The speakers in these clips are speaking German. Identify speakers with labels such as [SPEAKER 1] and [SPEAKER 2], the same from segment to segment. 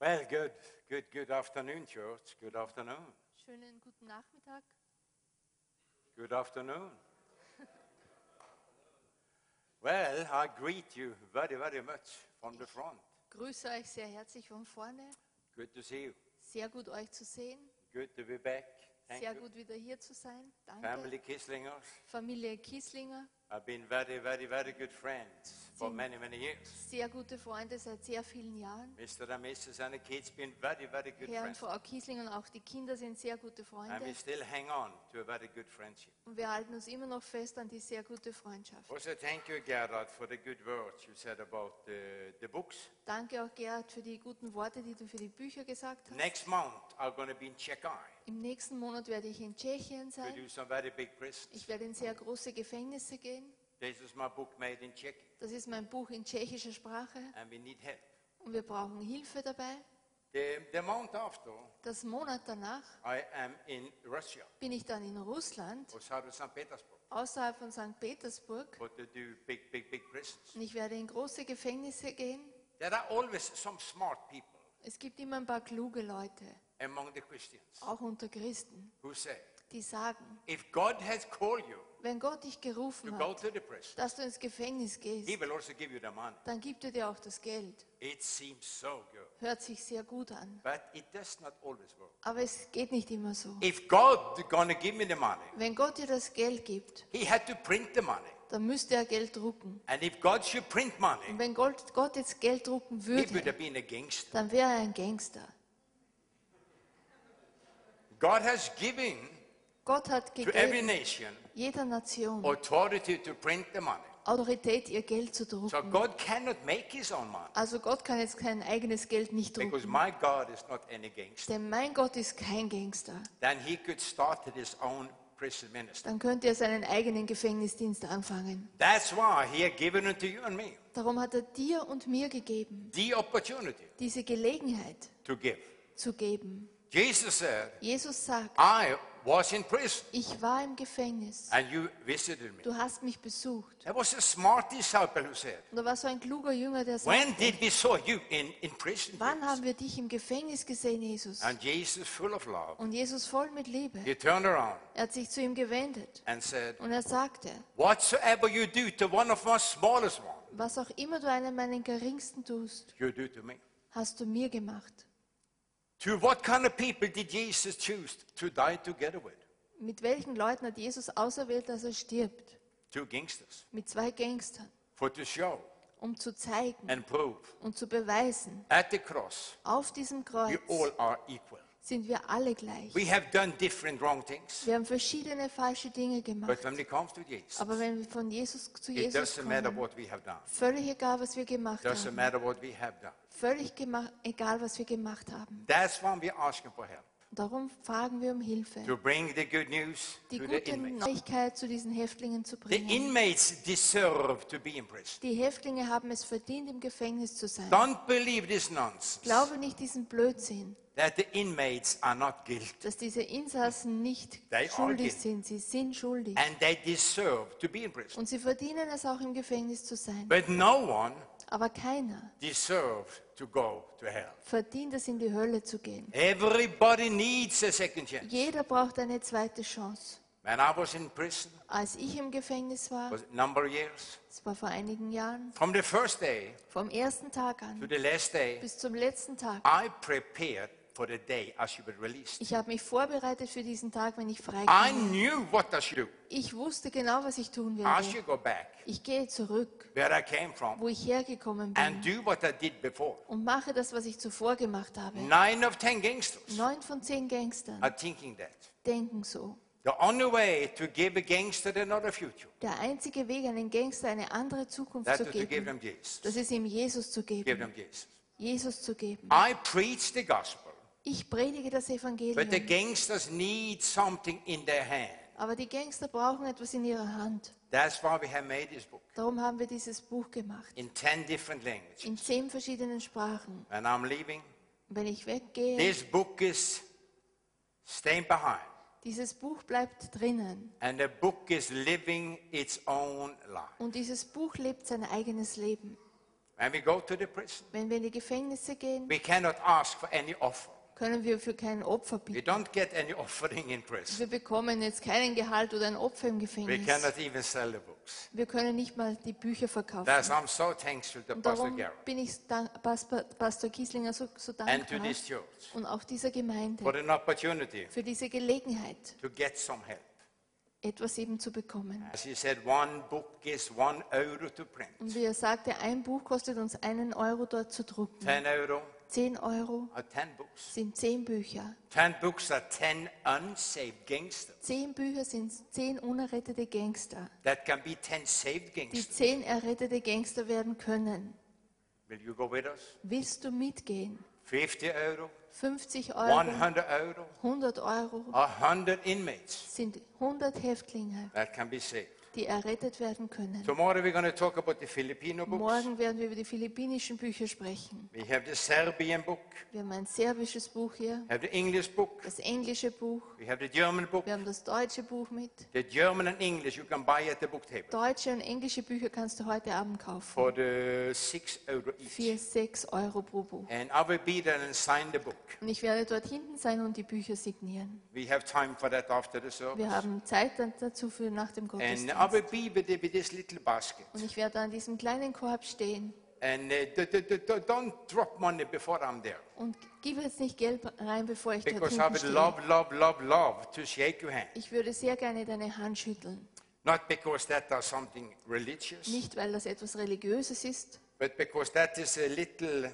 [SPEAKER 1] Well, good, good, good afternoon, church. Good afternoon.
[SPEAKER 2] Schönen guten Nachmittag.
[SPEAKER 1] Good afternoon. well, I greet you very, very much from the front.
[SPEAKER 2] Grüße euch sehr herzlich von vorne.
[SPEAKER 1] Good to see you.
[SPEAKER 2] Sehr gut euch zu sehen.
[SPEAKER 1] Good to be back. Thank
[SPEAKER 2] Sehr
[SPEAKER 1] you.
[SPEAKER 2] gut wieder hier zu sein. Danke.
[SPEAKER 1] Family Kissingers.
[SPEAKER 2] Familie Kieslinger.
[SPEAKER 1] I've been very, very, very good friends for
[SPEAKER 2] Sie-
[SPEAKER 1] many, many years.
[SPEAKER 2] Sehr gute Freunde seit sehr vielen Jahren.
[SPEAKER 1] Mr. and Mrs. and the kids been very, very good
[SPEAKER 2] Herr und
[SPEAKER 1] friends.
[SPEAKER 2] Frau Kieslinger und auch die Kinder sind sehr gute
[SPEAKER 1] And we
[SPEAKER 2] Freunde.
[SPEAKER 1] still hang on to a very good friendship.
[SPEAKER 2] Und wir halten uns immer noch fest an die sehr gute Freundschaft.
[SPEAKER 1] Also, thank you, Gerard, for the good words you said about uh, the books.
[SPEAKER 2] Danke auch, Gerhard, für die guten Worte, die du für die Bücher gesagt hast.
[SPEAKER 1] Next month, I'm going to be in Czechia.
[SPEAKER 2] Im nächsten Monat werde ich in Tschechien
[SPEAKER 1] We
[SPEAKER 2] sein.
[SPEAKER 1] do some very big prisons.
[SPEAKER 2] Ich werde in sehr große Gefängnisse gehen.
[SPEAKER 1] This is my book made in Czech,
[SPEAKER 2] Das ist mein Buch in tschechischer Sprache.
[SPEAKER 1] and we need help.
[SPEAKER 2] Und wir brauchen Hilfe dabei.
[SPEAKER 1] The, the month after,
[SPEAKER 2] Das Monat danach
[SPEAKER 1] I am in Russia,
[SPEAKER 2] bin ich dann in Russland,
[SPEAKER 1] outside of St. Petersburg,
[SPEAKER 2] außerhalb von St. Petersburg.
[SPEAKER 1] but they do big, big, big prisons.
[SPEAKER 2] Und ich werde in große Gefängnisse gehen.
[SPEAKER 1] There are always some smart people
[SPEAKER 2] Es gibt immer ein paar kluge Leute,
[SPEAKER 1] among the Christians
[SPEAKER 2] auch unter Christen,
[SPEAKER 1] who say,
[SPEAKER 2] die sagen,
[SPEAKER 1] if God has called you
[SPEAKER 2] wenn Gott dich
[SPEAKER 1] to
[SPEAKER 2] gerufen
[SPEAKER 1] go
[SPEAKER 2] hat,
[SPEAKER 1] to the prison,
[SPEAKER 2] dass du ins Gefängnis
[SPEAKER 1] He
[SPEAKER 2] gehst,
[SPEAKER 1] will also give you the money.
[SPEAKER 2] dann gibt er dir auch das Geld.
[SPEAKER 1] It seems so good,
[SPEAKER 2] Hört sich sehr gut an.
[SPEAKER 1] but it does not always work.
[SPEAKER 2] Aber es geht nicht immer so.
[SPEAKER 1] If God gonna give me the money,
[SPEAKER 2] Wenn Gott dir das Geld gibt,
[SPEAKER 1] He had to print the money.
[SPEAKER 2] dann müsste er Geld drucken.
[SPEAKER 1] And if God should print money,
[SPEAKER 2] Und wenn Gott, Gott jetzt Geld drucken
[SPEAKER 1] He would
[SPEAKER 2] würde,
[SPEAKER 1] have been a gangster.
[SPEAKER 2] dann wäre er ein Gangster.
[SPEAKER 1] God has given
[SPEAKER 2] Gott hat
[SPEAKER 1] to every
[SPEAKER 2] gegeben,
[SPEAKER 1] nation
[SPEAKER 2] jeder Nation
[SPEAKER 1] authority to print the money.
[SPEAKER 2] Autorität, ihr Geld zu
[SPEAKER 1] So
[SPEAKER 2] drucken.
[SPEAKER 1] God cannot make his own money
[SPEAKER 2] Also Gott kann jetzt kein eigenes Geld nicht drucken.
[SPEAKER 1] because my God is not any gangster.
[SPEAKER 2] Denn mein Gott ist kein Gangster.
[SPEAKER 1] Then he could start his own prison ministry.
[SPEAKER 2] Dann könnte er seinen eigenen Gefängnisdienst anfangen.
[SPEAKER 1] That's why he has given unto you and me
[SPEAKER 2] Darum hat er dir und mir gegeben,
[SPEAKER 1] the opportunity
[SPEAKER 2] diese Gelegenheit
[SPEAKER 1] to give.
[SPEAKER 2] zu geben.
[SPEAKER 1] Jesus said,
[SPEAKER 2] Jesus sagt,
[SPEAKER 1] I was in prison
[SPEAKER 2] ich war im Gefängnis.
[SPEAKER 1] and you visited me.
[SPEAKER 2] Du hast mich besucht.
[SPEAKER 1] There was a smart disciple who said,
[SPEAKER 2] Und da war so ein kluger Jünger, der
[SPEAKER 1] When
[SPEAKER 2] sagte,
[SPEAKER 1] did we saw you in, in prison?
[SPEAKER 2] wann
[SPEAKER 1] Jesus?"
[SPEAKER 2] haben wir dich im Gefängnis gesehen, Jesus?
[SPEAKER 1] And Jesus, full of love,
[SPEAKER 2] Und Jesus voll mit Liebe.
[SPEAKER 1] he turned around
[SPEAKER 2] Er hat sich zu ihm gewendet.
[SPEAKER 1] and said,
[SPEAKER 2] Und er sagte,
[SPEAKER 1] Whatsoever you do to one of my smallest ones,
[SPEAKER 2] was auch immer du einem meinen Geringsten tust,
[SPEAKER 1] you do to me.
[SPEAKER 2] hast du mir gemacht.
[SPEAKER 1] To what kind of people did Jesus choose to die together with?
[SPEAKER 2] Mit welchen Leuten hat Jesus auserwählt, dass er stirbt?
[SPEAKER 1] Two gangsters.
[SPEAKER 2] Mit zwei Gangstern,
[SPEAKER 1] For to show
[SPEAKER 2] um zu zeigen
[SPEAKER 1] and prove
[SPEAKER 2] und zu beweisen,
[SPEAKER 1] at the cross,
[SPEAKER 2] auf diesem
[SPEAKER 1] we
[SPEAKER 2] Kreuz
[SPEAKER 1] all are equal.
[SPEAKER 2] sind wir alle gleich.
[SPEAKER 1] We have done different wrong things,
[SPEAKER 2] Wir haben verschiedene falsche Dinge
[SPEAKER 1] but
[SPEAKER 2] gemacht,
[SPEAKER 1] when it comes to Jesus,
[SPEAKER 2] aber wenn wir von Jesus zu
[SPEAKER 1] it
[SPEAKER 2] Jesus
[SPEAKER 1] doesn't matter
[SPEAKER 2] kommen,
[SPEAKER 1] what we have done.
[SPEAKER 2] völlig egal, was wir gemacht
[SPEAKER 1] Doesn't
[SPEAKER 2] haben,
[SPEAKER 1] matter what we have done.
[SPEAKER 2] völlig gema- egal, was wir gemacht haben.
[SPEAKER 1] That's why we're asking for help
[SPEAKER 2] Darum fragen wir um Hilfe,
[SPEAKER 1] to bring the good news
[SPEAKER 2] die
[SPEAKER 1] to the
[SPEAKER 2] gute
[SPEAKER 1] inmates.
[SPEAKER 2] Neuigkeit zu diesen Häftlingen zu
[SPEAKER 1] The
[SPEAKER 2] bringen.
[SPEAKER 1] inmates deserve to be in prison.
[SPEAKER 2] Die Häftlinge haben es verdient, im Gefängnis zu sein.
[SPEAKER 1] Don't believe this nonsense.
[SPEAKER 2] Glaube nicht diesen Blödsinn,
[SPEAKER 1] that the inmates are not guilty
[SPEAKER 2] dass diese Insassen nicht
[SPEAKER 1] They are
[SPEAKER 2] schuldig
[SPEAKER 1] guilty.
[SPEAKER 2] sind. Sie sind schuldig.
[SPEAKER 1] and they deserve to be in prison.
[SPEAKER 2] Und sie verdienen es auch im Gefängnis zu sein.
[SPEAKER 1] But no one
[SPEAKER 2] Aber keiner
[SPEAKER 1] deserves to go to hell.
[SPEAKER 2] verdient es, in die Hölle zu gehen.
[SPEAKER 1] Everybody needs a second chance.
[SPEAKER 2] Jeder braucht eine zweite Chance.
[SPEAKER 1] When I was in prison,
[SPEAKER 2] Als ich im Gefängnis war,
[SPEAKER 1] was a number of years,
[SPEAKER 2] das war vor einigen Jahren,
[SPEAKER 1] from the first day
[SPEAKER 2] vom ersten Tag
[SPEAKER 1] to
[SPEAKER 2] an
[SPEAKER 1] the last day,
[SPEAKER 2] bis zum letzten Tag,
[SPEAKER 1] I prepared for the day I should be released.
[SPEAKER 2] ich habe mich vorbereitet für diesen Tag, wenn ich frei
[SPEAKER 1] I
[SPEAKER 2] komme.
[SPEAKER 1] knew what I should do.
[SPEAKER 2] Ich wusste genau, was ich tun
[SPEAKER 1] I
[SPEAKER 2] werde.
[SPEAKER 1] should go back
[SPEAKER 2] Ich gehe zurück,
[SPEAKER 1] where I came from
[SPEAKER 2] wo ich hergekommen
[SPEAKER 1] and
[SPEAKER 2] bin
[SPEAKER 1] do what I did before.
[SPEAKER 2] und mache das, was ich zuvor gemacht habe.
[SPEAKER 1] Nine of ten gangsters
[SPEAKER 2] Neun von zehn Gangstern
[SPEAKER 1] are thinking that.
[SPEAKER 2] denken so.
[SPEAKER 1] The only way to give a gangster another future
[SPEAKER 2] Der einzige Weg, einem Gangster eine andere Zukunft
[SPEAKER 1] That
[SPEAKER 2] zu
[SPEAKER 1] is to give
[SPEAKER 2] geben,
[SPEAKER 1] them Jesus.
[SPEAKER 2] das ist ihm Jesus zu
[SPEAKER 1] Give
[SPEAKER 2] geben.
[SPEAKER 1] them Jesus.
[SPEAKER 2] Jesus zu geben.
[SPEAKER 1] I preach the gospel,
[SPEAKER 2] Ich predige das
[SPEAKER 1] but the
[SPEAKER 2] Evangelium,
[SPEAKER 1] gangsters need something in their hand.
[SPEAKER 2] aber die Gangster brauchen etwas in ihrer Hand.
[SPEAKER 1] That's why we have made this book
[SPEAKER 2] Darum haben wir dieses Buch gemacht,
[SPEAKER 1] in 10 different languages.
[SPEAKER 2] in zehn verschiedenen Sprachen.
[SPEAKER 1] When I'm leaving,
[SPEAKER 2] Wenn ich weggehe,
[SPEAKER 1] this book is staying behind,
[SPEAKER 2] dieses Buch bleibt drinnen
[SPEAKER 1] and the book is living its own life.
[SPEAKER 2] und dieses Buch lebt sein eigenes Leben.
[SPEAKER 1] When we go to the prison,
[SPEAKER 2] Wenn wir in die Gefängnisse gehen,
[SPEAKER 1] we cannot ask for any offer.
[SPEAKER 2] können wir für kein Opfer
[SPEAKER 1] We
[SPEAKER 2] bitten.
[SPEAKER 1] don't get any offering in prison.
[SPEAKER 2] Wir bekommen jetzt keinen Gehalt oder ein Opfer im
[SPEAKER 1] We
[SPEAKER 2] Gefängnis.
[SPEAKER 1] cannot even sell the books.
[SPEAKER 2] Wir können nicht mal die Bücher verkaufen.
[SPEAKER 1] Thus, I'm so thankful to
[SPEAKER 2] Und
[SPEAKER 1] Pastor
[SPEAKER 2] darum
[SPEAKER 1] Garrett
[SPEAKER 2] bin ich dank, Pastor, Pastor Kieslinger so, so
[SPEAKER 1] and to
[SPEAKER 2] dankbar
[SPEAKER 1] this church
[SPEAKER 2] und auch dieser
[SPEAKER 1] for
[SPEAKER 2] Gemeinde
[SPEAKER 1] an opportunity
[SPEAKER 2] für diese Gelegenheit,
[SPEAKER 1] to get some help.
[SPEAKER 2] etwas eben zu bekommen.
[SPEAKER 1] As he said, one book is one euro to print,
[SPEAKER 2] Und wie er sagte, ein Buch kostet uns einen Euro dort zu drucken.
[SPEAKER 1] ten euro
[SPEAKER 2] Zehn Euro
[SPEAKER 1] are ten books.
[SPEAKER 2] sind zehn Bücher.
[SPEAKER 1] Ten books are ten unsaved gangsters.
[SPEAKER 2] Zehn Bücher sind zehn unerrettete Gangster,
[SPEAKER 1] That can be ten saved
[SPEAKER 2] die
[SPEAKER 1] gangsters.
[SPEAKER 2] zehn errettete Gangster werden können.
[SPEAKER 1] Will you go with us?
[SPEAKER 2] Willst du mitgehen?
[SPEAKER 1] 50 euro,
[SPEAKER 2] 50 Euro,
[SPEAKER 1] 100 euro,
[SPEAKER 2] 100 Euro
[SPEAKER 1] 100 inmates
[SPEAKER 2] sind 100 Häftlinge,
[SPEAKER 1] that can be saved.
[SPEAKER 2] die errettet werden können.
[SPEAKER 1] Tomorrow we're going to talk about the Filipino books.
[SPEAKER 2] Morgen werden wir über die philippinischen Bücher sprechen.
[SPEAKER 1] We have the Serbian book,
[SPEAKER 2] Wir haben ein serbisches Buch hier,
[SPEAKER 1] have the English book,
[SPEAKER 2] das englische Buch,
[SPEAKER 1] we have the German book.
[SPEAKER 2] wir haben das deutsche Buch mit.
[SPEAKER 1] The German and English you can buy at the book table
[SPEAKER 2] Deutsche und englische Bücher kannst du heute Abend kaufen.
[SPEAKER 1] for the six euro each.
[SPEAKER 2] Vier, sechs Euro pro Buch.
[SPEAKER 1] And I will be there and sign the book.
[SPEAKER 2] Und ich werde dort hinten sein und die Bücher signieren.
[SPEAKER 1] We have time for that after the service.
[SPEAKER 2] Wir haben Zeit dann dazu für nach dem
[SPEAKER 1] And I
[SPEAKER 2] Gottesdienst.
[SPEAKER 1] will be with, the, with this little basket.
[SPEAKER 2] Und ich werde an diesem kleinen Korb stehen
[SPEAKER 1] And uh, d- d- d- d- don't drop money before I'm there.
[SPEAKER 2] und gib jetzt nicht Geld rein, bevor ich dort
[SPEAKER 1] Because I
[SPEAKER 2] hinten
[SPEAKER 1] would
[SPEAKER 2] stehe.
[SPEAKER 1] love, love, love, love to shake your hand.
[SPEAKER 2] Ich würde sehr gerne deine Hand schütteln.
[SPEAKER 1] Not because that does something religious,
[SPEAKER 2] Nicht, weil das etwas Religiöses ist,
[SPEAKER 1] but because that is a little,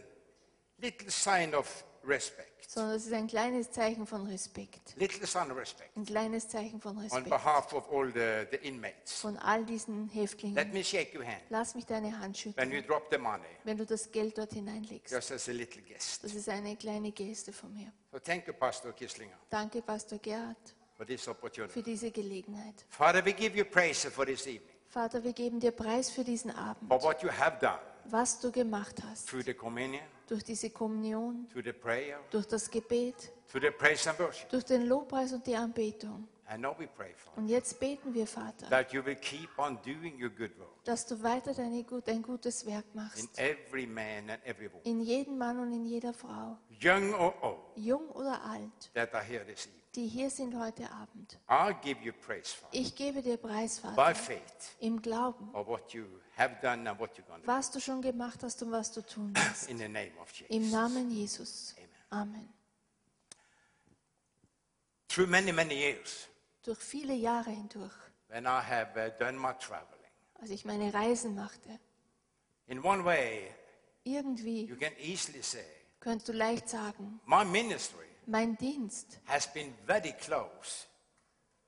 [SPEAKER 1] little sign of respect.
[SPEAKER 2] sondern es ist ein kleines Zeichen von Respekt.
[SPEAKER 1] Little sign of respect
[SPEAKER 2] Ein kleines Zeichen von
[SPEAKER 1] on
[SPEAKER 2] Respekt
[SPEAKER 1] behalf of all the, the inmates.
[SPEAKER 2] von all diesen Häftlingen.
[SPEAKER 1] Let me shake your hand
[SPEAKER 2] Lass mich deine Hand
[SPEAKER 1] when
[SPEAKER 2] schütteln,
[SPEAKER 1] you drop the money,
[SPEAKER 2] wenn du das Geld dort hineinlegst.
[SPEAKER 1] just as a little guest.
[SPEAKER 2] Das ist eine kleine Geste von mir.
[SPEAKER 1] So thank you, Pastor Kisslinger,
[SPEAKER 2] Danke, Pastor Gerhard,
[SPEAKER 1] for this
[SPEAKER 2] für
[SPEAKER 1] opportunity.
[SPEAKER 2] diese Gelegenheit.
[SPEAKER 1] Father, we give you praise for this evening,
[SPEAKER 2] Vater, wir geben dir Preis für diesen Abend,
[SPEAKER 1] for what you have done
[SPEAKER 2] was du gemacht hast.
[SPEAKER 1] through the communion,
[SPEAKER 2] Durch diese Kommunion,
[SPEAKER 1] through the prayer,
[SPEAKER 2] durch das Gebet,
[SPEAKER 1] through the praise and worship.
[SPEAKER 2] durch den Lobpreis und die Anbetung.
[SPEAKER 1] And now we pray, Father,
[SPEAKER 2] Und jetzt beten wir, Vater,
[SPEAKER 1] that you will keep on doing your good work
[SPEAKER 2] dass du weiter deine gut, ein gutes Werk
[SPEAKER 1] in
[SPEAKER 2] machst.
[SPEAKER 1] every man and every woman,
[SPEAKER 2] In jedem Mann und in jeder Frau,
[SPEAKER 1] young or old,
[SPEAKER 2] jung oder alt,
[SPEAKER 1] that are here this evening.
[SPEAKER 2] die hier sind heute Abend.
[SPEAKER 1] I'll give you praise, Father,
[SPEAKER 2] Ich gebe dir Preis,
[SPEAKER 1] by
[SPEAKER 2] Vater,
[SPEAKER 1] faith
[SPEAKER 2] im Glauben,
[SPEAKER 1] of what you have done and what you're going to
[SPEAKER 2] was du schon gemacht hast und was du tun wirst.
[SPEAKER 1] do. In the name of Jesus.
[SPEAKER 2] Im Namen Jesus. Amen.
[SPEAKER 1] Through many, many years,
[SPEAKER 2] Durch viele Jahre hindurch,
[SPEAKER 1] when I have uh, done my traveling.
[SPEAKER 2] als ich meine Reisen machte,
[SPEAKER 1] In one way, you
[SPEAKER 2] irgendwie
[SPEAKER 1] can easily say
[SPEAKER 2] könntest du leicht sagen,
[SPEAKER 1] my ministry
[SPEAKER 2] mein Dienst
[SPEAKER 1] has been very close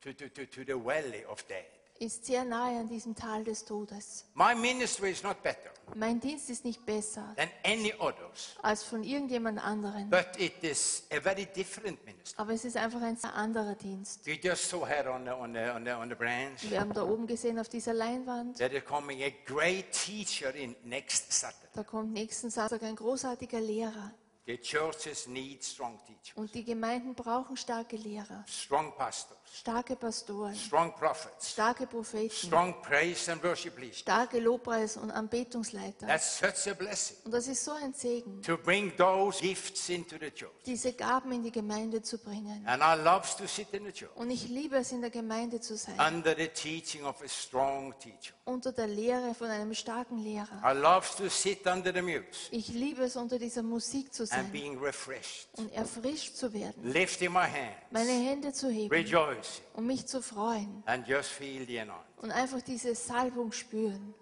[SPEAKER 1] to, to, to, to the valley of death.
[SPEAKER 2] ist sehr nahe an diesem Tal des Todes.
[SPEAKER 1] My ministry is not better
[SPEAKER 2] Mein Dienst ist nicht besser
[SPEAKER 1] than any others,
[SPEAKER 2] als von irgendjemand anderen,
[SPEAKER 1] but it is a very different ministry.
[SPEAKER 2] aber es ist einfach ein sehr anderer Dienst.
[SPEAKER 1] We just saw here on the, on the, on the, on the branch
[SPEAKER 2] Wir haben da oben gesehen auf dieser Leinwand,
[SPEAKER 1] that is coming a great teacher in next Saturday.
[SPEAKER 2] da kommt nächsten Samstag ein großartiger Lehrer.
[SPEAKER 1] The churches need strong teachers,
[SPEAKER 2] Und die Gemeinden brauchen starke Lehrer,
[SPEAKER 1] strong pastors,
[SPEAKER 2] starke Pastoren,
[SPEAKER 1] strong prophets,
[SPEAKER 2] starke Propheten,
[SPEAKER 1] strong praise and worship leaders.
[SPEAKER 2] starke Lobpreis- und Anbetungsleiter.
[SPEAKER 1] That's such a blessing.
[SPEAKER 2] Und das ist so ein Segen,
[SPEAKER 1] to bring those gifts into the church.
[SPEAKER 2] diese Gaben in die Gemeinde zu bringen.
[SPEAKER 1] And I love to sit in the church
[SPEAKER 2] Und ich liebe es, in der Gemeinde zu sein,
[SPEAKER 1] under the teaching of a strong teacher.
[SPEAKER 2] unter der Lehre von einem starken Lehrer.
[SPEAKER 1] I love to sit under the muse
[SPEAKER 2] Ich liebe es, unter dieser Musik zu
[SPEAKER 1] and
[SPEAKER 2] sein
[SPEAKER 1] being refreshed,
[SPEAKER 2] und erfrischt zu werden,
[SPEAKER 1] lifting my
[SPEAKER 2] meine
[SPEAKER 1] hands,
[SPEAKER 2] Hände zu heben
[SPEAKER 1] rejoicing,
[SPEAKER 2] und mich zu freuen
[SPEAKER 1] and just feel the anointing.
[SPEAKER 2] und einfach diese Salbung spüren.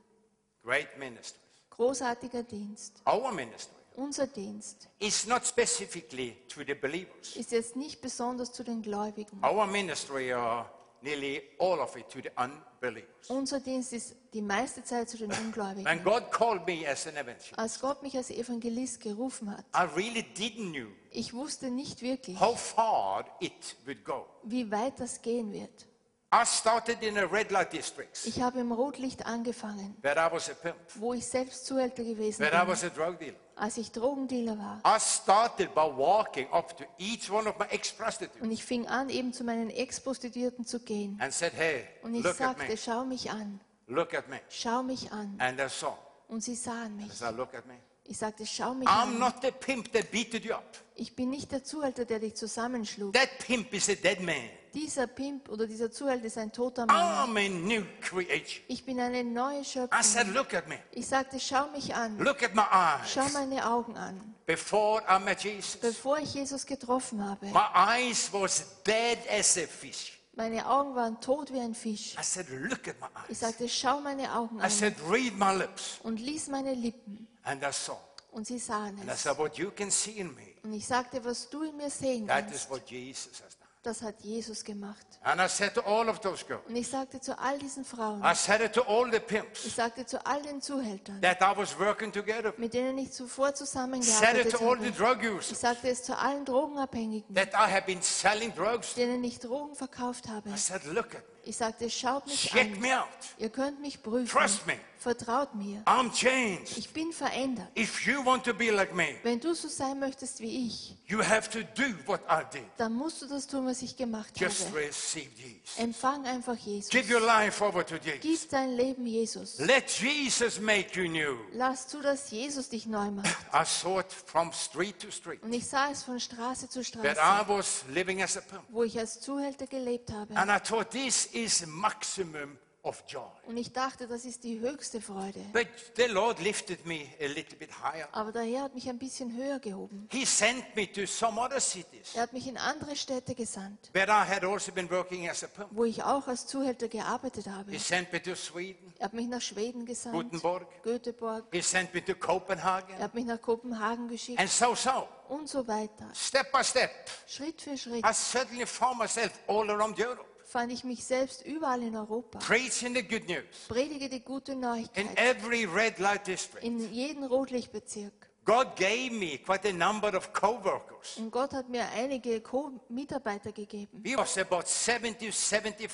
[SPEAKER 1] Great ministry.
[SPEAKER 2] Großartiger Dienst.
[SPEAKER 1] Our ministry
[SPEAKER 2] Unser Dienst
[SPEAKER 1] is not specifically to the believers.
[SPEAKER 2] ist jetzt nicht besonders zu den Gläubigen.
[SPEAKER 1] Our ministry are nearly all of it to the unbelievers.
[SPEAKER 2] Unser Dienst ist die meiste Zeit zu den Ungläubigen.
[SPEAKER 1] When God called me as an evangelist,
[SPEAKER 2] Als Gott mich als Evangelist gerufen hat,
[SPEAKER 1] I really didn't know
[SPEAKER 2] ich wusste nicht wirklich,
[SPEAKER 1] how far it would go.
[SPEAKER 2] wie weit das gehen wird.
[SPEAKER 1] I started in a red light district
[SPEAKER 2] Ich habe im Rotlicht angefangen,
[SPEAKER 1] where I was a pimp,
[SPEAKER 2] wo ich selbst Zuhälter gewesen
[SPEAKER 1] where I
[SPEAKER 2] bin,
[SPEAKER 1] was a drug dealer.
[SPEAKER 2] als ich Drogendealer war.
[SPEAKER 1] I started by walking up to each one of my ex prostitutes
[SPEAKER 2] Und ich fing an, eben zu meinen Ex-Prostituierten zu gehen.
[SPEAKER 1] and said, Hey,
[SPEAKER 2] Und ich
[SPEAKER 1] look at
[SPEAKER 2] sagte,
[SPEAKER 1] me,
[SPEAKER 2] schau mich an,
[SPEAKER 1] look at me.
[SPEAKER 2] schau mich an.
[SPEAKER 1] And they saw.
[SPEAKER 2] Und sie sahen mich.
[SPEAKER 1] As I look at me,
[SPEAKER 2] Ich sagte, schau mich
[SPEAKER 1] I'm
[SPEAKER 2] an.
[SPEAKER 1] not the pimp that beated you up.
[SPEAKER 2] Ich bin nicht der Zuhälter, der dich zusammenschlug.
[SPEAKER 1] That pimp is a dead man.
[SPEAKER 2] Dieser Pimp oder dieser Zuhälter ist ein toter Mann.
[SPEAKER 1] I'm a new creation.
[SPEAKER 2] Ich bin eine neue
[SPEAKER 1] I said,
[SPEAKER 2] Schöpfung.
[SPEAKER 1] look at me.
[SPEAKER 2] Ich sagte, schau mich an.
[SPEAKER 1] Look at my eyes.
[SPEAKER 2] Schau meine Augen an.
[SPEAKER 1] Before I met Jesus,
[SPEAKER 2] Bevor ich Jesus getroffen habe,
[SPEAKER 1] my eyes was dead as a fish.
[SPEAKER 2] meine Augen waren tot wie ein Fisch.
[SPEAKER 1] I said, look at my eyes.
[SPEAKER 2] Ich sagte, schau meine Augen
[SPEAKER 1] I
[SPEAKER 2] an
[SPEAKER 1] said, read my lips.
[SPEAKER 2] und ließ meine Lippen.
[SPEAKER 1] And I saw.
[SPEAKER 2] Und sie sahen
[SPEAKER 1] And I
[SPEAKER 2] es.
[SPEAKER 1] said, what you can see in me,
[SPEAKER 2] Und ich sagte, was du in mir sehen
[SPEAKER 1] that is
[SPEAKER 2] kannst,
[SPEAKER 1] what Jesus has done.
[SPEAKER 2] das hat Jesus gemacht.
[SPEAKER 1] And I said to all of those girls,
[SPEAKER 2] Und ich sagte zu all diesen Frauen,
[SPEAKER 1] I said it to all the
[SPEAKER 2] ich
[SPEAKER 1] pimps
[SPEAKER 2] sagte zu all den Zuhältern,
[SPEAKER 1] that I was working together. with.
[SPEAKER 2] mit denen ich zuvor
[SPEAKER 1] Said it
[SPEAKER 2] zusammengearbeitet
[SPEAKER 1] to all the
[SPEAKER 2] habe,
[SPEAKER 1] drug
[SPEAKER 2] ich
[SPEAKER 1] users
[SPEAKER 2] sagte es zu allen Drogenabhängigen,
[SPEAKER 1] that I have been selling drugs.
[SPEAKER 2] denen ich Drogen verkauft habe.
[SPEAKER 1] I said, look at me.
[SPEAKER 2] Ich sagte, schaut mich
[SPEAKER 1] Check
[SPEAKER 2] an,
[SPEAKER 1] me out.
[SPEAKER 2] ihr könnt mich prüfen,
[SPEAKER 1] Trust me.
[SPEAKER 2] vertraut mir,
[SPEAKER 1] I'm changed.
[SPEAKER 2] ich bin verändert.
[SPEAKER 1] If you want to be like me,
[SPEAKER 2] Wenn du so sein möchtest wie ich,
[SPEAKER 1] you have to do what I did.
[SPEAKER 2] dann musst du das tun, was ich gemacht
[SPEAKER 1] Just
[SPEAKER 2] habe.
[SPEAKER 1] receive Jesus.
[SPEAKER 2] Empfang einfach Jesus.
[SPEAKER 1] Give your life over to Jesus.
[SPEAKER 2] Gib dein Leben Jesus.
[SPEAKER 1] Let Jesus make you new.
[SPEAKER 2] Lass zu, dass Jesus dich neu macht.
[SPEAKER 1] I saw it from street to street
[SPEAKER 2] Und ich sah es von Straße zu
[SPEAKER 1] that I
[SPEAKER 2] Straße,
[SPEAKER 1] was living as a pimp.
[SPEAKER 2] wo ich als Zuhälter gelebt habe.
[SPEAKER 1] And I thought this is maximum of joy.
[SPEAKER 2] Und ich dachte, das ist die höchste Freude.
[SPEAKER 1] But the Lord lifted me a little bit higher.
[SPEAKER 2] Aber der Herr hat mich ein bisschen höher gehoben.
[SPEAKER 1] He sent me to some other cities
[SPEAKER 2] Er hat mich in andere Städte gesandt,
[SPEAKER 1] where I had also been working as a pimp.
[SPEAKER 2] wo ich auch als Zuhälter gearbeitet habe.
[SPEAKER 1] He sent me to Sweden.
[SPEAKER 2] Er hat mich nach Schweden gesandt,
[SPEAKER 1] Gutenberg.
[SPEAKER 2] Göteborg.
[SPEAKER 1] He sent me to Copenhagen.
[SPEAKER 2] Er hat mich nach Kopenhagen geschickt
[SPEAKER 1] And so, so,
[SPEAKER 2] und so weiter.
[SPEAKER 1] step by step,
[SPEAKER 2] Schritt für Schritt
[SPEAKER 1] I suddenly found myself all around Europe,
[SPEAKER 2] fand ich mich selbst überall in Europa.
[SPEAKER 1] preaching the good news
[SPEAKER 2] Predige die gute
[SPEAKER 1] in
[SPEAKER 2] Neuigkeit
[SPEAKER 1] every red light district.
[SPEAKER 2] in jeden Rotlichtbezirk.
[SPEAKER 1] God gave me quite a number of co-workers.
[SPEAKER 2] Und Gott hat mir einige Co-Mitarbeiter gegeben.
[SPEAKER 1] We was about 70 75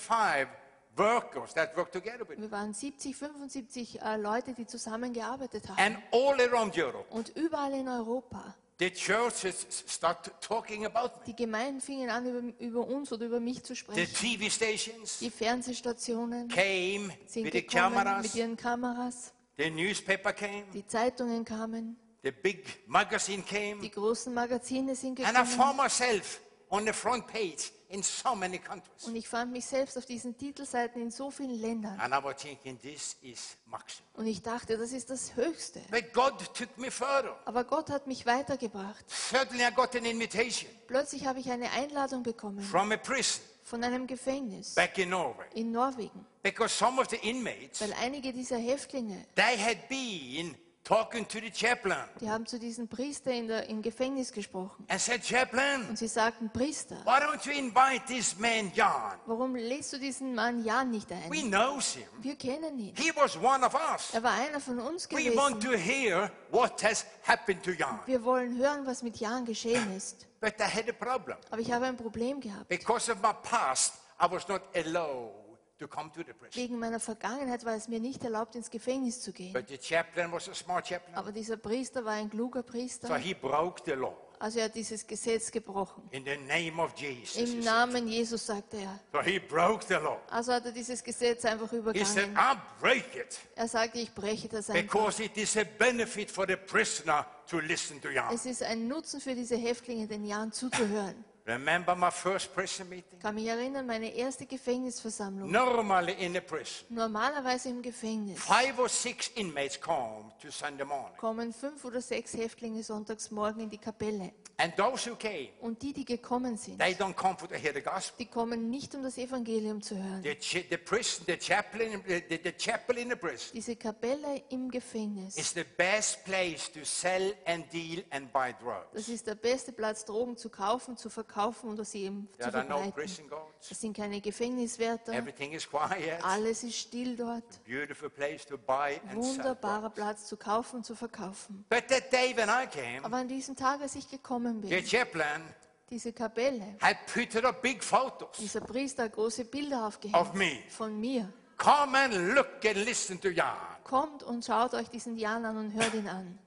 [SPEAKER 1] workers that worked together with me.
[SPEAKER 2] Wir waren 70, 75 äh, Leute, die zusammengearbeitet haben.
[SPEAKER 1] And all around Europe,
[SPEAKER 2] Und überall in Europa.
[SPEAKER 1] the churches s- start talking about me.
[SPEAKER 2] Die Gemeinden fingen an, über, über uns oder über mich zu
[SPEAKER 1] The
[SPEAKER 2] sprechen.
[SPEAKER 1] TV stations
[SPEAKER 2] Die Fernsehstationen
[SPEAKER 1] came
[SPEAKER 2] sind
[SPEAKER 1] with the
[SPEAKER 2] gekommen mit
[SPEAKER 1] cameras,
[SPEAKER 2] ihren Kameras.
[SPEAKER 1] the newspaper came,
[SPEAKER 2] Die Zeitungen kamen.
[SPEAKER 1] the big magazine came.
[SPEAKER 2] Die großen Magazine sind
[SPEAKER 1] And I found
[SPEAKER 2] gekommen.
[SPEAKER 1] myself on the front page in so many countries.
[SPEAKER 2] Und ich fand mich selbst auf diesen Titelseiten in so vielen Ländern.
[SPEAKER 1] And I was thinking, this is maximum.
[SPEAKER 2] Und ich dachte, das ist das Höchste.
[SPEAKER 1] But God took me further.
[SPEAKER 2] Aber Gott hat mich weitergebracht.
[SPEAKER 1] Suddenly I got an invitation
[SPEAKER 2] Plötzlich habe ich eine Einladung bekommen
[SPEAKER 1] from a prison
[SPEAKER 2] von einem Gefängnis
[SPEAKER 1] back in Norway.
[SPEAKER 2] in Norwegen,
[SPEAKER 1] Because some of the inmates,
[SPEAKER 2] weil einige dieser Häftlinge,
[SPEAKER 1] they had been talking to the chaplain
[SPEAKER 2] die haben zu diesem Priester in der, im Gefängnis gesprochen.
[SPEAKER 1] and said, Chaplain,
[SPEAKER 2] Und sie sagten, Priester,
[SPEAKER 1] why don't you invite this man Jan?
[SPEAKER 2] Warum lädst du diesen Mann Jan nicht
[SPEAKER 1] We
[SPEAKER 2] ein?
[SPEAKER 1] know him.
[SPEAKER 2] Wir kennen ihn.
[SPEAKER 1] He was one of us.
[SPEAKER 2] Er war einer von uns
[SPEAKER 1] We want
[SPEAKER 2] gewesen.
[SPEAKER 1] to hear what has happened to Jan.
[SPEAKER 2] Wir wollen hören, was mit Jan geschehen ist.
[SPEAKER 1] But I had a problem.
[SPEAKER 2] Aber ich habe ein Problem gehabt.
[SPEAKER 1] Because of my past, I was not allowed to come to the prison.
[SPEAKER 2] Wegen meiner Vergangenheit war es mir nicht erlaubt, ins Gefängnis zu gehen.
[SPEAKER 1] But the chaplain was a smart chaplain,
[SPEAKER 2] Aber dieser Priester war ein kluger
[SPEAKER 1] so
[SPEAKER 2] Priester.
[SPEAKER 1] he broke the law
[SPEAKER 2] Also er hat dieses Gesetz gebrochen.
[SPEAKER 1] in the name of Jesus.
[SPEAKER 2] Im
[SPEAKER 1] he said.
[SPEAKER 2] Namen Jesus, sagte er.
[SPEAKER 1] So he broke the law.
[SPEAKER 2] Also hat er dieses Gesetz einfach
[SPEAKER 1] He said,
[SPEAKER 2] übergangen.
[SPEAKER 1] I break it
[SPEAKER 2] Er sagte, ich breche das einfach.
[SPEAKER 1] because it is a benefit for the prisoner to listen to Jan.
[SPEAKER 2] Es ist ein Nutzen für diese Häftlinge, den Jan zuzuhören.
[SPEAKER 1] Remember my first prison meeting?
[SPEAKER 2] Ich kann mich erinnern, meine erste Gefängnisversammlung.
[SPEAKER 1] Normally in a prison,
[SPEAKER 2] Normalerweise im Gefängnis
[SPEAKER 1] five or six inmates come to Sunday morning.
[SPEAKER 2] kommen fünf oder sechs Häftlinge sonntags morgen in die Kapelle.
[SPEAKER 1] And those who came,
[SPEAKER 2] Und die, die gekommen sind,
[SPEAKER 1] they don't come for to hear the gospel.
[SPEAKER 2] die kommen nicht, um das Evangelium zu hören.
[SPEAKER 1] The, ch- the prison, the chaplain, the, the, the chapel in the prison.
[SPEAKER 2] Diese Kapelle im Gefängnis,
[SPEAKER 1] It's the best place to sell and deal and buy drugs.
[SPEAKER 2] das ist der beste Platz, Drogen zu kaufen, zu verkaufen oder sie eben zu
[SPEAKER 1] There are no
[SPEAKER 2] verbreiten.
[SPEAKER 1] prison guards.
[SPEAKER 2] Es sind keine Gefängniswärter,
[SPEAKER 1] Everything is quiet.
[SPEAKER 2] alles ist still dort.
[SPEAKER 1] Beautiful place to buy and sell. drugs.
[SPEAKER 2] Wunderbarer Platz zu kaufen und zu verkaufen.
[SPEAKER 1] But that day when I came,
[SPEAKER 2] Aber an diesem Tag, als ich gekommen
[SPEAKER 1] the
[SPEAKER 2] bin,
[SPEAKER 1] chaplain
[SPEAKER 2] diese Kapelle,
[SPEAKER 1] had put up big photos
[SPEAKER 2] dieser Priester hat große Bilder
[SPEAKER 1] of
[SPEAKER 2] aufgehängt
[SPEAKER 1] me.
[SPEAKER 2] von mir.
[SPEAKER 1] Come and look and listen to Jan.
[SPEAKER 2] Kommt und schaut euch diesen Jan an und hört ihn an.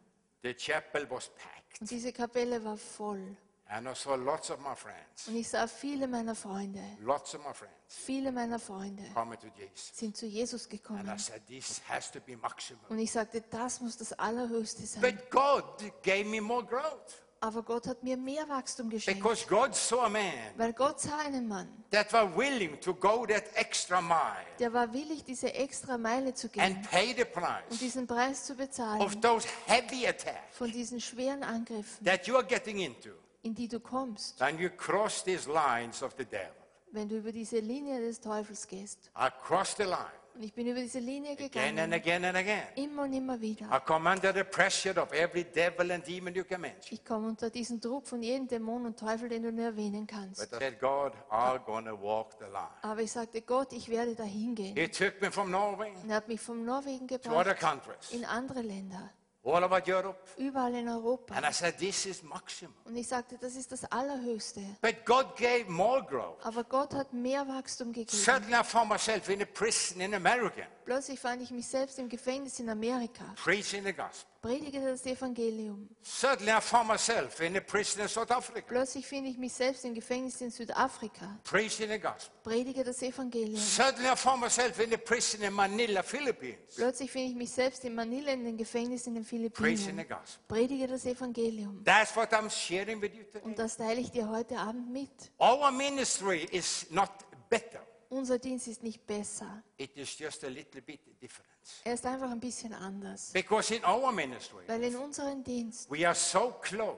[SPEAKER 1] The chapel was packed.
[SPEAKER 2] Und diese Kapelle war voll.
[SPEAKER 1] And I saw lots of my friends,
[SPEAKER 2] Und ich sah viele meiner Freunde,
[SPEAKER 1] lots of my friends
[SPEAKER 2] viele meiner Freunde
[SPEAKER 1] coming to Jesus.
[SPEAKER 2] sind zu Jesus
[SPEAKER 1] And I
[SPEAKER 2] gekommen.
[SPEAKER 1] said, this has to be maximum.
[SPEAKER 2] Und ich sagte, das muss das Allerhöchste sein.
[SPEAKER 1] But God gave me more growth
[SPEAKER 2] Aber Gott hat mir mehr Wachstum geschenkt,
[SPEAKER 1] because God saw a man
[SPEAKER 2] weil Gott sah einen Mann,
[SPEAKER 1] that was willing to go that extra mile
[SPEAKER 2] der war willig, diese extra Meile zu
[SPEAKER 1] and
[SPEAKER 2] gehen
[SPEAKER 1] pay the
[SPEAKER 2] und
[SPEAKER 1] price
[SPEAKER 2] diesen Preis zu bezahlen
[SPEAKER 1] of those heavy attacks
[SPEAKER 2] von diesen schweren Angriffen,
[SPEAKER 1] that you are getting into
[SPEAKER 2] in die du kommst,
[SPEAKER 1] when you cross these lines of the devil.
[SPEAKER 2] wenn du über diese Linie des Teufels gehst.
[SPEAKER 1] I crossed the line
[SPEAKER 2] Und ich bin über diese Linie
[SPEAKER 1] again and
[SPEAKER 2] gegangen,
[SPEAKER 1] again and again.
[SPEAKER 2] immer und immer
[SPEAKER 1] I
[SPEAKER 2] wieder.
[SPEAKER 1] come under the pressure of every devil and demon you can mention.
[SPEAKER 2] Ich komme unter diesen Druck von jedem Dämon und Teufel, den du nur erwähnen kannst.
[SPEAKER 1] But I said, God, I'm going to walk the line.
[SPEAKER 2] Aber ich sagte, Gott, ich werde dahin gehen.
[SPEAKER 1] He took me from Norway
[SPEAKER 2] Und er hat mich von Norwegen
[SPEAKER 1] to other
[SPEAKER 2] gebracht
[SPEAKER 1] countries,
[SPEAKER 2] in andere Länder,
[SPEAKER 1] all over Europe.
[SPEAKER 2] überall in Europa.
[SPEAKER 1] And I said, this is maximum.
[SPEAKER 2] Und ich sagte, das ist das Allerhöchste.
[SPEAKER 1] But God gave more growth.
[SPEAKER 2] Aber Gott hat mehr Wachstum gegeben.
[SPEAKER 1] Suddenly I found myself in a prison in America,
[SPEAKER 2] Plötzlich fand ich mich selbst im Gefängnis in Amerika,
[SPEAKER 1] preaching the gospel.
[SPEAKER 2] predigte das Evangelium.
[SPEAKER 1] Suddenly I found myself in a prison in South Africa,
[SPEAKER 2] Plötzlich finde ich mich selbst im Gefängnis in Südafrika,
[SPEAKER 1] preaching the gospel.
[SPEAKER 2] predige das Evangelium.
[SPEAKER 1] Suddenly I found myself in a prison in Manila, Philippines,
[SPEAKER 2] Plötzlich finde ich mich selbst in Manila in den Gefängnis in den
[SPEAKER 1] preaching the
[SPEAKER 2] Philippinen,
[SPEAKER 1] gospel.
[SPEAKER 2] predige das Evangelium.
[SPEAKER 1] That's what I'm sharing with you
[SPEAKER 2] Und
[SPEAKER 1] today.
[SPEAKER 2] das teile ich dir heute Abend mit.
[SPEAKER 1] Our ministry is not better.
[SPEAKER 2] Unser Dienst ist nicht besser.
[SPEAKER 1] It is just a little bit different.
[SPEAKER 2] Er ist einfach ein bisschen anders.
[SPEAKER 1] Because in our ministry,
[SPEAKER 2] Weil in unserem Dienst,
[SPEAKER 1] we are so close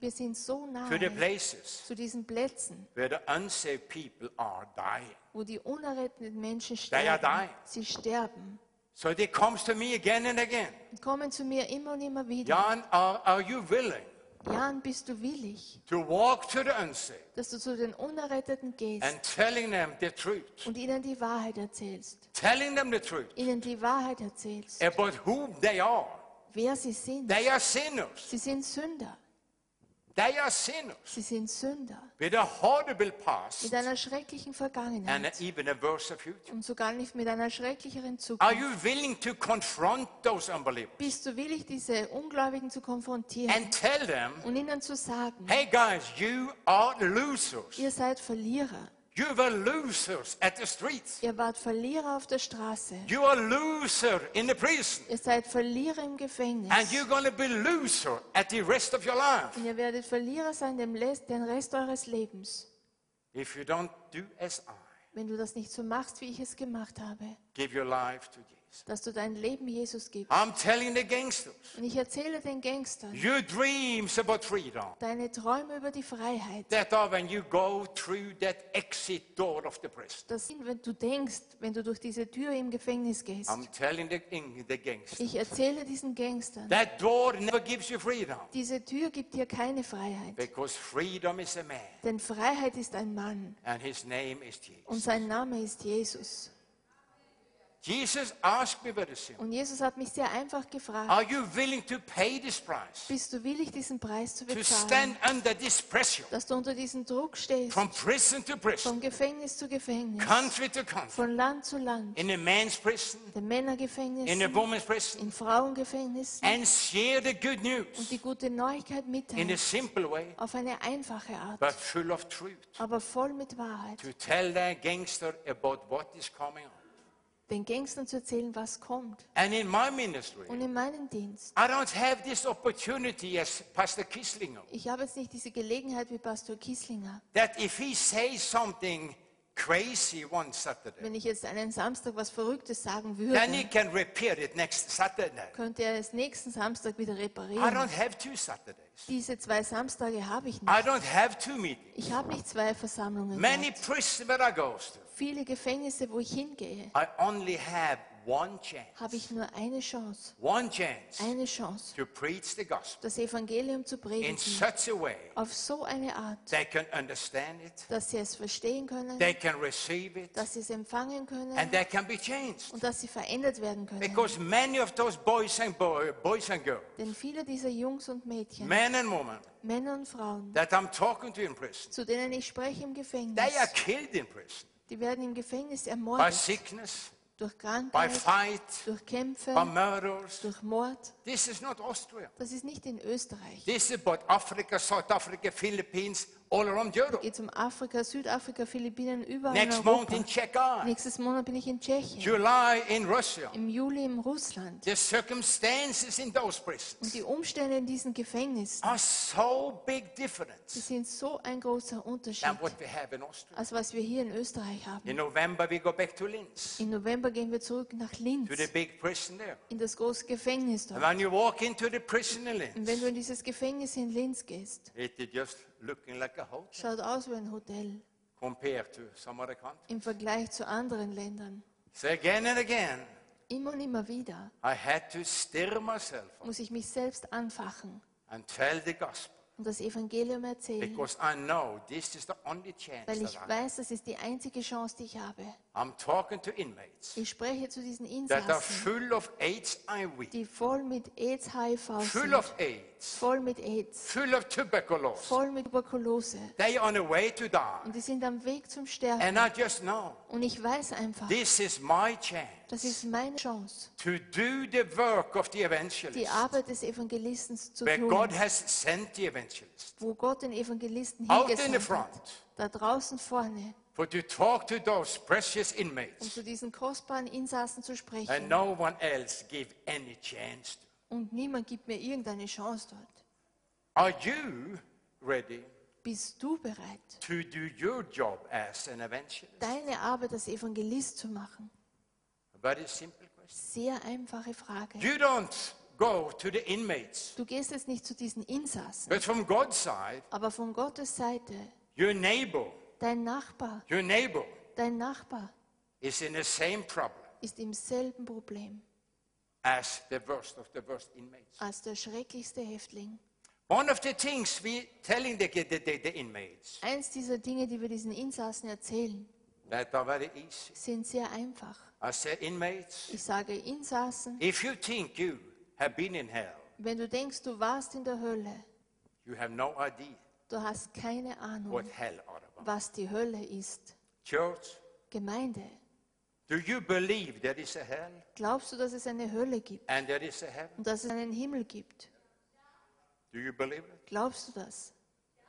[SPEAKER 2] wir sind so nah
[SPEAKER 1] to the places
[SPEAKER 2] zu diesen Plätzen,
[SPEAKER 1] where the unsaved people are dying.
[SPEAKER 2] wo die unerretteten Menschen
[SPEAKER 1] They are
[SPEAKER 2] sterben.
[SPEAKER 1] dying.
[SPEAKER 2] Sie sterben
[SPEAKER 1] So they comes to me again and again.
[SPEAKER 2] und kommen zu mir immer und immer wieder.
[SPEAKER 1] Jan, are, are you willing
[SPEAKER 2] Jan, bist du willig,
[SPEAKER 1] to walk to the unsaved
[SPEAKER 2] dass du zu den Unerretteten gehst
[SPEAKER 1] and telling them the truth?
[SPEAKER 2] und ihnen die Wahrheit erzählst?
[SPEAKER 1] Telling them the truth
[SPEAKER 2] Ihnen die Wahrheit erzählst,
[SPEAKER 1] about who they are.
[SPEAKER 2] wer sie sind.
[SPEAKER 1] They are sinners.
[SPEAKER 2] Sie sind Sünder.
[SPEAKER 1] They are sinners
[SPEAKER 2] Sie sind Sünder
[SPEAKER 1] with a horrible
[SPEAKER 2] mit
[SPEAKER 1] past
[SPEAKER 2] einer schrecklichen
[SPEAKER 1] and
[SPEAKER 2] Vergangenheit
[SPEAKER 1] even a worse future.
[SPEAKER 2] und sogar nicht mit einer schrecklicheren
[SPEAKER 1] Are
[SPEAKER 2] Zukunft.
[SPEAKER 1] you willing to confront those unbelievers
[SPEAKER 2] Bist du willig, diese Ungläubigen zu konfrontieren
[SPEAKER 1] and tell them,
[SPEAKER 2] und ihnen zu sagen,
[SPEAKER 1] hey guys, you are losers.
[SPEAKER 2] ihr seid Verlierer.
[SPEAKER 1] You were losers at the streets.
[SPEAKER 2] Ihr wart Verlierer auf der Straße.
[SPEAKER 1] You are loser in the prison.
[SPEAKER 2] Ihr seid Verlierer im Gefängnis.
[SPEAKER 1] And you're going to be loser at the rest of your life.
[SPEAKER 2] Und ihr werdet Verlierer sein dem Les- den Rest eures Lebens,
[SPEAKER 1] If you don't do as I,
[SPEAKER 2] wenn du das nicht so machst, wie ich es gemacht habe,
[SPEAKER 1] give your life to Jesus.
[SPEAKER 2] dass du dein Leben Jesus gibst.
[SPEAKER 1] I'm telling the gangsters,
[SPEAKER 2] Und ich erzähle den Gangstern
[SPEAKER 1] your dreams about freedom,
[SPEAKER 2] deine Träume über die Freiheit.
[SPEAKER 1] that are when you go through that exit door of the prison.
[SPEAKER 2] Das sind, wenn du denkst, wenn du durch diese Tür im Gefängnis gehst.
[SPEAKER 1] I'm telling the, in, the gangsters,
[SPEAKER 2] Ich erzähle diesen Gangstern,
[SPEAKER 1] that door never gives you freedom
[SPEAKER 2] diese Tür gibt dir keine Freiheit.
[SPEAKER 1] because freedom is a man
[SPEAKER 2] Denn Freiheit ist ein Mann
[SPEAKER 1] and his name is
[SPEAKER 2] und
[SPEAKER 1] Jesus.
[SPEAKER 2] sein Name ist Jesus.
[SPEAKER 1] Jesus asked me very simple,
[SPEAKER 2] Und Jesus hat mich sehr einfach gefragt,
[SPEAKER 1] are you willing to pay this price?
[SPEAKER 2] bist du willig, diesen Preis zu
[SPEAKER 1] to stand
[SPEAKER 2] bezahlen?
[SPEAKER 1] under this pressure
[SPEAKER 2] Dass du unter diesem Druck stehst,
[SPEAKER 1] from prison to prison,
[SPEAKER 2] vom Gefängnis zu Gefängnis,
[SPEAKER 1] country to country,
[SPEAKER 2] von Land zu Land,
[SPEAKER 1] in a man's prison,
[SPEAKER 2] den
[SPEAKER 1] in a
[SPEAKER 2] Männergefängnissen,
[SPEAKER 1] woman's prison,
[SPEAKER 2] in Frauengefängnissen
[SPEAKER 1] and share the good
[SPEAKER 2] und
[SPEAKER 1] news
[SPEAKER 2] die gute Neuigkeit
[SPEAKER 1] in a
[SPEAKER 2] mitteilen,
[SPEAKER 1] simple way,
[SPEAKER 2] auf eine einfache
[SPEAKER 1] but
[SPEAKER 2] Art,
[SPEAKER 1] full of truth.
[SPEAKER 2] aber voll mit Wahrheit.
[SPEAKER 1] To tell the gangster about what is coming on.
[SPEAKER 2] Den Gangstern zu erzählen, was kommt.
[SPEAKER 1] And in my ministry,
[SPEAKER 2] Und in meinem Dienst
[SPEAKER 1] I don't have this opportunity as Pastor Kislinger
[SPEAKER 2] Ich habe jetzt nicht diese Gelegenheit wie Pastor Kieslinger.
[SPEAKER 1] that if he says something crazy one Saturday,
[SPEAKER 2] Wenn ich jetzt einen Samstag was Verrücktes sagen
[SPEAKER 1] then he
[SPEAKER 2] würde,
[SPEAKER 1] can repeat it next Saturday.
[SPEAKER 2] könnte er es nächsten Samstag wieder
[SPEAKER 1] I don't
[SPEAKER 2] reparieren.
[SPEAKER 1] have two Saturdays.
[SPEAKER 2] Diese zwei Samstage habe ich
[SPEAKER 1] I
[SPEAKER 2] nicht.
[SPEAKER 1] don't have two meetings.
[SPEAKER 2] Ich habe nicht zwei Versammlungen.
[SPEAKER 1] Many
[SPEAKER 2] Gehabt.
[SPEAKER 1] prisons that I go to,
[SPEAKER 2] Viele Gefängnisse, wo ich hingehe,
[SPEAKER 1] I only have one chance,
[SPEAKER 2] habe ich nur eine Chance,
[SPEAKER 1] one chance
[SPEAKER 2] eine Chance,
[SPEAKER 1] to preach the gospel
[SPEAKER 2] das Evangelium zu
[SPEAKER 1] in
[SPEAKER 2] predigen,
[SPEAKER 1] such a way
[SPEAKER 2] auf so eine Art,
[SPEAKER 1] they can understand it,
[SPEAKER 2] dass sie es verstehen können,
[SPEAKER 1] they can receive it,
[SPEAKER 2] dass sie es empfangen
[SPEAKER 1] and
[SPEAKER 2] können
[SPEAKER 1] they can be changed.
[SPEAKER 2] und dass sie verändert werden können.
[SPEAKER 1] Because many of those boys and boy, boys and girls,
[SPEAKER 2] Denn viele dieser Jungs und Mädchen,
[SPEAKER 1] men and women
[SPEAKER 2] Männer und Frauen,
[SPEAKER 1] that I'm talking to in prison,
[SPEAKER 2] zu denen ich spreche im Gefängnis.
[SPEAKER 1] they are killed in prison
[SPEAKER 2] Die werden im Gefängnis
[SPEAKER 1] by
[SPEAKER 2] ermordet,
[SPEAKER 1] sickness,
[SPEAKER 2] durch
[SPEAKER 1] by
[SPEAKER 2] Krankheit,
[SPEAKER 1] fight,
[SPEAKER 2] durch Kämpfe,
[SPEAKER 1] by murders.
[SPEAKER 2] durch Mord.
[SPEAKER 1] This is not Austria.
[SPEAKER 2] Das ist nicht in Österreich.
[SPEAKER 1] This is about Africa, South Africa, Philippines, all around Europe.
[SPEAKER 2] Geht um Afrika, Südafrika, Philippinen, überall in
[SPEAKER 1] Next month in
[SPEAKER 2] Europa.
[SPEAKER 1] Czechia,
[SPEAKER 2] Nächstes Monat bin ich in Tschechien,
[SPEAKER 1] July in Russia.
[SPEAKER 2] im Juli in Russland.
[SPEAKER 1] The circumstances in those prisons
[SPEAKER 2] Und die Umstände in diesen Gefängnissen,
[SPEAKER 1] are so big
[SPEAKER 2] die
[SPEAKER 1] difference
[SPEAKER 2] sind so ein großer Unterschied,
[SPEAKER 1] than what we have in Austria.
[SPEAKER 2] als was wir hier in Österreich haben.
[SPEAKER 1] In November, we go back to Linz,
[SPEAKER 2] Im November gehen wir zurück nach
[SPEAKER 1] to the
[SPEAKER 2] Linz,
[SPEAKER 1] big prison there.
[SPEAKER 2] in das große Gefängnis
[SPEAKER 1] And
[SPEAKER 2] dort.
[SPEAKER 1] when you walk into the prison in
[SPEAKER 2] Und wenn
[SPEAKER 1] Linz,
[SPEAKER 2] du in dieses Gefängnis in Linz gehst,
[SPEAKER 1] it is just looking like a hotel
[SPEAKER 2] schaut aus wie ein Hotel
[SPEAKER 1] compared to some other country.
[SPEAKER 2] im Vergleich zu anderen Ländern.
[SPEAKER 1] So again and again,
[SPEAKER 2] Immer und immer wieder
[SPEAKER 1] I had to stir myself up
[SPEAKER 2] muss ich mich selbst anfachen
[SPEAKER 1] and tell the gospel
[SPEAKER 2] und das Evangelium erzählen,
[SPEAKER 1] because I know this is the only chance
[SPEAKER 2] weil
[SPEAKER 1] that
[SPEAKER 2] ich
[SPEAKER 1] I have.
[SPEAKER 2] weiß, das ist die einzige Chance, die ich habe.
[SPEAKER 1] I'm talking to inmates
[SPEAKER 2] Ich spreche zu diesen
[SPEAKER 1] that are
[SPEAKER 2] Insassen,
[SPEAKER 1] full of HIV,
[SPEAKER 2] die voll mit AIDS, HIV
[SPEAKER 1] full of
[SPEAKER 2] sind,
[SPEAKER 1] AIDS,
[SPEAKER 2] voll mit AIDS,
[SPEAKER 1] full of tuberculosis.
[SPEAKER 2] voll mit Tuberkulose
[SPEAKER 1] They are on the way to die.
[SPEAKER 2] und die sind am Weg zum Sterben.
[SPEAKER 1] And I just know
[SPEAKER 2] Und ich weiß einfach,
[SPEAKER 1] this is my
[SPEAKER 2] das
[SPEAKER 1] chance
[SPEAKER 2] ist meine Chance,
[SPEAKER 1] to do the work of the
[SPEAKER 2] die
[SPEAKER 1] evangelist
[SPEAKER 2] Arbeit des Evangelisten zu
[SPEAKER 1] where God
[SPEAKER 2] tun,
[SPEAKER 1] has sent the evangelist
[SPEAKER 2] wo Gott den Evangelisten
[SPEAKER 1] out in the
[SPEAKER 2] hingesandt hat,
[SPEAKER 1] front
[SPEAKER 2] da draußen vorne,
[SPEAKER 1] for to talk to those precious
[SPEAKER 2] um
[SPEAKER 1] inmates
[SPEAKER 2] zu diesen kostbaren Insassen zu
[SPEAKER 1] and
[SPEAKER 2] sprechen.
[SPEAKER 1] no one else give any chance to.
[SPEAKER 2] Und niemand gibt mir irgendeine Chance dort.
[SPEAKER 1] Are you ready
[SPEAKER 2] Bist du bereit,
[SPEAKER 1] to do your job as an evangelist?
[SPEAKER 2] deine Arbeit als Evangelist zu machen?
[SPEAKER 1] A very simple question.
[SPEAKER 2] Sehr einfache Frage.
[SPEAKER 1] You don't go to the inmates,
[SPEAKER 2] Du gehst jetzt nicht zu diesen Insassen,
[SPEAKER 1] but from God's side,
[SPEAKER 2] aber von Gottes Seite,
[SPEAKER 1] your neighbor,
[SPEAKER 2] dein Nachbar,
[SPEAKER 1] your neighbor
[SPEAKER 2] dein Nachbar
[SPEAKER 1] is in the same problem.
[SPEAKER 2] ist im selben Problem
[SPEAKER 1] as the worst of the worst inmates.
[SPEAKER 2] als der schrecklichste Häftling.
[SPEAKER 1] One of the things we telling the, the, the, the inmates
[SPEAKER 2] Eins dieser Dinge, die wir diesen Insassen erzählen,
[SPEAKER 1] that are very easy.
[SPEAKER 2] sind sehr einfach.
[SPEAKER 1] I say, inmates,
[SPEAKER 2] Ich sage Insassen,
[SPEAKER 1] if you think you have been in hell,
[SPEAKER 2] wenn du denkst, du warst in der Hölle,
[SPEAKER 1] you have no idea
[SPEAKER 2] du hast keine Ahnung,
[SPEAKER 1] what hell are about.
[SPEAKER 2] was die Hölle ist.
[SPEAKER 1] Church,
[SPEAKER 2] Gemeinde,
[SPEAKER 1] do you believe there is a hell
[SPEAKER 2] glaubst du, dass es eine Hölle gibt
[SPEAKER 1] and there is a heaven?
[SPEAKER 2] und dass es einen Himmel gibt?
[SPEAKER 1] Do you believe it?
[SPEAKER 2] Glaubst du das?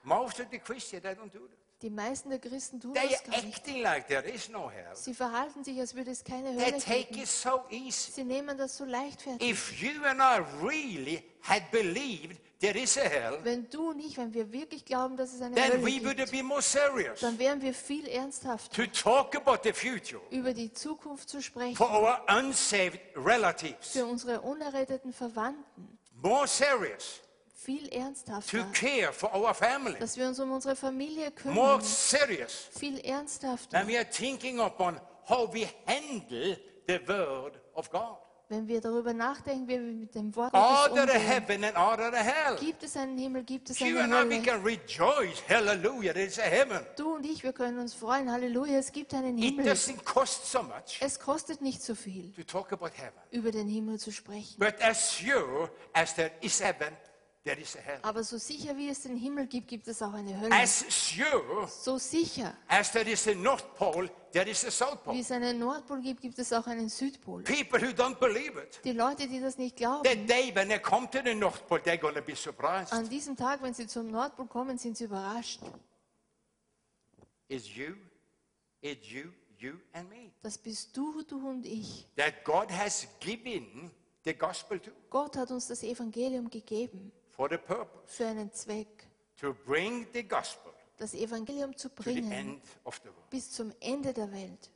[SPEAKER 1] Most of the Christians they don't do that.
[SPEAKER 2] Die meisten der Christen tun
[SPEAKER 1] They
[SPEAKER 2] das gar nicht.
[SPEAKER 1] acting like there is no hell.
[SPEAKER 2] Sie verhalten sich, als würde es keine
[SPEAKER 1] They
[SPEAKER 2] Hölle
[SPEAKER 1] take
[SPEAKER 2] geben.
[SPEAKER 1] it so easy.
[SPEAKER 2] Sie nehmen das so leichtfertig.
[SPEAKER 1] If you and I really had believed there is a hell,
[SPEAKER 2] Wenn du und ich, wenn wir wirklich glauben, dass es eine
[SPEAKER 1] then
[SPEAKER 2] Hölle
[SPEAKER 1] we would
[SPEAKER 2] gibt,
[SPEAKER 1] be more serious
[SPEAKER 2] dann wären wir viel ernsthafter,
[SPEAKER 1] to talk about the future
[SPEAKER 2] über die Zukunft zu
[SPEAKER 1] for
[SPEAKER 2] sprechen,
[SPEAKER 1] our unsaved relatives,
[SPEAKER 2] für unsere unerretteten Verwandten,
[SPEAKER 1] more serious
[SPEAKER 2] viel
[SPEAKER 1] to
[SPEAKER 2] ernsthafter,
[SPEAKER 1] care for our family,
[SPEAKER 2] dass wir uns um unsere Familie
[SPEAKER 1] more
[SPEAKER 2] kümmern,
[SPEAKER 1] serious
[SPEAKER 2] viel ernsthafter,
[SPEAKER 1] than we are thinking upon how we handle the word of God.
[SPEAKER 2] wenn wir darüber nachdenken, wie wir mit dem Wort
[SPEAKER 1] Are
[SPEAKER 2] Gottes
[SPEAKER 1] there a
[SPEAKER 2] umgehen.
[SPEAKER 1] heaven and are there a hell?
[SPEAKER 2] Gibt es einen Himmel, gibt es
[SPEAKER 1] You
[SPEAKER 2] eine
[SPEAKER 1] and I, we
[SPEAKER 2] Hölle?
[SPEAKER 1] can rejoice. Hallelujah, there is a heaven.
[SPEAKER 2] Du und ich, wir können uns freuen, Halleluja, es gibt einen
[SPEAKER 1] It
[SPEAKER 2] Himmel.
[SPEAKER 1] doesn't cost so much
[SPEAKER 2] Es kostet nicht so viel,
[SPEAKER 1] to talk about heaven.
[SPEAKER 2] über den Himmel zu sprechen.
[SPEAKER 1] But as sure as there is heaven, there is a hell.
[SPEAKER 2] Aber so sicher wie es den Himmel gibt, gibt es auch eine Hölle.
[SPEAKER 1] As sure
[SPEAKER 2] So sicher
[SPEAKER 1] As there is a North Pole, there is a South
[SPEAKER 2] wie
[SPEAKER 1] Pole.
[SPEAKER 2] es einen Nordpol gibt, gibt es auch einen Südpol.
[SPEAKER 1] People who don't believe it,
[SPEAKER 2] Die Leute, die das nicht
[SPEAKER 1] the
[SPEAKER 2] glauben,
[SPEAKER 1] day when they come to the North Pole, they're going to be surprised.
[SPEAKER 2] an diesem Tag, wenn sie zum Nordpol kommen, sind sie überrascht.
[SPEAKER 1] It's you, it's you, you and me
[SPEAKER 2] Das bist du, du und ich.
[SPEAKER 1] that God has given the gospel to
[SPEAKER 2] Gott hat uns das Evangelium gegeben
[SPEAKER 1] for the purpose
[SPEAKER 2] für einen Zweck,
[SPEAKER 1] to bring the gospel
[SPEAKER 2] das Evangelium zu
[SPEAKER 1] to the
[SPEAKER 2] bringen
[SPEAKER 1] end of the world.
[SPEAKER 2] bis zum Ende der Welt.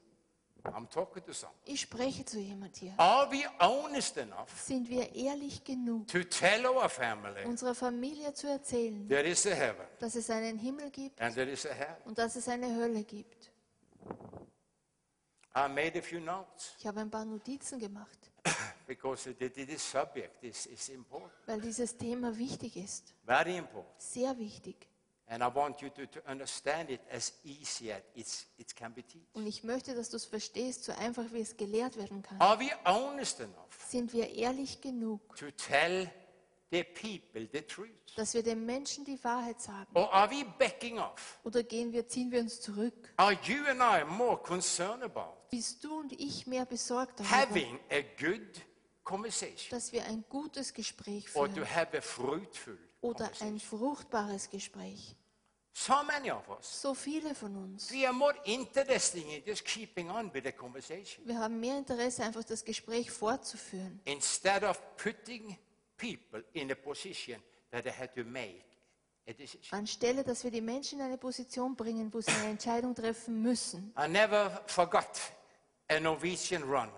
[SPEAKER 1] I'm talking to someone.
[SPEAKER 2] Ich spreche zu jemand hier.
[SPEAKER 1] Are we honest enough
[SPEAKER 2] Sind wir ehrlich genug,
[SPEAKER 1] to tell our family
[SPEAKER 2] unserer Familie zu erzählen,
[SPEAKER 1] there is a heaven
[SPEAKER 2] dass es einen Himmel gibt
[SPEAKER 1] and there is a hell?
[SPEAKER 2] und dass es eine Hölle gibt?
[SPEAKER 1] I made a few notes
[SPEAKER 2] Ich habe ein paar Notizen gemacht,
[SPEAKER 1] because the- the- this subject is, is important,
[SPEAKER 2] weil dieses Thema wichtig ist.
[SPEAKER 1] very important.
[SPEAKER 2] Sehr wichtig.
[SPEAKER 1] And I want you to, to understand it as easy as it's, it can be taught.
[SPEAKER 2] Und ich möchte, dass du es verstehst, so einfach wie es gelehrt werden kann.
[SPEAKER 1] Are we honest enough
[SPEAKER 2] Sind wir ehrlich genug,
[SPEAKER 1] to tell the people the truth?
[SPEAKER 2] dass wir den Menschen die Wahrheit sagen?
[SPEAKER 1] Or are we backing off?
[SPEAKER 2] Oder gehen wir, ziehen wir uns zurück?
[SPEAKER 1] Are you and I more concerned about
[SPEAKER 2] bist du und ich mehr besorgt darüber,
[SPEAKER 1] having a good conversation
[SPEAKER 2] dass wir ein gutes Gespräch
[SPEAKER 1] or to
[SPEAKER 2] führen
[SPEAKER 1] have a fruitful
[SPEAKER 2] oder
[SPEAKER 1] conversation.
[SPEAKER 2] ein fruchtbares Gespräch.
[SPEAKER 1] So many of us,
[SPEAKER 2] So viele von uns.
[SPEAKER 1] we are more interested in just keeping on with the conversation
[SPEAKER 2] Wir haben mehr Interesse, einfach das Gespräch fortzuführen,
[SPEAKER 1] instead of putting people in a position that they had to make a decision.
[SPEAKER 2] anstelle dass wir die Menschen in eine Position bringen, wo sie eine Entscheidung treffen müssen.
[SPEAKER 1] I never forgot a Norwegian runner.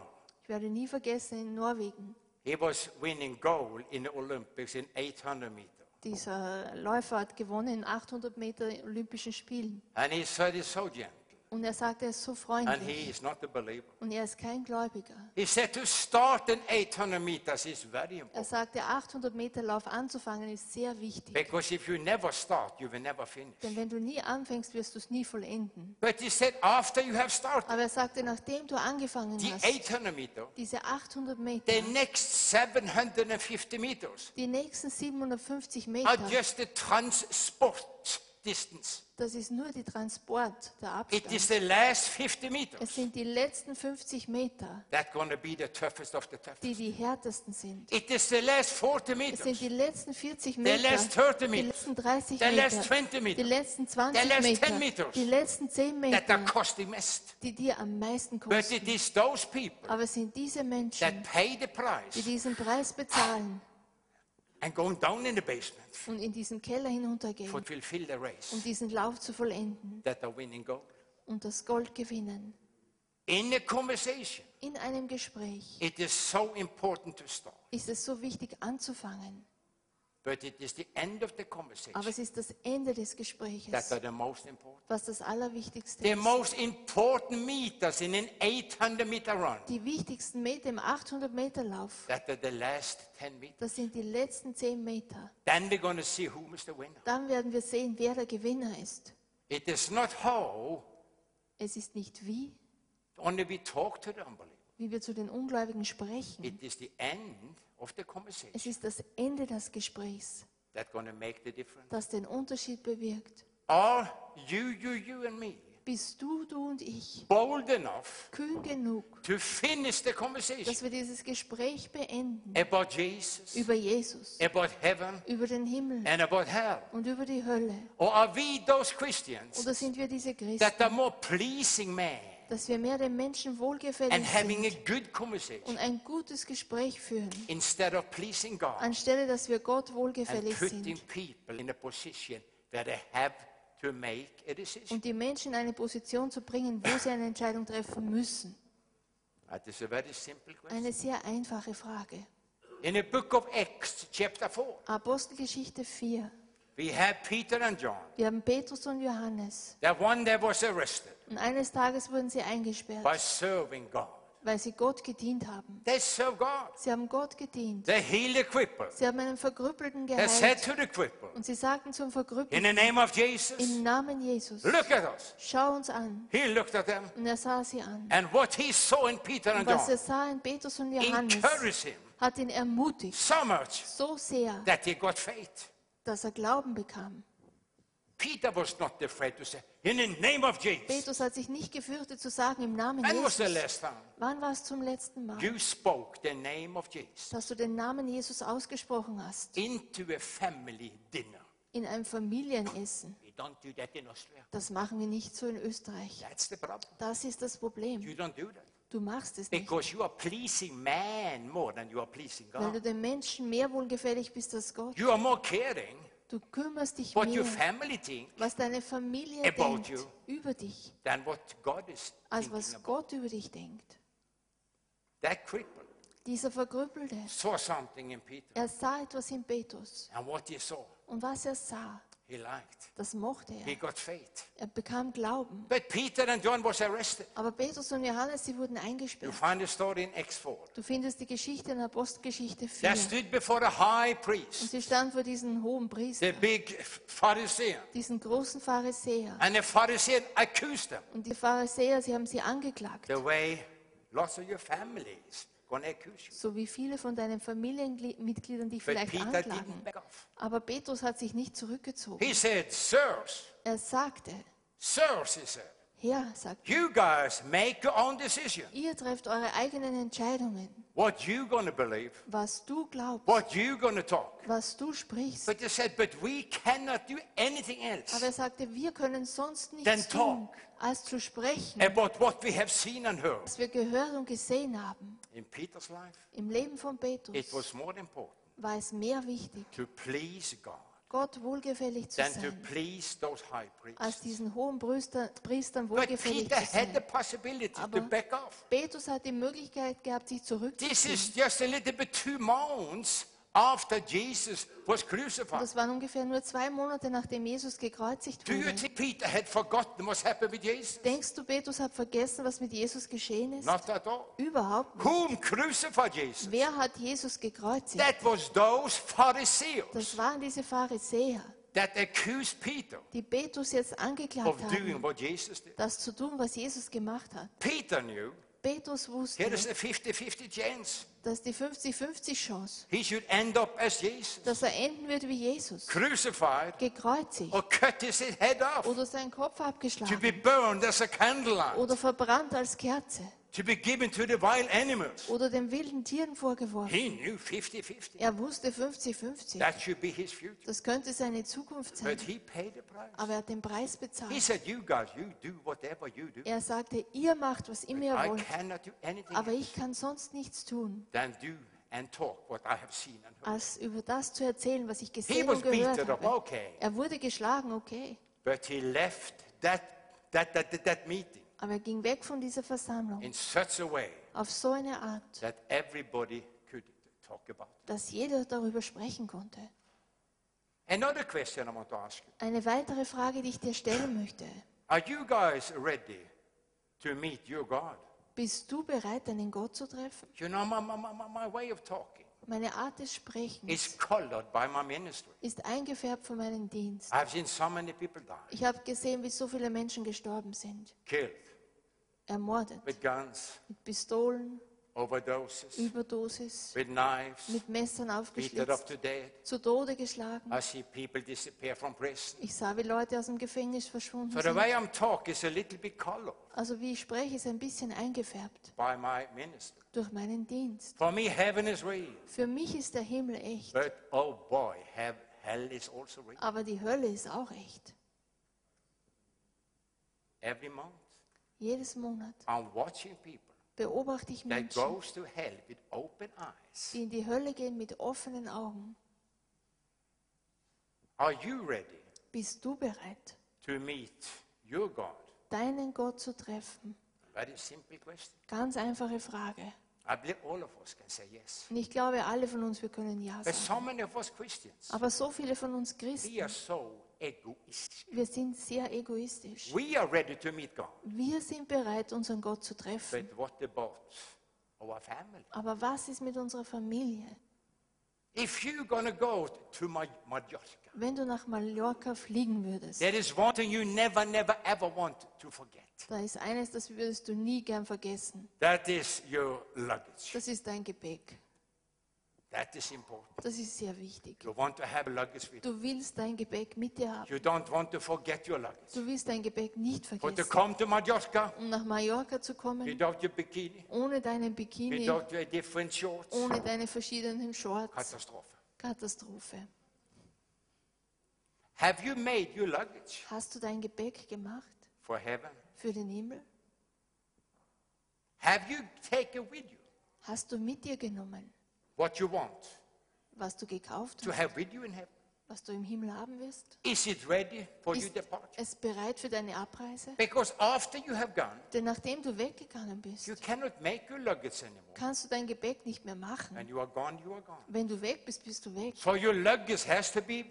[SPEAKER 2] Ich werde nie vergessen, in Norwegen,
[SPEAKER 1] He was winning gold in the Olympics in 800 meter.
[SPEAKER 2] dieser Läufer hat gewonnen in 800 Meter Olympischen Spielen.
[SPEAKER 1] And he said it's so gentle.
[SPEAKER 2] Und er sagte, er ist so
[SPEAKER 1] And
[SPEAKER 2] freundlich.
[SPEAKER 1] he is not a believer.
[SPEAKER 2] Und er ist kein Gläubiger.
[SPEAKER 1] He said to start in 800 meters is very
[SPEAKER 2] Er
[SPEAKER 1] important.
[SPEAKER 2] sagte, 800 Meter Lauf anzufangen ist sehr wichtig.
[SPEAKER 1] Because if you never start, you will never finish.
[SPEAKER 2] Denn wenn du nie anfängst, wirst du es nie vollenden.
[SPEAKER 1] But he said after you have started
[SPEAKER 2] Aber er sagte, nachdem du angefangen
[SPEAKER 1] the
[SPEAKER 2] hast,
[SPEAKER 1] 800 meter,
[SPEAKER 2] diese 800 Meter,
[SPEAKER 1] the next 750 meters
[SPEAKER 2] die nächsten 750
[SPEAKER 1] are
[SPEAKER 2] Meter,
[SPEAKER 1] just the transport distance.
[SPEAKER 2] Das ist nur die Transport, der
[SPEAKER 1] It is
[SPEAKER 2] Abstand.
[SPEAKER 1] the last 50
[SPEAKER 2] Es
[SPEAKER 1] meters
[SPEAKER 2] sind die letzten 50 Meter,
[SPEAKER 1] that's going to be the toughest of the toughest.
[SPEAKER 2] die die härtesten sind.
[SPEAKER 1] It is the last 40
[SPEAKER 2] Es sind
[SPEAKER 1] meters,
[SPEAKER 2] die letzten 40
[SPEAKER 1] the
[SPEAKER 2] Meter,
[SPEAKER 1] last 30
[SPEAKER 2] die
[SPEAKER 1] meters
[SPEAKER 2] letzten 30
[SPEAKER 1] the last
[SPEAKER 2] Meter,
[SPEAKER 1] 20
[SPEAKER 2] die
[SPEAKER 1] meters
[SPEAKER 2] letzten
[SPEAKER 1] the
[SPEAKER 2] 20
[SPEAKER 1] last 10
[SPEAKER 2] Meter,
[SPEAKER 1] meters
[SPEAKER 2] die letzten 10
[SPEAKER 1] that are
[SPEAKER 2] Meter,
[SPEAKER 1] costing mest.
[SPEAKER 2] die dir am meisten
[SPEAKER 1] But it
[SPEAKER 2] kosten.
[SPEAKER 1] is those people
[SPEAKER 2] Aber es sind diese
[SPEAKER 1] that
[SPEAKER 2] Menschen,
[SPEAKER 1] pay the
[SPEAKER 2] die
[SPEAKER 1] price
[SPEAKER 2] diesen Preis bezahlen
[SPEAKER 1] and going down in the basement
[SPEAKER 2] und in diesen Keller hinuntergehen,
[SPEAKER 1] to fulfill the
[SPEAKER 2] um
[SPEAKER 1] race
[SPEAKER 2] diesen Lauf zu vollenden
[SPEAKER 1] that are winning gold.
[SPEAKER 2] und das Gold gewinnen.
[SPEAKER 1] In a conversation,
[SPEAKER 2] In einem Gespräch
[SPEAKER 1] it is so important to start.
[SPEAKER 2] ist es so wichtig anzufangen,
[SPEAKER 1] But it is the end of the
[SPEAKER 2] aber
[SPEAKER 1] conversation
[SPEAKER 2] es ist das Ende des Gespräches.
[SPEAKER 1] that are the most important.
[SPEAKER 2] was das Allerwichtigste
[SPEAKER 1] The
[SPEAKER 2] ist.
[SPEAKER 1] most important meters in an 800 meter run
[SPEAKER 2] Die wichtigsten Meter im 800-Meter-Lauf,
[SPEAKER 1] that are the last 10 meters.
[SPEAKER 2] das sind die letzten 10 Meter.
[SPEAKER 1] Then we're going to see who is the winner.
[SPEAKER 2] Dann werden wir sehen, wer der Gewinner ist.
[SPEAKER 1] It is not how
[SPEAKER 2] Es ist nicht wie,
[SPEAKER 1] only we talk to the unbeliever.
[SPEAKER 2] wie wir zu den Ungläubigen sprechen.
[SPEAKER 1] It is the end of the conversation
[SPEAKER 2] Es ist das Ende des Gesprächs,
[SPEAKER 1] that's going to make the difference.
[SPEAKER 2] das den Unterschied bewirkt.
[SPEAKER 1] Are you, you, you, and me
[SPEAKER 2] Bist du, du und ich
[SPEAKER 1] bold enough
[SPEAKER 2] kühn genug,
[SPEAKER 1] to finish the conversation
[SPEAKER 2] dass wir dieses Gespräch beenden
[SPEAKER 1] about Jesus,
[SPEAKER 2] über Jesus,
[SPEAKER 1] about heaven,
[SPEAKER 2] über den Himmel
[SPEAKER 1] and about hell?
[SPEAKER 2] und über die Hölle?
[SPEAKER 1] Or are we those Christians
[SPEAKER 2] Oder sind wir diese Christen,
[SPEAKER 1] that are more pleasing man
[SPEAKER 2] dass wir mehr den Menschen
[SPEAKER 1] and
[SPEAKER 2] wohlgefällig
[SPEAKER 1] having
[SPEAKER 2] sind?
[SPEAKER 1] a good conversation
[SPEAKER 2] und ein gutes Gespräch führen,
[SPEAKER 1] instead of pleasing God
[SPEAKER 2] anstelle dass wir Gott
[SPEAKER 1] and
[SPEAKER 2] wohlgefällig
[SPEAKER 1] putting
[SPEAKER 2] sind
[SPEAKER 1] people in a position where they have to make a decision?
[SPEAKER 2] und die Menschen in eine Position zu bringen, wo sie eine Entscheidung treffen müssen.
[SPEAKER 1] That is a very simple question.
[SPEAKER 2] Eine sehr einfache Frage.
[SPEAKER 1] In the book of Acts, chapter 4,
[SPEAKER 2] Apostelgeschichte 4.
[SPEAKER 1] we have Peter and John.
[SPEAKER 2] Wir haben Petrus und Johannes.
[SPEAKER 1] That one that was arrested
[SPEAKER 2] Und eines Tages wurden sie
[SPEAKER 1] by
[SPEAKER 2] eingesperrt,
[SPEAKER 1] serving God.
[SPEAKER 2] weil sie Gott gedient haben.
[SPEAKER 1] They served God.
[SPEAKER 2] Sie haben Gott gedient.
[SPEAKER 1] They healed the cripple.
[SPEAKER 2] Sie haben einen Verkrüppelten
[SPEAKER 1] They said
[SPEAKER 2] geheilt.
[SPEAKER 1] to the cripple,
[SPEAKER 2] Und sie sagten zum
[SPEAKER 1] In
[SPEAKER 2] Verkrüppelten,
[SPEAKER 1] the name of Jesus,
[SPEAKER 2] im Namen Jesus,
[SPEAKER 1] look at us.
[SPEAKER 2] schau uns an.
[SPEAKER 1] He looked at them,
[SPEAKER 2] Und er sah sie an.
[SPEAKER 1] and what he saw in Peter and
[SPEAKER 2] Und was er
[SPEAKER 1] John
[SPEAKER 2] sah in Petrus und Johannes,
[SPEAKER 1] encouraged him
[SPEAKER 2] hat ihn ermutigt,
[SPEAKER 1] so much
[SPEAKER 2] so sehr,
[SPEAKER 1] that he got faith.
[SPEAKER 2] dass er Glauben bekam.
[SPEAKER 1] Peter was not afraid to say, In the name of Jesus.
[SPEAKER 2] Petrus hat sich nicht gefürchtet zu sagen im Namen
[SPEAKER 1] When was the
[SPEAKER 2] Jesus.
[SPEAKER 1] last time
[SPEAKER 2] Wann war es zum letzten Mal,
[SPEAKER 1] you spoke the name of Jesus
[SPEAKER 2] dass du den Namen Jesus ausgesprochen hast?
[SPEAKER 1] into a family dinner?
[SPEAKER 2] In einem Familienessen.
[SPEAKER 1] We don't do that in Austria.
[SPEAKER 2] Das machen wir nicht so in Österreich.
[SPEAKER 1] That's the problem.
[SPEAKER 2] Das ist das Problem.
[SPEAKER 1] You don't do that.
[SPEAKER 2] Du machst es nicht,
[SPEAKER 1] Because you are pleasing man more than you are pleasing
[SPEAKER 2] weil du
[SPEAKER 1] God.
[SPEAKER 2] den Menschen mehr wohlgefällig bist als Gott.
[SPEAKER 1] You are more caring
[SPEAKER 2] Du kümmerst dich
[SPEAKER 1] what your
[SPEAKER 2] mehr,
[SPEAKER 1] family think
[SPEAKER 2] was deine Familie
[SPEAKER 1] About
[SPEAKER 2] denkt
[SPEAKER 1] you.
[SPEAKER 2] über dich,
[SPEAKER 1] than what God is
[SPEAKER 2] als
[SPEAKER 1] thinking
[SPEAKER 2] was
[SPEAKER 1] about.
[SPEAKER 2] Gott über dich denkt.
[SPEAKER 1] That cripple
[SPEAKER 2] Dieser Verkrüppelte,
[SPEAKER 1] saw something in Peter.
[SPEAKER 2] er sah etwas in Petrus.
[SPEAKER 1] And what he saw,
[SPEAKER 2] Und was er sah,
[SPEAKER 1] he liked.
[SPEAKER 2] das mochte
[SPEAKER 1] He
[SPEAKER 2] er.
[SPEAKER 1] got faith.
[SPEAKER 2] Er bekam Glauben.
[SPEAKER 1] But Peter and John was arrested.
[SPEAKER 2] Aber Petrus und Johannes, sie wurden
[SPEAKER 1] You
[SPEAKER 2] eingesperrt.
[SPEAKER 1] find the story in Acts 4.
[SPEAKER 2] Du findest die Geschichte in Apostelgeschichte 4.
[SPEAKER 1] They
[SPEAKER 2] Und
[SPEAKER 1] stood before the high priest,
[SPEAKER 2] sie standen vor diesen hohen
[SPEAKER 1] the
[SPEAKER 2] Priester,
[SPEAKER 1] big Pharisee.
[SPEAKER 2] diesen großen Pharisäer.
[SPEAKER 1] And the Pharisee accused them.
[SPEAKER 2] Und die Pharisäer, sie haben sie angeklagt.
[SPEAKER 1] The way lots of your families going to accuse you.
[SPEAKER 2] So wie viele von deinen Familienmitgliedern dich
[SPEAKER 1] But
[SPEAKER 2] vielleicht
[SPEAKER 1] Peter didn't
[SPEAKER 2] anklagen.
[SPEAKER 1] back off.
[SPEAKER 2] Aber Petrus hat sich nicht zurückgezogen.
[SPEAKER 1] He said, Sirs,
[SPEAKER 2] Er sagte,
[SPEAKER 1] Sirs, he said,
[SPEAKER 2] Herr, sagt,
[SPEAKER 1] You guys make your own decision.
[SPEAKER 2] ihr trefft eure eigenen Entscheidungen,
[SPEAKER 1] What you gonna believe,
[SPEAKER 2] was du glaubst,
[SPEAKER 1] what you gonna talk.
[SPEAKER 2] was du sprichst.
[SPEAKER 1] But they said, but we cannot do anything else
[SPEAKER 2] Aber er sagte, wir können sonst
[SPEAKER 1] Then
[SPEAKER 2] nichts tun,
[SPEAKER 1] talk.
[SPEAKER 2] als zu sprechen,
[SPEAKER 1] about what we have seen and heard.
[SPEAKER 2] was wir gehört und gesehen haben.
[SPEAKER 1] In Peter's life,
[SPEAKER 2] Im Leben von
[SPEAKER 1] it
[SPEAKER 2] Petrus
[SPEAKER 1] was more important
[SPEAKER 2] war es mehr wichtig,
[SPEAKER 1] to please God
[SPEAKER 2] Gott wohlgefällig zu
[SPEAKER 1] than to
[SPEAKER 2] sein,
[SPEAKER 1] please those high
[SPEAKER 2] als
[SPEAKER 1] priests.
[SPEAKER 2] diesen hohen Priester, Priestern
[SPEAKER 1] But
[SPEAKER 2] wohlgefällig
[SPEAKER 1] Peter
[SPEAKER 2] zu
[SPEAKER 1] had the
[SPEAKER 2] sein.
[SPEAKER 1] possibility to
[SPEAKER 2] Aber-
[SPEAKER 1] back off.
[SPEAKER 2] Petrus hat die Möglichkeit gehabt, sich
[SPEAKER 1] This
[SPEAKER 2] zurückzuziehen.
[SPEAKER 1] is just a little bit two months after Jesus was
[SPEAKER 2] Und
[SPEAKER 1] crucified.
[SPEAKER 2] Das waren ungefähr nur zwei Monate, nachdem Jesus gekreuzigt
[SPEAKER 1] Do you
[SPEAKER 2] wurde.
[SPEAKER 1] think Peter had forgotten what happened with Jesus?
[SPEAKER 2] Denkst du, Petrus hat vergessen, was mit Jesus geschehen ist?
[SPEAKER 1] Not at all.
[SPEAKER 2] Überhaupt nicht.
[SPEAKER 1] Whom crucified Jesus?
[SPEAKER 2] Wer hat Jesus gekreuzigt?
[SPEAKER 1] That was those Pharisees
[SPEAKER 2] Das waren diese Pharisäer,
[SPEAKER 1] that accused Peter
[SPEAKER 2] die Petrus jetzt
[SPEAKER 1] of
[SPEAKER 2] angeklagt haben,
[SPEAKER 1] doing what Jesus did.
[SPEAKER 2] das zu tun, was Jesus gemacht hat.
[SPEAKER 1] Peter knew
[SPEAKER 2] Petrus
[SPEAKER 1] here
[SPEAKER 2] wusste,
[SPEAKER 1] is a 50 50 chance
[SPEAKER 2] dass die 50-50 Chance,
[SPEAKER 1] he should end up as Jesus,
[SPEAKER 2] dass er enden wird wie Jesus,
[SPEAKER 1] crucified
[SPEAKER 2] gekreuzigt
[SPEAKER 1] or cut his head off,
[SPEAKER 2] oder seinen Kopf
[SPEAKER 1] to
[SPEAKER 2] abgeschlagen
[SPEAKER 1] be burned as a candlelight,
[SPEAKER 2] oder verbrannt als Kerze
[SPEAKER 1] to be given to the vile animals.
[SPEAKER 2] oder den wilden Tieren vorgeworfen.
[SPEAKER 1] He knew 50 50.
[SPEAKER 2] Er wusste 50-50.
[SPEAKER 1] That should be his future.
[SPEAKER 2] Das könnte seine Zukunft sein.
[SPEAKER 1] But he paid the price.
[SPEAKER 2] Aber er hat den Preis
[SPEAKER 1] He
[SPEAKER 2] bezahlt.
[SPEAKER 1] said, You guys, you do whatever you do.
[SPEAKER 2] Er sagte, ihr macht, was immer ihr
[SPEAKER 1] I
[SPEAKER 2] wollt,
[SPEAKER 1] cannot do anything
[SPEAKER 2] aber
[SPEAKER 1] else
[SPEAKER 2] ich kann sonst nichts tun,
[SPEAKER 1] than do and talk what I have seen and heard.
[SPEAKER 2] als über das zu erzählen, was ich
[SPEAKER 1] He
[SPEAKER 2] gesehen
[SPEAKER 1] was
[SPEAKER 2] und gehört
[SPEAKER 1] beaten up,
[SPEAKER 2] habe.
[SPEAKER 1] okay.
[SPEAKER 2] Er wurde geschlagen, okay,
[SPEAKER 1] But he left that, that, that, that, that meeting
[SPEAKER 2] aber er ging weg von dieser Versammlung
[SPEAKER 1] in such a way
[SPEAKER 2] auf so eine Art,
[SPEAKER 1] that everybody could talk about. it.
[SPEAKER 2] dass jeder darüber sprechen konnte.
[SPEAKER 1] Another question I want to ask you
[SPEAKER 2] Eine weitere Frage, die ich dir stellen möchte.
[SPEAKER 1] Are you guys ready to meet your God?
[SPEAKER 2] Bist du bereit, deinen Gott zu treffen?
[SPEAKER 1] You know, my, my, my, my- my way of talking
[SPEAKER 2] Meine Art des
[SPEAKER 1] is
[SPEAKER 2] Sprechens
[SPEAKER 1] colored by my ministry.
[SPEAKER 2] ist eingefärbt von meinem Dienst.
[SPEAKER 1] I've seen so many people die,
[SPEAKER 2] Ich habe gesehen, wie so viele Menschen gestorben sind,
[SPEAKER 1] killed
[SPEAKER 2] ermordet.
[SPEAKER 1] with guns,
[SPEAKER 2] mit Pistolen,
[SPEAKER 1] overdoses,
[SPEAKER 2] Überdosis,
[SPEAKER 1] with knives,
[SPEAKER 2] mit Also- Messern
[SPEAKER 1] beaten up
[SPEAKER 2] aufgeschlitzt,
[SPEAKER 1] to death.
[SPEAKER 2] zu Tode geschlagen.
[SPEAKER 1] I see people disappear from prison.
[SPEAKER 2] Ich sah, wie Leute aus dem Gefängnis verschwunden
[SPEAKER 1] So the
[SPEAKER 2] sind.
[SPEAKER 1] way I'm talking is a little bit colored
[SPEAKER 2] Also wie ich spreche, ist ein bisschen eingefärbt
[SPEAKER 1] by my ministry.
[SPEAKER 2] durch meinen Dienst.
[SPEAKER 1] For me, heaven is real,
[SPEAKER 2] Für mich ist der Himmel echt,
[SPEAKER 1] but oh boy, have, hell is also real.
[SPEAKER 2] aber die Hölle ist auch echt.
[SPEAKER 1] Every month,
[SPEAKER 2] Jedes Monat
[SPEAKER 1] I'm watching people
[SPEAKER 2] beobachte ich
[SPEAKER 1] that
[SPEAKER 2] Menschen,
[SPEAKER 1] goes to hell with open eyes.
[SPEAKER 2] die in die Hölle gehen mit offenen Augen.
[SPEAKER 1] Are you ready
[SPEAKER 2] Bist du bereit,
[SPEAKER 1] to meet your God?
[SPEAKER 2] deinen Gott zu treffen?
[SPEAKER 1] Very simple question.
[SPEAKER 2] Ganz einfache Frage.
[SPEAKER 1] I believe all of us can say yes.
[SPEAKER 2] Und ich glaube, alle von uns, wir können Ja
[SPEAKER 1] But
[SPEAKER 2] sagen.
[SPEAKER 1] so many of us Christians,
[SPEAKER 2] Aber so viele von uns Christen
[SPEAKER 1] we are so egoistic.
[SPEAKER 2] Wir sind sehr egoistisch.
[SPEAKER 1] We are ready to meet God,
[SPEAKER 2] Wir sind bereit, unseren Gott zu treffen.
[SPEAKER 1] but what about our family?
[SPEAKER 2] Aber was ist mit unserer Familie?
[SPEAKER 1] If you're going to go to Ma- Mallorca,
[SPEAKER 2] Wenn du nach Mallorca fliegen würdest,
[SPEAKER 1] There is one thing you never, never, ever want to forget.
[SPEAKER 2] da ist eines, das würdest du nie gern vergessen.
[SPEAKER 1] That is your luggage.
[SPEAKER 2] Das ist dein Gepäck.
[SPEAKER 1] That is important.
[SPEAKER 2] Das ist sehr wichtig.
[SPEAKER 1] You want to have luggage with you.
[SPEAKER 2] Du willst dein Gepäck mit dir haben.
[SPEAKER 1] You don't want to forget your luggage.
[SPEAKER 2] Du willst dein Gepäck nicht
[SPEAKER 1] But to
[SPEAKER 2] vergessen.
[SPEAKER 1] come to Mallorca
[SPEAKER 2] Um nach Mallorca zu kommen,
[SPEAKER 1] without your bikini,
[SPEAKER 2] ohne deinen Bikini,
[SPEAKER 1] without your different shorts,
[SPEAKER 2] ohne deine verschiedenen Shorts,
[SPEAKER 1] catastrophe.
[SPEAKER 2] Katastrophe.
[SPEAKER 1] Have you made your luggage
[SPEAKER 2] Hast du dein Gepäck gemacht
[SPEAKER 1] for heaven?
[SPEAKER 2] für den Himmel?
[SPEAKER 1] Have you taken with you
[SPEAKER 2] Hast du mit dir genommen,
[SPEAKER 1] what you want
[SPEAKER 2] was du gekauft hast?
[SPEAKER 1] to have with you in heaven?
[SPEAKER 2] was du im Himmel haben wirst?
[SPEAKER 1] Is it ready for your
[SPEAKER 2] Ist
[SPEAKER 1] Oh, departure?
[SPEAKER 2] es bereit für deine Abreise?
[SPEAKER 1] Because after you have gone,
[SPEAKER 2] Denn nachdem du weggegangen
[SPEAKER 1] you
[SPEAKER 2] bist,
[SPEAKER 1] cannot make your luggage anymore.
[SPEAKER 2] kannst du dein Gepäck nicht mehr machen.
[SPEAKER 1] When you are gone, you are gone.
[SPEAKER 2] Wenn du weg bist, bist du weg.
[SPEAKER 1] So your luggage has to be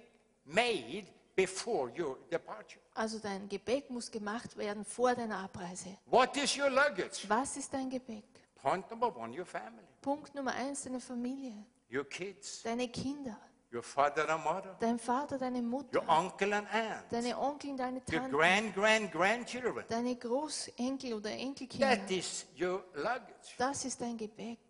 [SPEAKER 1] made before your departure.
[SPEAKER 2] Also dein Gepäck muss gemacht werden vor deiner Abreise.
[SPEAKER 1] What is your luggage?
[SPEAKER 2] Was ist dein Gepäck?
[SPEAKER 1] Point number one, your family,
[SPEAKER 2] Punkt Nummer eins, deine Familie,
[SPEAKER 1] your kids,
[SPEAKER 2] deine Kinder,
[SPEAKER 1] your father and mother,
[SPEAKER 2] dein Vater, deine
[SPEAKER 1] your
[SPEAKER 2] Mutter,
[SPEAKER 1] uncle and aunt,
[SPEAKER 2] deine Onkel, deine
[SPEAKER 1] your
[SPEAKER 2] Tante,
[SPEAKER 1] grand, grand, grandchildren.
[SPEAKER 2] deine Großenkel oder
[SPEAKER 1] That
[SPEAKER 2] Enkelkinder.
[SPEAKER 1] is your luggage.
[SPEAKER 2] Das ist dein Gepäck.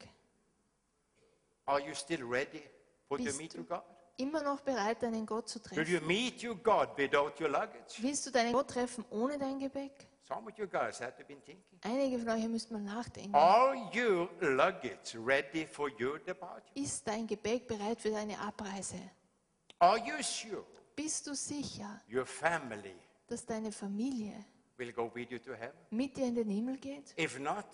[SPEAKER 1] Are you still ready for to
[SPEAKER 2] Bist
[SPEAKER 1] meet
[SPEAKER 2] du-
[SPEAKER 1] your God?
[SPEAKER 2] immer noch bereit, deinen Gott zu
[SPEAKER 1] Will
[SPEAKER 2] treffen.
[SPEAKER 1] you meet your God without your luggage?
[SPEAKER 2] Willst du deinen Gott treffen ohne dein Gepäck?
[SPEAKER 1] Some of you guys have been thinking.
[SPEAKER 2] Einige von euch müssten mal nachdenken.
[SPEAKER 1] Are your luggage ready for your departure?
[SPEAKER 2] Ist dein Gepäck bereit für deine Abreise?
[SPEAKER 1] Are you sure
[SPEAKER 2] Bist du sicher,
[SPEAKER 1] your family
[SPEAKER 2] dass deine Familie
[SPEAKER 1] will go with you to heaven?
[SPEAKER 2] mit dir in den Himmel geht?
[SPEAKER 1] If not,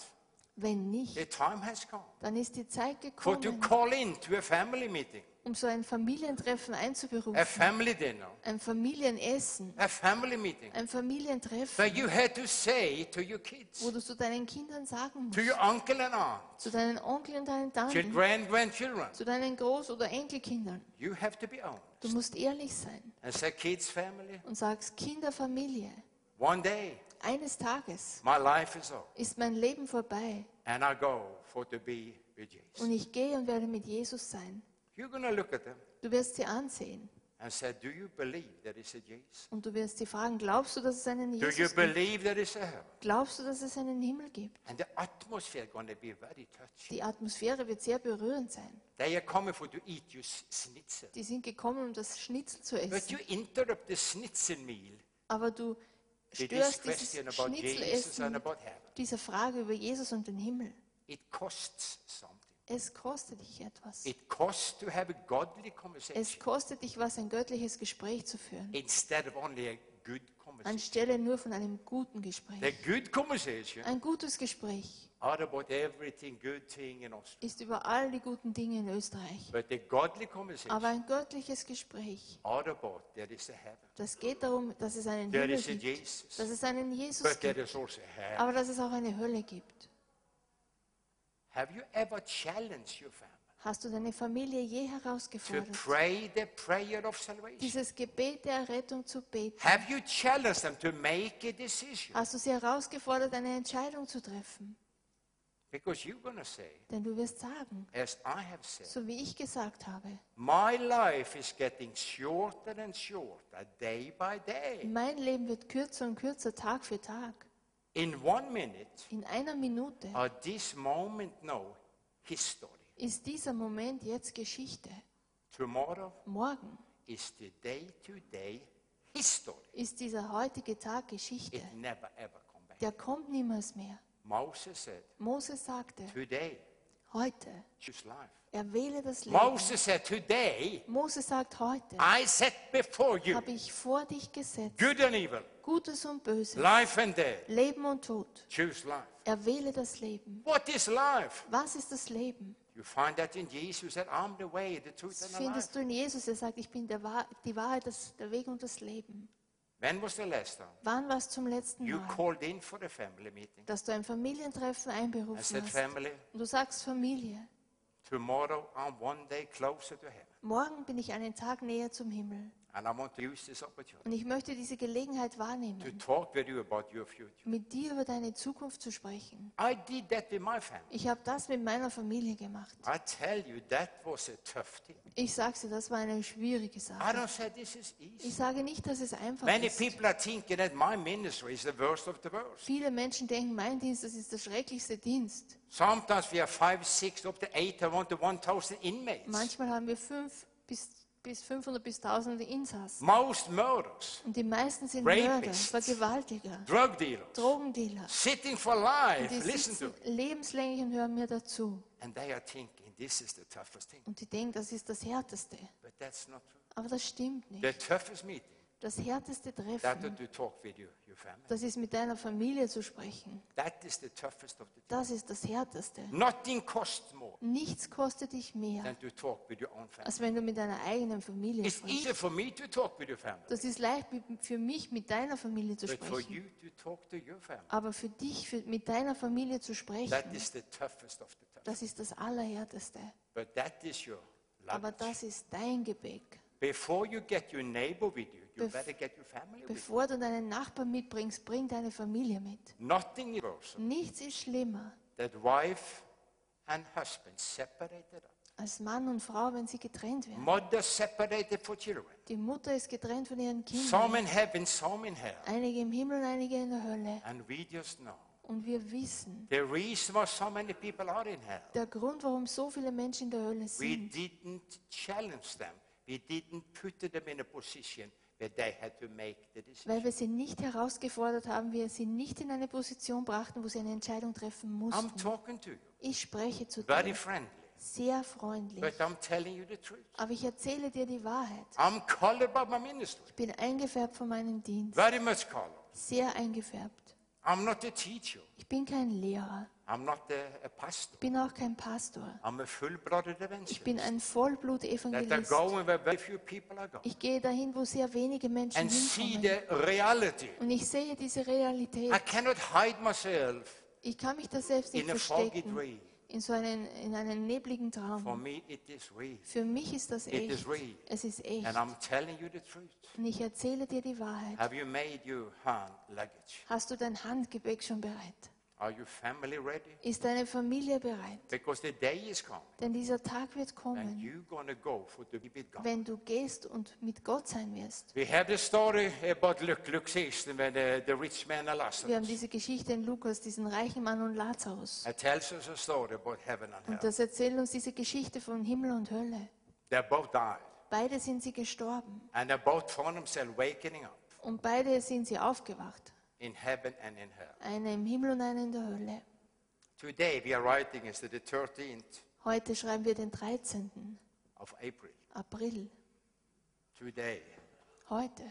[SPEAKER 2] Wenn nicht,
[SPEAKER 1] the time has come
[SPEAKER 2] dann ist die Zeit
[SPEAKER 1] for to
[SPEAKER 2] gekommen,
[SPEAKER 1] call in to a family meeting,
[SPEAKER 2] um so ein Familientreffen
[SPEAKER 1] a
[SPEAKER 2] einzuberufen,
[SPEAKER 1] family dinner,
[SPEAKER 2] ein Familienessen,
[SPEAKER 1] a family meeting.
[SPEAKER 2] ein Familientreffen,
[SPEAKER 1] That you had to say to your kids,
[SPEAKER 2] wo du zu deinen Kindern sagen
[SPEAKER 1] to
[SPEAKER 2] musst,
[SPEAKER 1] your uncle and aunt,
[SPEAKER 2] zu deinen Onkel und deinen
[SPEAKER 1] to your
[SPEAKER 2] Tanten,
[SPEAKER 1] grand grandchildren.
[SPEAKER 2] zu deinen Groß- oder Enkelkindern.
[SPEAKER 1] You have to be honest
[SPEAKER 2] Du musst ehrlich sein
[SPEAKER 1] and say, kids, family,
[SPEAKER 2] und sagst, Kinder, Familie,
[SPEAKER 1] one day
[SPEAKER 2] eines Tages
[SPEAKER 1] my life is over
[SPEAKER 2] ist mein Leben vorbei
[SPEAKER 1] and I go for to be with Jesus.
[SPEAKER 2] und ich gehe und werde mit Jesus sein.
[SPEAKER 1] You're going to look at them
[SPEAKER 2] Du wirst sie ansehen
[SPEAKER 1] and say, do you believe there is a Jesus?
[SPEAKER 2] und du wirst sie fragen, glaubst du, dass es einen
[SPEAKER 1] Do you
[SPEAKER 2] Jesus gibt?
[SPEAKER 1] believe there is a heaven?
[SPEAKER 2] Glaubst du, dass es einen Himmel gibt?
[SPEAKER 1] And the atmosphere is going to be very touching.
[SPEAKER 2] Die Atmosphäre wird sehr berührend sein.
[SPEAKER 1] They are coming for to eat your s- schnitzel.
[SPEAKER 2] Die sind gekommen, um das Schnitzel zu
[SPEAKER 1] But
[SPEAKER 2] essen.
[SPEAKER 1] you interrupt the schnitzel meal
[SPEAKER 2] Aber du
[SPEAKER 1] with this
[SPEAKER 2] störst dieses
[SPEAKER 1] question about Jesus
[SPEAKER 2] Schnitzelessen
[SPEAKER 1] and
[SPEAKER 2] mit
[SPEAKER 1] about heaven.
[SPEAKER 2] dieser Frage über Jesus und den Himmel.
[SPEAKER 1] It costs something.
[SPEAKER 2] Es kostet dich etwas.
[SPEAKER 1] It costs to have a godly
[SPEAKER 2] Es
[SPEAKER 1] conversation
[SPEAKER 2] kostet dich was, ein göttliches Gespräch zu führen,
[SPEAKER 1] instead of only a good conversation.
[SPEAKER 2] anstelle nur von einem guten
[SPEAKER 1] The
[SPEAKER 2] Gespräch.
[SPEAKER 1] good conversation
[SPEAKER 2] Ein gutes Gespräch
[SPEAKER 1] are about everything good thing in Austria.
[SPEAKER 2] ist über all die guten Dinge in Österreich.
[SPEAKER 1] But the godly conversation
[SPEAKER 2] Aber ein göttliches Gespräch,
[SPEAKER 1] are about there is a heaven.
[SPEAKER 2] das geht darum, dass es einen
[SPEAKER 1] There
[SPEAKER 2] Himmel
[SPEAKER 1] is a
[SPEAKER 2] gibt, dass
[SPEAKER 1] Jesus.
[SPEAKER 2] es einen Jesus
[SPEAKER 1] But there
[SPEAKER 2] gibt,
[SPEAKER 1] is also a heaven.
[SPEAKER 2] aber dass es auch eine Hölle gibt.
[SPEAKER 1] Have you ever challenged your family?
[SPEAKER 2] Hast du deine Familie je
[SPEAKER 1] to
[SPEAKER 2] herausgefordert,
[SPEAKER 1] pray the prayer of salvation?
[SPEAKER 2] dieses Gebet der Errettung zu beten?
[SPEAKER 1] Have you challenged them to make a decision?
[SPEAKER 2] Hast du sie herausgefordert, eine Entscheidung zu treffen?
[SPEAKER 1] Because you're going to say,
[SPEAKER 2] Denn du wirst sagen,
[SPEAKER 1] as I have said,
[SPEAKER 2] so wie ich gesagt habe,
[SPEAKER 1] my life is getting shorter and shorter day by day.
[SPEAKER 2] mein Leben wird kürzer und kürzer, Tag für Tag.
[SPEAKER 1] In one minute,
[SPEAKER 2] In einer Minute
[SPEAKER 1] or this moment now, history.
[SPEAKER 2] ist dieser Moment jetzt Geschichte.
[SPEAKER 1] Tomorrow
[SPEAKER 2] Morgen
[SPEAKER 1] is the day to day history.
[SPEAKER 2] ist dieser heutige Tag Geschichte.
[SPEAKER 1] It never ever come back.
[SPEAKER 2] Der kommt niemals mehr.
[SPEAKER 1] Moses said,
[SPEAKER 2] Moses sagte,
[SPEAKER 1] today,
[SPEAKER 2] heute,
[SPEAKER 1] choose life.
[SPEAKER 2] erwähle das Leben.
[SPEAKER 1] Moses said, today,
[SPEAKER 2] Moses sagt, heute
[SPEAKER 1] I set before you
[SPEAKER 2] habe ich vor dich gesetzt,
[SPEAKER 1] good and evil,
[SPEAKER 2] Gutes und Böses,
[SPEAKER 1] life and death.
[SPEAKER 2] Leben und Tod.
[SPEAKER 1] Choose life.
[SPEAKER 2] Erwähle das Leben.
[SPEAKER 1] What is life?
[SPEAKER 2] Was ist das Leben?
[SPEAKER 1] You find that in Jesus that I'm the way, the
[SPEAKER 2] Das
[SPEAKER 1] truth, and the life.
[SPEAKER 2] findest du in Jesus. Er sagt, ich bin der Wahr die Wahrheit, das, der Weg und das Leben.
[SPEAKER 1] When was the last time
[SPEAKER 2] Wann war es zum letzten
[SPEAKER 1] you
[SPEAKER 2] Mal,
[SPEAKER 1] called in for a family meeting
[SPEAKER 2] dass du ein Familientreffen
[SPEAKER 1] and said,
[SPEAKER 2] einberufen hast?
[SPEAKER 1] family,
[SPEAKER 2] Und du sagst Familie.
[SPEAKER 1] tomorrow I'm one day closer to heaven.
[SPEAKER 2] Morgen bin ich einen Tag näher zum Himmel.
[SPEAKER 1] And I want to use this opportunity
[SPEAKER 2] Und ich möchte diese Gelegenheit
[SPEAKER 1] to
[SPEAKER 2] wahrnehmen,
[SPEAKER 1] talk with you about your future.
[SPEAKER 2] mit dir über deine Zukunft zu sprechen.
[SPEAKER 1] I did that with my family.
[SPEAKER 2] Ich habe das mit meiner Familie gemacht.
[SPEAKER 1] I tell you, that was a tough thing.
[SPEAKER 2] Ich sage dir, das war eine schwierige
[SPEAKER 1] I
[SPEAKER 2] Sache.
[SPEAKER 1] don't say this is
[SPEAKER 2] Ich
[SPEAKER 1] easy.
[SPEAKER 2] sage nicht, dass es einfach
[SPEAKER 1] Many
[SPEAKER 2] ist.
[SPEAKER 1] people are thinking that my ministry is the worst of the worst.
[SPEAKER 2] Viele Menschen denken, mein Dienst, das ist der schrecklichste Dienst.
[SPEAKER 1] Sometimes we have five, six, up to eight, I want to 1,000 inmates.
[SPEAKER 2] Manchmal haben wir fünf bis, bis 500 bis 1000 Insassen.
[SPEAKER 1] Most murders,
[SPEAKER 2] Und die meisten sind
[SPEAKER 1] Rapists.
[SPEAKER 2] Mörder, Vergewaltiger,
[SPEAKER 1] drug dealers,
[SPEAKER 2] Drogendealer.
[SPEAKER 1] sitting for
[SPEAKER 2] Und
[SPEAKER 1] life,
[SPEAKER 2] die
[SPEAKER 1] listen to.
[SPEAKER 2] sitzen lebenslänglich und hören mir dazu.
[SPEAKER 1] And they are thinking this is the toughest thing.
[SPEAKER 2] Und die denken, das ist das Härteste.
[SPEAKER 1] But that's not true.
[SPEAKER 2] Aber das stimmt
[SPEAKER 1] The
[SPEAKER 2] nicht.
[SPEAKER 1] toughest meeting
[SPEAKER 2] Das härteste
[SPEAKER 1] that is
[SPEAKER 2] Treffen,
[SPEAKER 1] to talk with you, your family.
[SPEAKER 2] das ist mit deiner Familie zu sprechen.
[SPEAKER 1] That is the toughest of the two.
[SPEAKER 2] Das ist das Härteste.
[SPEAKER 1] Nothing costs more
[SPEAKER 2] Nichts kostet dich mehr,
[SPEAKER 1] than to talk with your own family.
[SPEAKER 2] als wenn du mit deiner eigenen Familie
[SPEAKER 1] It's
[SPEAKER 2] sprichst.
[SPEAKER 1] easy for me to talk with your family,
[SPEAKER 2] Das ist leicht mit- für mich, mit deiner Familie zu
[SPEAKER 1] but for
[SPEAKER 2] sprechen.
[SPEAKER 1] you to talk to your family,
[SPEAKER 2] Aber für dich, für, mit deiner Familie zu
[SPEAKER 1] that
[SPEAKER 2] sprechen,
[SPEAKER 1] is the toughest of the tough.
[SPEAKER 2] das ist das Allerhärteste.
[SPEAKER 1] But that is your
[SPEAKER 2] Aber
[SPEAKER 1] luggage.
[SPEAKER 2] das ist dein Gebäck.
[SPEAKER 1] Before you get your neighbor with you, you
[SPEAKER 2] Bef-
[SPEAKER 1] better get your family with you.
[SPEAKER 2] Bevor du deinen Nachbarn mitbringst, bring deine Familie mit.
[SPEAKER 1] Nothing is worse
[SPEAKER 2] Nichts ist schlimmer
[SPEAKER 1] that wife and husband separated up.
[SPEAKER 2] als Mann und Frau, wenn sie getrennt werden.
[SPEAKER 1] Mother separated for children.
[SPEAKER 2] Die Mutter ist getrennt von ihren
[SPEAKER 1] Some
[SPEAKER 2] Kindern.
[SPEAKER 1] in heaven, some in hell.
[SPEAKER 2] Einige im Himmel und einige in der Hölle.
[SPEAKER 1] And we just know.
[SPEAKER 2] Und wir wissen,
[SPEAKER 1] The reason why so many people are in hell,
[SPEAKER 2] der Grund, warum so viele Menschen in der Hölle
[SPEAKER 1] we
[SPEAKER 2] sind,
[SPEAKER 1] didn't challenge them We didn't put them in a position where they had to make the decision.
[SPEAKER 2] weil wir sie nicht herausgefordert haben, wir sie nicht in eine Position brachten, wo sie eine Entscheidung treffen
[SPEAKER 1] I'm
[SPEAKER 2] mussten.
[SPEAKER 1] talking to you
[SPEAKER 2] Ich spreche zu
[SPEAKER 1] very
[SPEAKER 2] dir
[SPEAKER 1] friendly,
[SPEAKER 2] sehr freundlich,
[SPEAKER 1] but I'm telling you the truth.
[SPEAKER 2] aber ich erzähle dir die Wahrheit.
[SPEAKER 1] I'm colored by my ministry,
[SPEAKER 2] Ich bin eingefärbt von meinem Dienst,
[SPEAKER 1] very much colored.
[SPEAKER 2] sehr eingefärbt.
[SPEAKER 1] I'm not a teacher.
[SPEAKER 2] Ich bin kein Lehrer,
[SPEAKER 1] I'm not a, a pastor.
[SPEAKER 2] ich bin auch kein Pastor.
[SPEAKER 1] I'm a full-blooded
[SPEAKER 2] Ich
[SPEAKER 1] evangelist.
[SPEAKER 2] bin ein
[SPEAKER 1] That I
[SPEAKER 2] Vollblut-Evangelist.
[SPEAKER 1] go where very few people are going
[SPEAKER 2] Ich gehe dahin, wo sehr wenige Menschen
[SPEAKER 1] and see
[SPEAKER 2] hinkommen.
[SPEAKER 1] the reality.
[SPEAKER 2] Und ich sehe diese
[SPEAKER 1] I
[SPEAKER 2] Realität.
[SPEAKER 1] cannot hide myself
[SPEAKER 2] Ich kann mich da selbst nicht
[SPEAKER 1] in a foggy
[SPEAKER 2] verstecken.
[SPEAKER 1] dream.
[SPEAKER 2] In so einen, in einen nebligen Traum.
[SPEAKER 1] For me, it is real.
[SPEAKER 2] Für mich ist das
[SPEAKER 1] It is
[SPEAKER 2] echt.
[SPEAKER 1] real.
[SPEAKER 2] Es ist echt.
[SPEAKER 1] And I'm telling you the truth.
[SPEAKER 2] Und ich erzähle dir die Wahrheit.
[SPEAKER 1] Have you made your hand luggage?
[SPEAKER 2] Hast du dein Handgepäck schon bereit?
[SPEAKER 1] Are your family ready?
[SPEAKER 2] Ist deine Familie bereit?
[SPEAKER 1] Because the day is coming
[SPEAKER 2] Denn dieser Tag wird
[SPEAKER 1] and
[SPEAKER 2] kommen,
[SPEAKER 1] you're going to go for the big God.
[SPEAKER 2] wenn du gehst und mit Gott sein wirst.
[SPEAKER 1] We have the story about Luke, Luke 16, when the, the rich man and
[SPEAKER 2] Wir haben
[SPEAKER 1] Lazarus.
[SPEAKER 2] diese Geschichte in Lukas, diesen reichen Mann und Lazarus.
[SPEAKER 1] It tells us a story about heaven and
[SPEAKER 2] Und
[SPEAKER 1] hell.
[SPEAKER 2] das erzählt uns diese Geschichte von Himmel und Hölle.
[SPEAKER 1] They both died,
[SPEAKER 2] Beide sind sie gestorben.
[SPEAKER 1] and they both found themselves waking up
[SPEAKER 2] Und beide sind sie aufgewacht.
[SPEAKER 1] in heaven and in hell.
[SPEAKER 2] Eine im Himmel und eine in der Hölle.
[SPEAKER 1] Today we are writing is the 13th
[SPEAKER 2] Heute schreiben wir den 13.
[SPEAKER 1] of April.
[SPEAKER 2] April.
[SPEAKER 1] Today
[SPEAKER 2] Heute.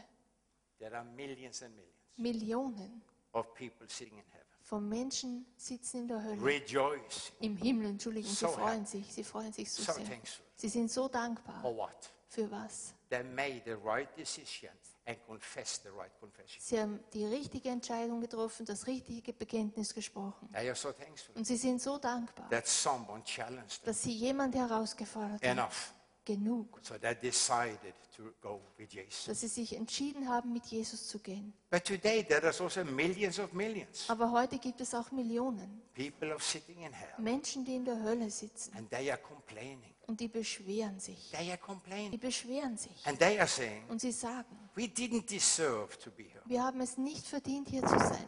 [SPEAKER 1] there are millions and millions
[SPEAKER 2] Millionen
[SPEAKER 1] of people sitting in heaven,
[SPEAKER 2] von Menschen sitzen in der Hölle.
[SPEAKER 1] rejoicing.
[SPEAKER 2] Im Himmel, Entschuldigung, sie
[SPEAKER 1] So
[SPEAKER 2] freuen sich. Sie freuen sich so
[SPEAKER 1] So Oh.
[SPEAKER 2] sehr.
[SPEAKER 1] thankful.
[SPEAKER 2] Sie sind so dankbar.
[SPEAKER 1] For what?
[SPEAKER 2] Für was?
[SPEAKER 1] They made the right decision and confessed the right confession.
[SPEAKER 2] Sie haben die richtige Entscheidung getroffen, das richtige Bekenntnis gesprochen.
[SPEAKER 1] They are so thankful
[SPEAKER 2] Und sie sind so dankbar,
[SPEAKER 1] that someone challenged them
[SPEAKER 2] dass sie jemand herausgefordert haben.
[SPEAKER 1] enough.
[SPEAKER 2] Genug.
[SPEAKER 1] So they decided to go with Jesus.
[SPEAKER 2] Dass sie sich entschieden haben, mit Jesus zu gehen.
[SPEAKER 1] But today there is also millions of millions
[SPEAKER 2] Aber heute gibt es auch Millionen.
[SPEAKER 1] people are sitting in hell
[SPEAKER 2] Menschen, die in der Hölle sitzen
[SPEAKER 1] and they are complaining.
[SPEAKER 2] und die beschweren sich.
[SPEAKER 1] They are
[SPEAKER 2] Die
[SPEAKER 1] complaining.
[SPEAKER 2] beschweren sich
[SPEAKER 1] And they are saying,
[SPEAKER 2] und sie sagen,
[SPEAKER 1] we didn't deserve to be here.
[SPEAKER 2] wir haben es nicht verdient, hier zu sein.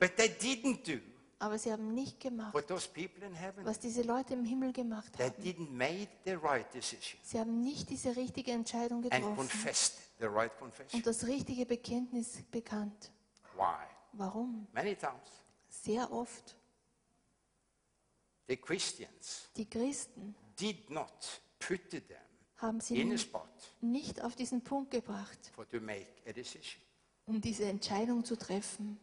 [SPEAKER 1] But they didn't do
[SPEAKER 2] Aber sie haben nicht gemacht,
[SPEAKER 1] what those people in heaven
[SPEAKER 2] was diese Leute im Himmel gemacht
[SPEAKER 1] They
[SPEAKER 2] haben.
[SPEAKER 1] didn't make the right decision
[SPEAKER 2] Sie haben nicht diese richtige Entscheidung
[SPEAKER 1] and
[SPEAKER 2] getroffen
[SPEAKER 1] confessed the right confession.
[SPEAKER 2] und das richtige Bekenntnis bekannt.
[SPEAKER 1] Why?
[SPEAKER 2] Warum?
[SPEAKER 1] Many times
[SPEAKER 2] Sehr oft
[SPEAKER 1] the Christians
[SPEAKER 2] die Christen
[SPEAKER 1] did not put them
[SPEAKER 2] haben
[SPEAKER 1] in a
[SPEAKER 2] sie
[SPEAKER 1] spot
[SPEAKER 2] nicht auf diesen Punkt gebracht,
[SPEAKER 1] for to make a decision.
[SPEAKER 2] um diese Entscheidung zu treffen.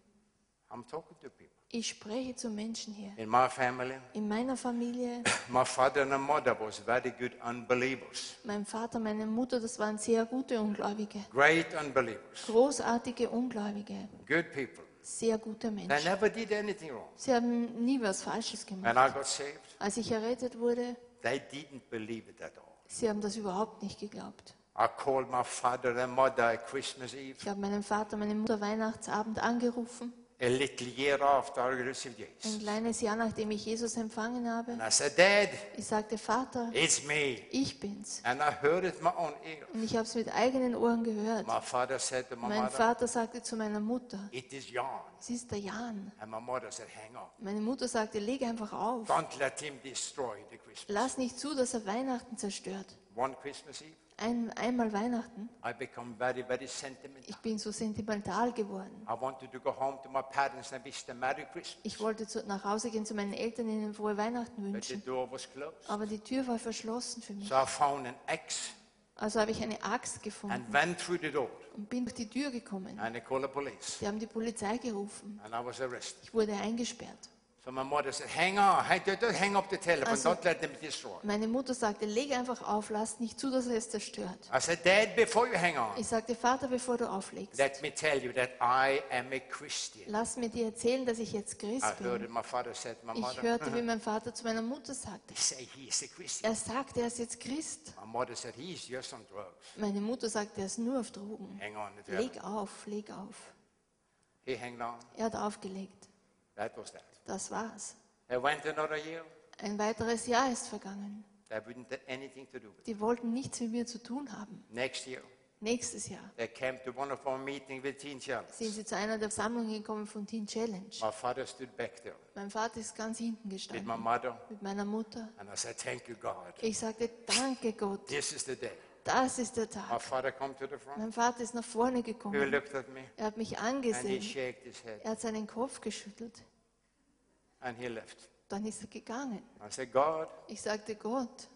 [SPEAKER 1] I'm talking to people.
[SPEAKER 2] Ich spreche zu Menschen hier.
[SPEAKER 1] In my family,
[SPEAKER 2] In meiner Familie
[SPEAKER 1] my father and mother was very good unbelievers,
[SPEAKER 2] Mein Vater, meine Mutter, das waren sehr gute Ungläubige,
[SPEAKER 1] great unbelievers,
[SPEAKER 2] großartige Ungläubige,
[SPEAKER 1] good people.
[SPEAKER 2] sehr gute
[SPEAKER 1] They
[SPEAKER 2] Menschen.
[SPEAKER 1] never did anything wrong.
[SPEAKER 2] Sie haben nie was Falsches
[SPEAKER 1] When
[SPEAKER 2] gemacht.
[SPEAKER 1] I got saved,
[SPEAKER 2] Als ich errettet wurde,
[SPEAKER 1] they didn't believe it at all.
[SPEAKER 2] sie haben das überhaupt nicht geglaubt.
[SPEAKER 1] I called my father and mother at Christmas Eve,
[SPEAKER 2] Ich habe meinen Vater, meine Mutter Weihnachtsabend angerufen,
[SPEAKER 1] a little year after I received Jesus.
[SPEAKER 2] ein kleines Jahr nachdem ich Jesus empfangen habe.
[SPEAKER 1] And I said, Dad,
[SPEAKER 2] Ich sagte, Vater,
[SPEAKER 1] it's me.
[SPEAKER 2] ich bin's.
[SPEAKER 1] And I heard it with my own ear.
[SPEAKER 2] Und ich habe es mit eigenen Ohren gehört.
[SPEAKER 1] My father said to my
[SPEAKER 2] Mein
[SPEAKER 1] mother,
[SPEAKER 2] Vater sagte zu meiner Mutter,
[SPEAKER 1] it is Jan.
[SPEAKER 2] es ist der Jan.
[SPEAKER 1] And my mother said, hang on.
[SPEAKER 2] Meine Mutter sagte, leg einfach auf.
[SPEAKER 1] Don't let him destroy the Christmas.
[SPEAKER 2] Lass nicht zu, dass er Weihnachten zerstört.
[SPEAKER 1] One Christmas Eve,
[SPEAKER 2] Ein, einmal Weihnachten.
[SPEAKER 1] I become very, very sentimental.
[SPEAKER 2] Ich bin so sentimental geworden.
[SPEAKER 1] I wanted to go home to my parents and wish them Merry Christmas.
[SPEAKER 2] Ich wollte zu, nach Hause gehen zu meinen Eltern und ihnen frohe Weihnachten
[SPEAKER 1] But the
[SPEAKER 2] wünschen.
[SPEAKER 1] door was closed.
[SPEAKER 2] Aber die Tür war verschlossen für mich.
[SPEAKER 1] So I found an axe
[SPEAKER 2] Also habe ich eine Axt gefunden
[SPEAKER 1] and went through the door.
[SPEAKER 2] und bin durch die Tür gekommen.
[SPEAKER 1] And I called the police.
[SPEAKER 2] Sie haben die Polizei gerufen.
[SPEAKER 1] And I was arrested.
[SPEAKER 2] Ich wurde eingesperrt.
[SPEAKER 1] So my mother said, hang on, hang, don't don't hang up the telephone.
[SPEAKER 2] Also-
[SPEAKER 1] Don't let them destroy.
[SPEAKER 2] Meine Mutter sagte, leg einfach auf, lass nicht zu, dass er es zerstört.
[SPEAKER 1] I said, Dad, before you hang on,
[SPEAKER 2] Ich sagte, Vater, bevor du auflegst,
[SPEAKER 1] Let me tell you that I am a Christian.
[SPEAKER 2] lass mir dir erzählen, dass ich jetzt
[SPEAKER 1] I
[SPEAKER 2] Christ
[SPEAKER 1] heard
[SPEAKER 2] bin.
[SPEAKER 1] it, my father said, my
[SPEAKER 2] Ich
[SPEAKER 1] mother,
[SPEAKER 2] hörte, wie mein Vater zu meiner Mutter sagte.
[SPEAKER 1] they say he is a Christian.
[SPEAKER 2] Er sagte, er ist jetzt Christ.
[SPEAKER 1] My mother said, he is just on drugs.
[SPEAKER 2] Meine Mutter sagte, er ist nur auf Drogen.
[SPEAKER 1] Hang on. the telephone.
[SPEAKER 2] Leg auf, leg auf.
[SPEAKER 1] He hanged on.
[SPEAKER 2] Er hat aufgelegt.
[SPEAKER 1] That was that.
[SPEAKER 2] Das war's.
[SPEAKER 1] They went another year.
[SPEAKER 2] Ein weiteres Jahr ist vergangen.
[SPEAKER 1] They wouldn't have anything to do with
[SPEAKER 2] Die wollten nichts mit mir zu tun haben.
[SPEAKER 1] it. Next year,
[SPEAKER 2] Nächstes Jahr
[SPEAKER 1] They came to one of our meetings with teen challenge.
[SPEAKER 2] sind sie zu einer der Versammlungen gekommen von Teen Challenge.
[SPEAKER 1] My father stood back there
[SPEAKER 2] Mein Vater ist ganz hinten
[SPEAKER 1] with
[SPEAKER 2] gestanden
[SPEAKER 1] my mother,
[SPEAKER 2] mit meiner Mutter.
[SPEAKER 1] and I said, "Thank you, God.
[SPEAKER 2] Ich sagte, danke Gott,
[SPEAKER 1] This is the day."
[SPEAKER 2] das ist der
[SPEAKER 1] My
[SPEAKER 2] Tag.
[SPEAKER 1] father come to the front.
[SPEAKER 2] Mein Vater ist nach vorne
[SPEAKER 1] He
[SPEAKER 2] gekommen.
[SPEAKER 1] looked at me
[SPEAKER 2] Er hat mich
[SPEAKER 1] and he
[SPEAKER 2] angesehen.
[SPEAKER 1] shook his head
[SPEAKER 2] Er hat seinen Kopf geschüttelt.
[SPEAKER 1] and he left.
[SPEAKER 2] Dann ist er gegangen.
[SPEAKER 1] I said, "God,
[SPEAKER 2] Ich sagte, Gott,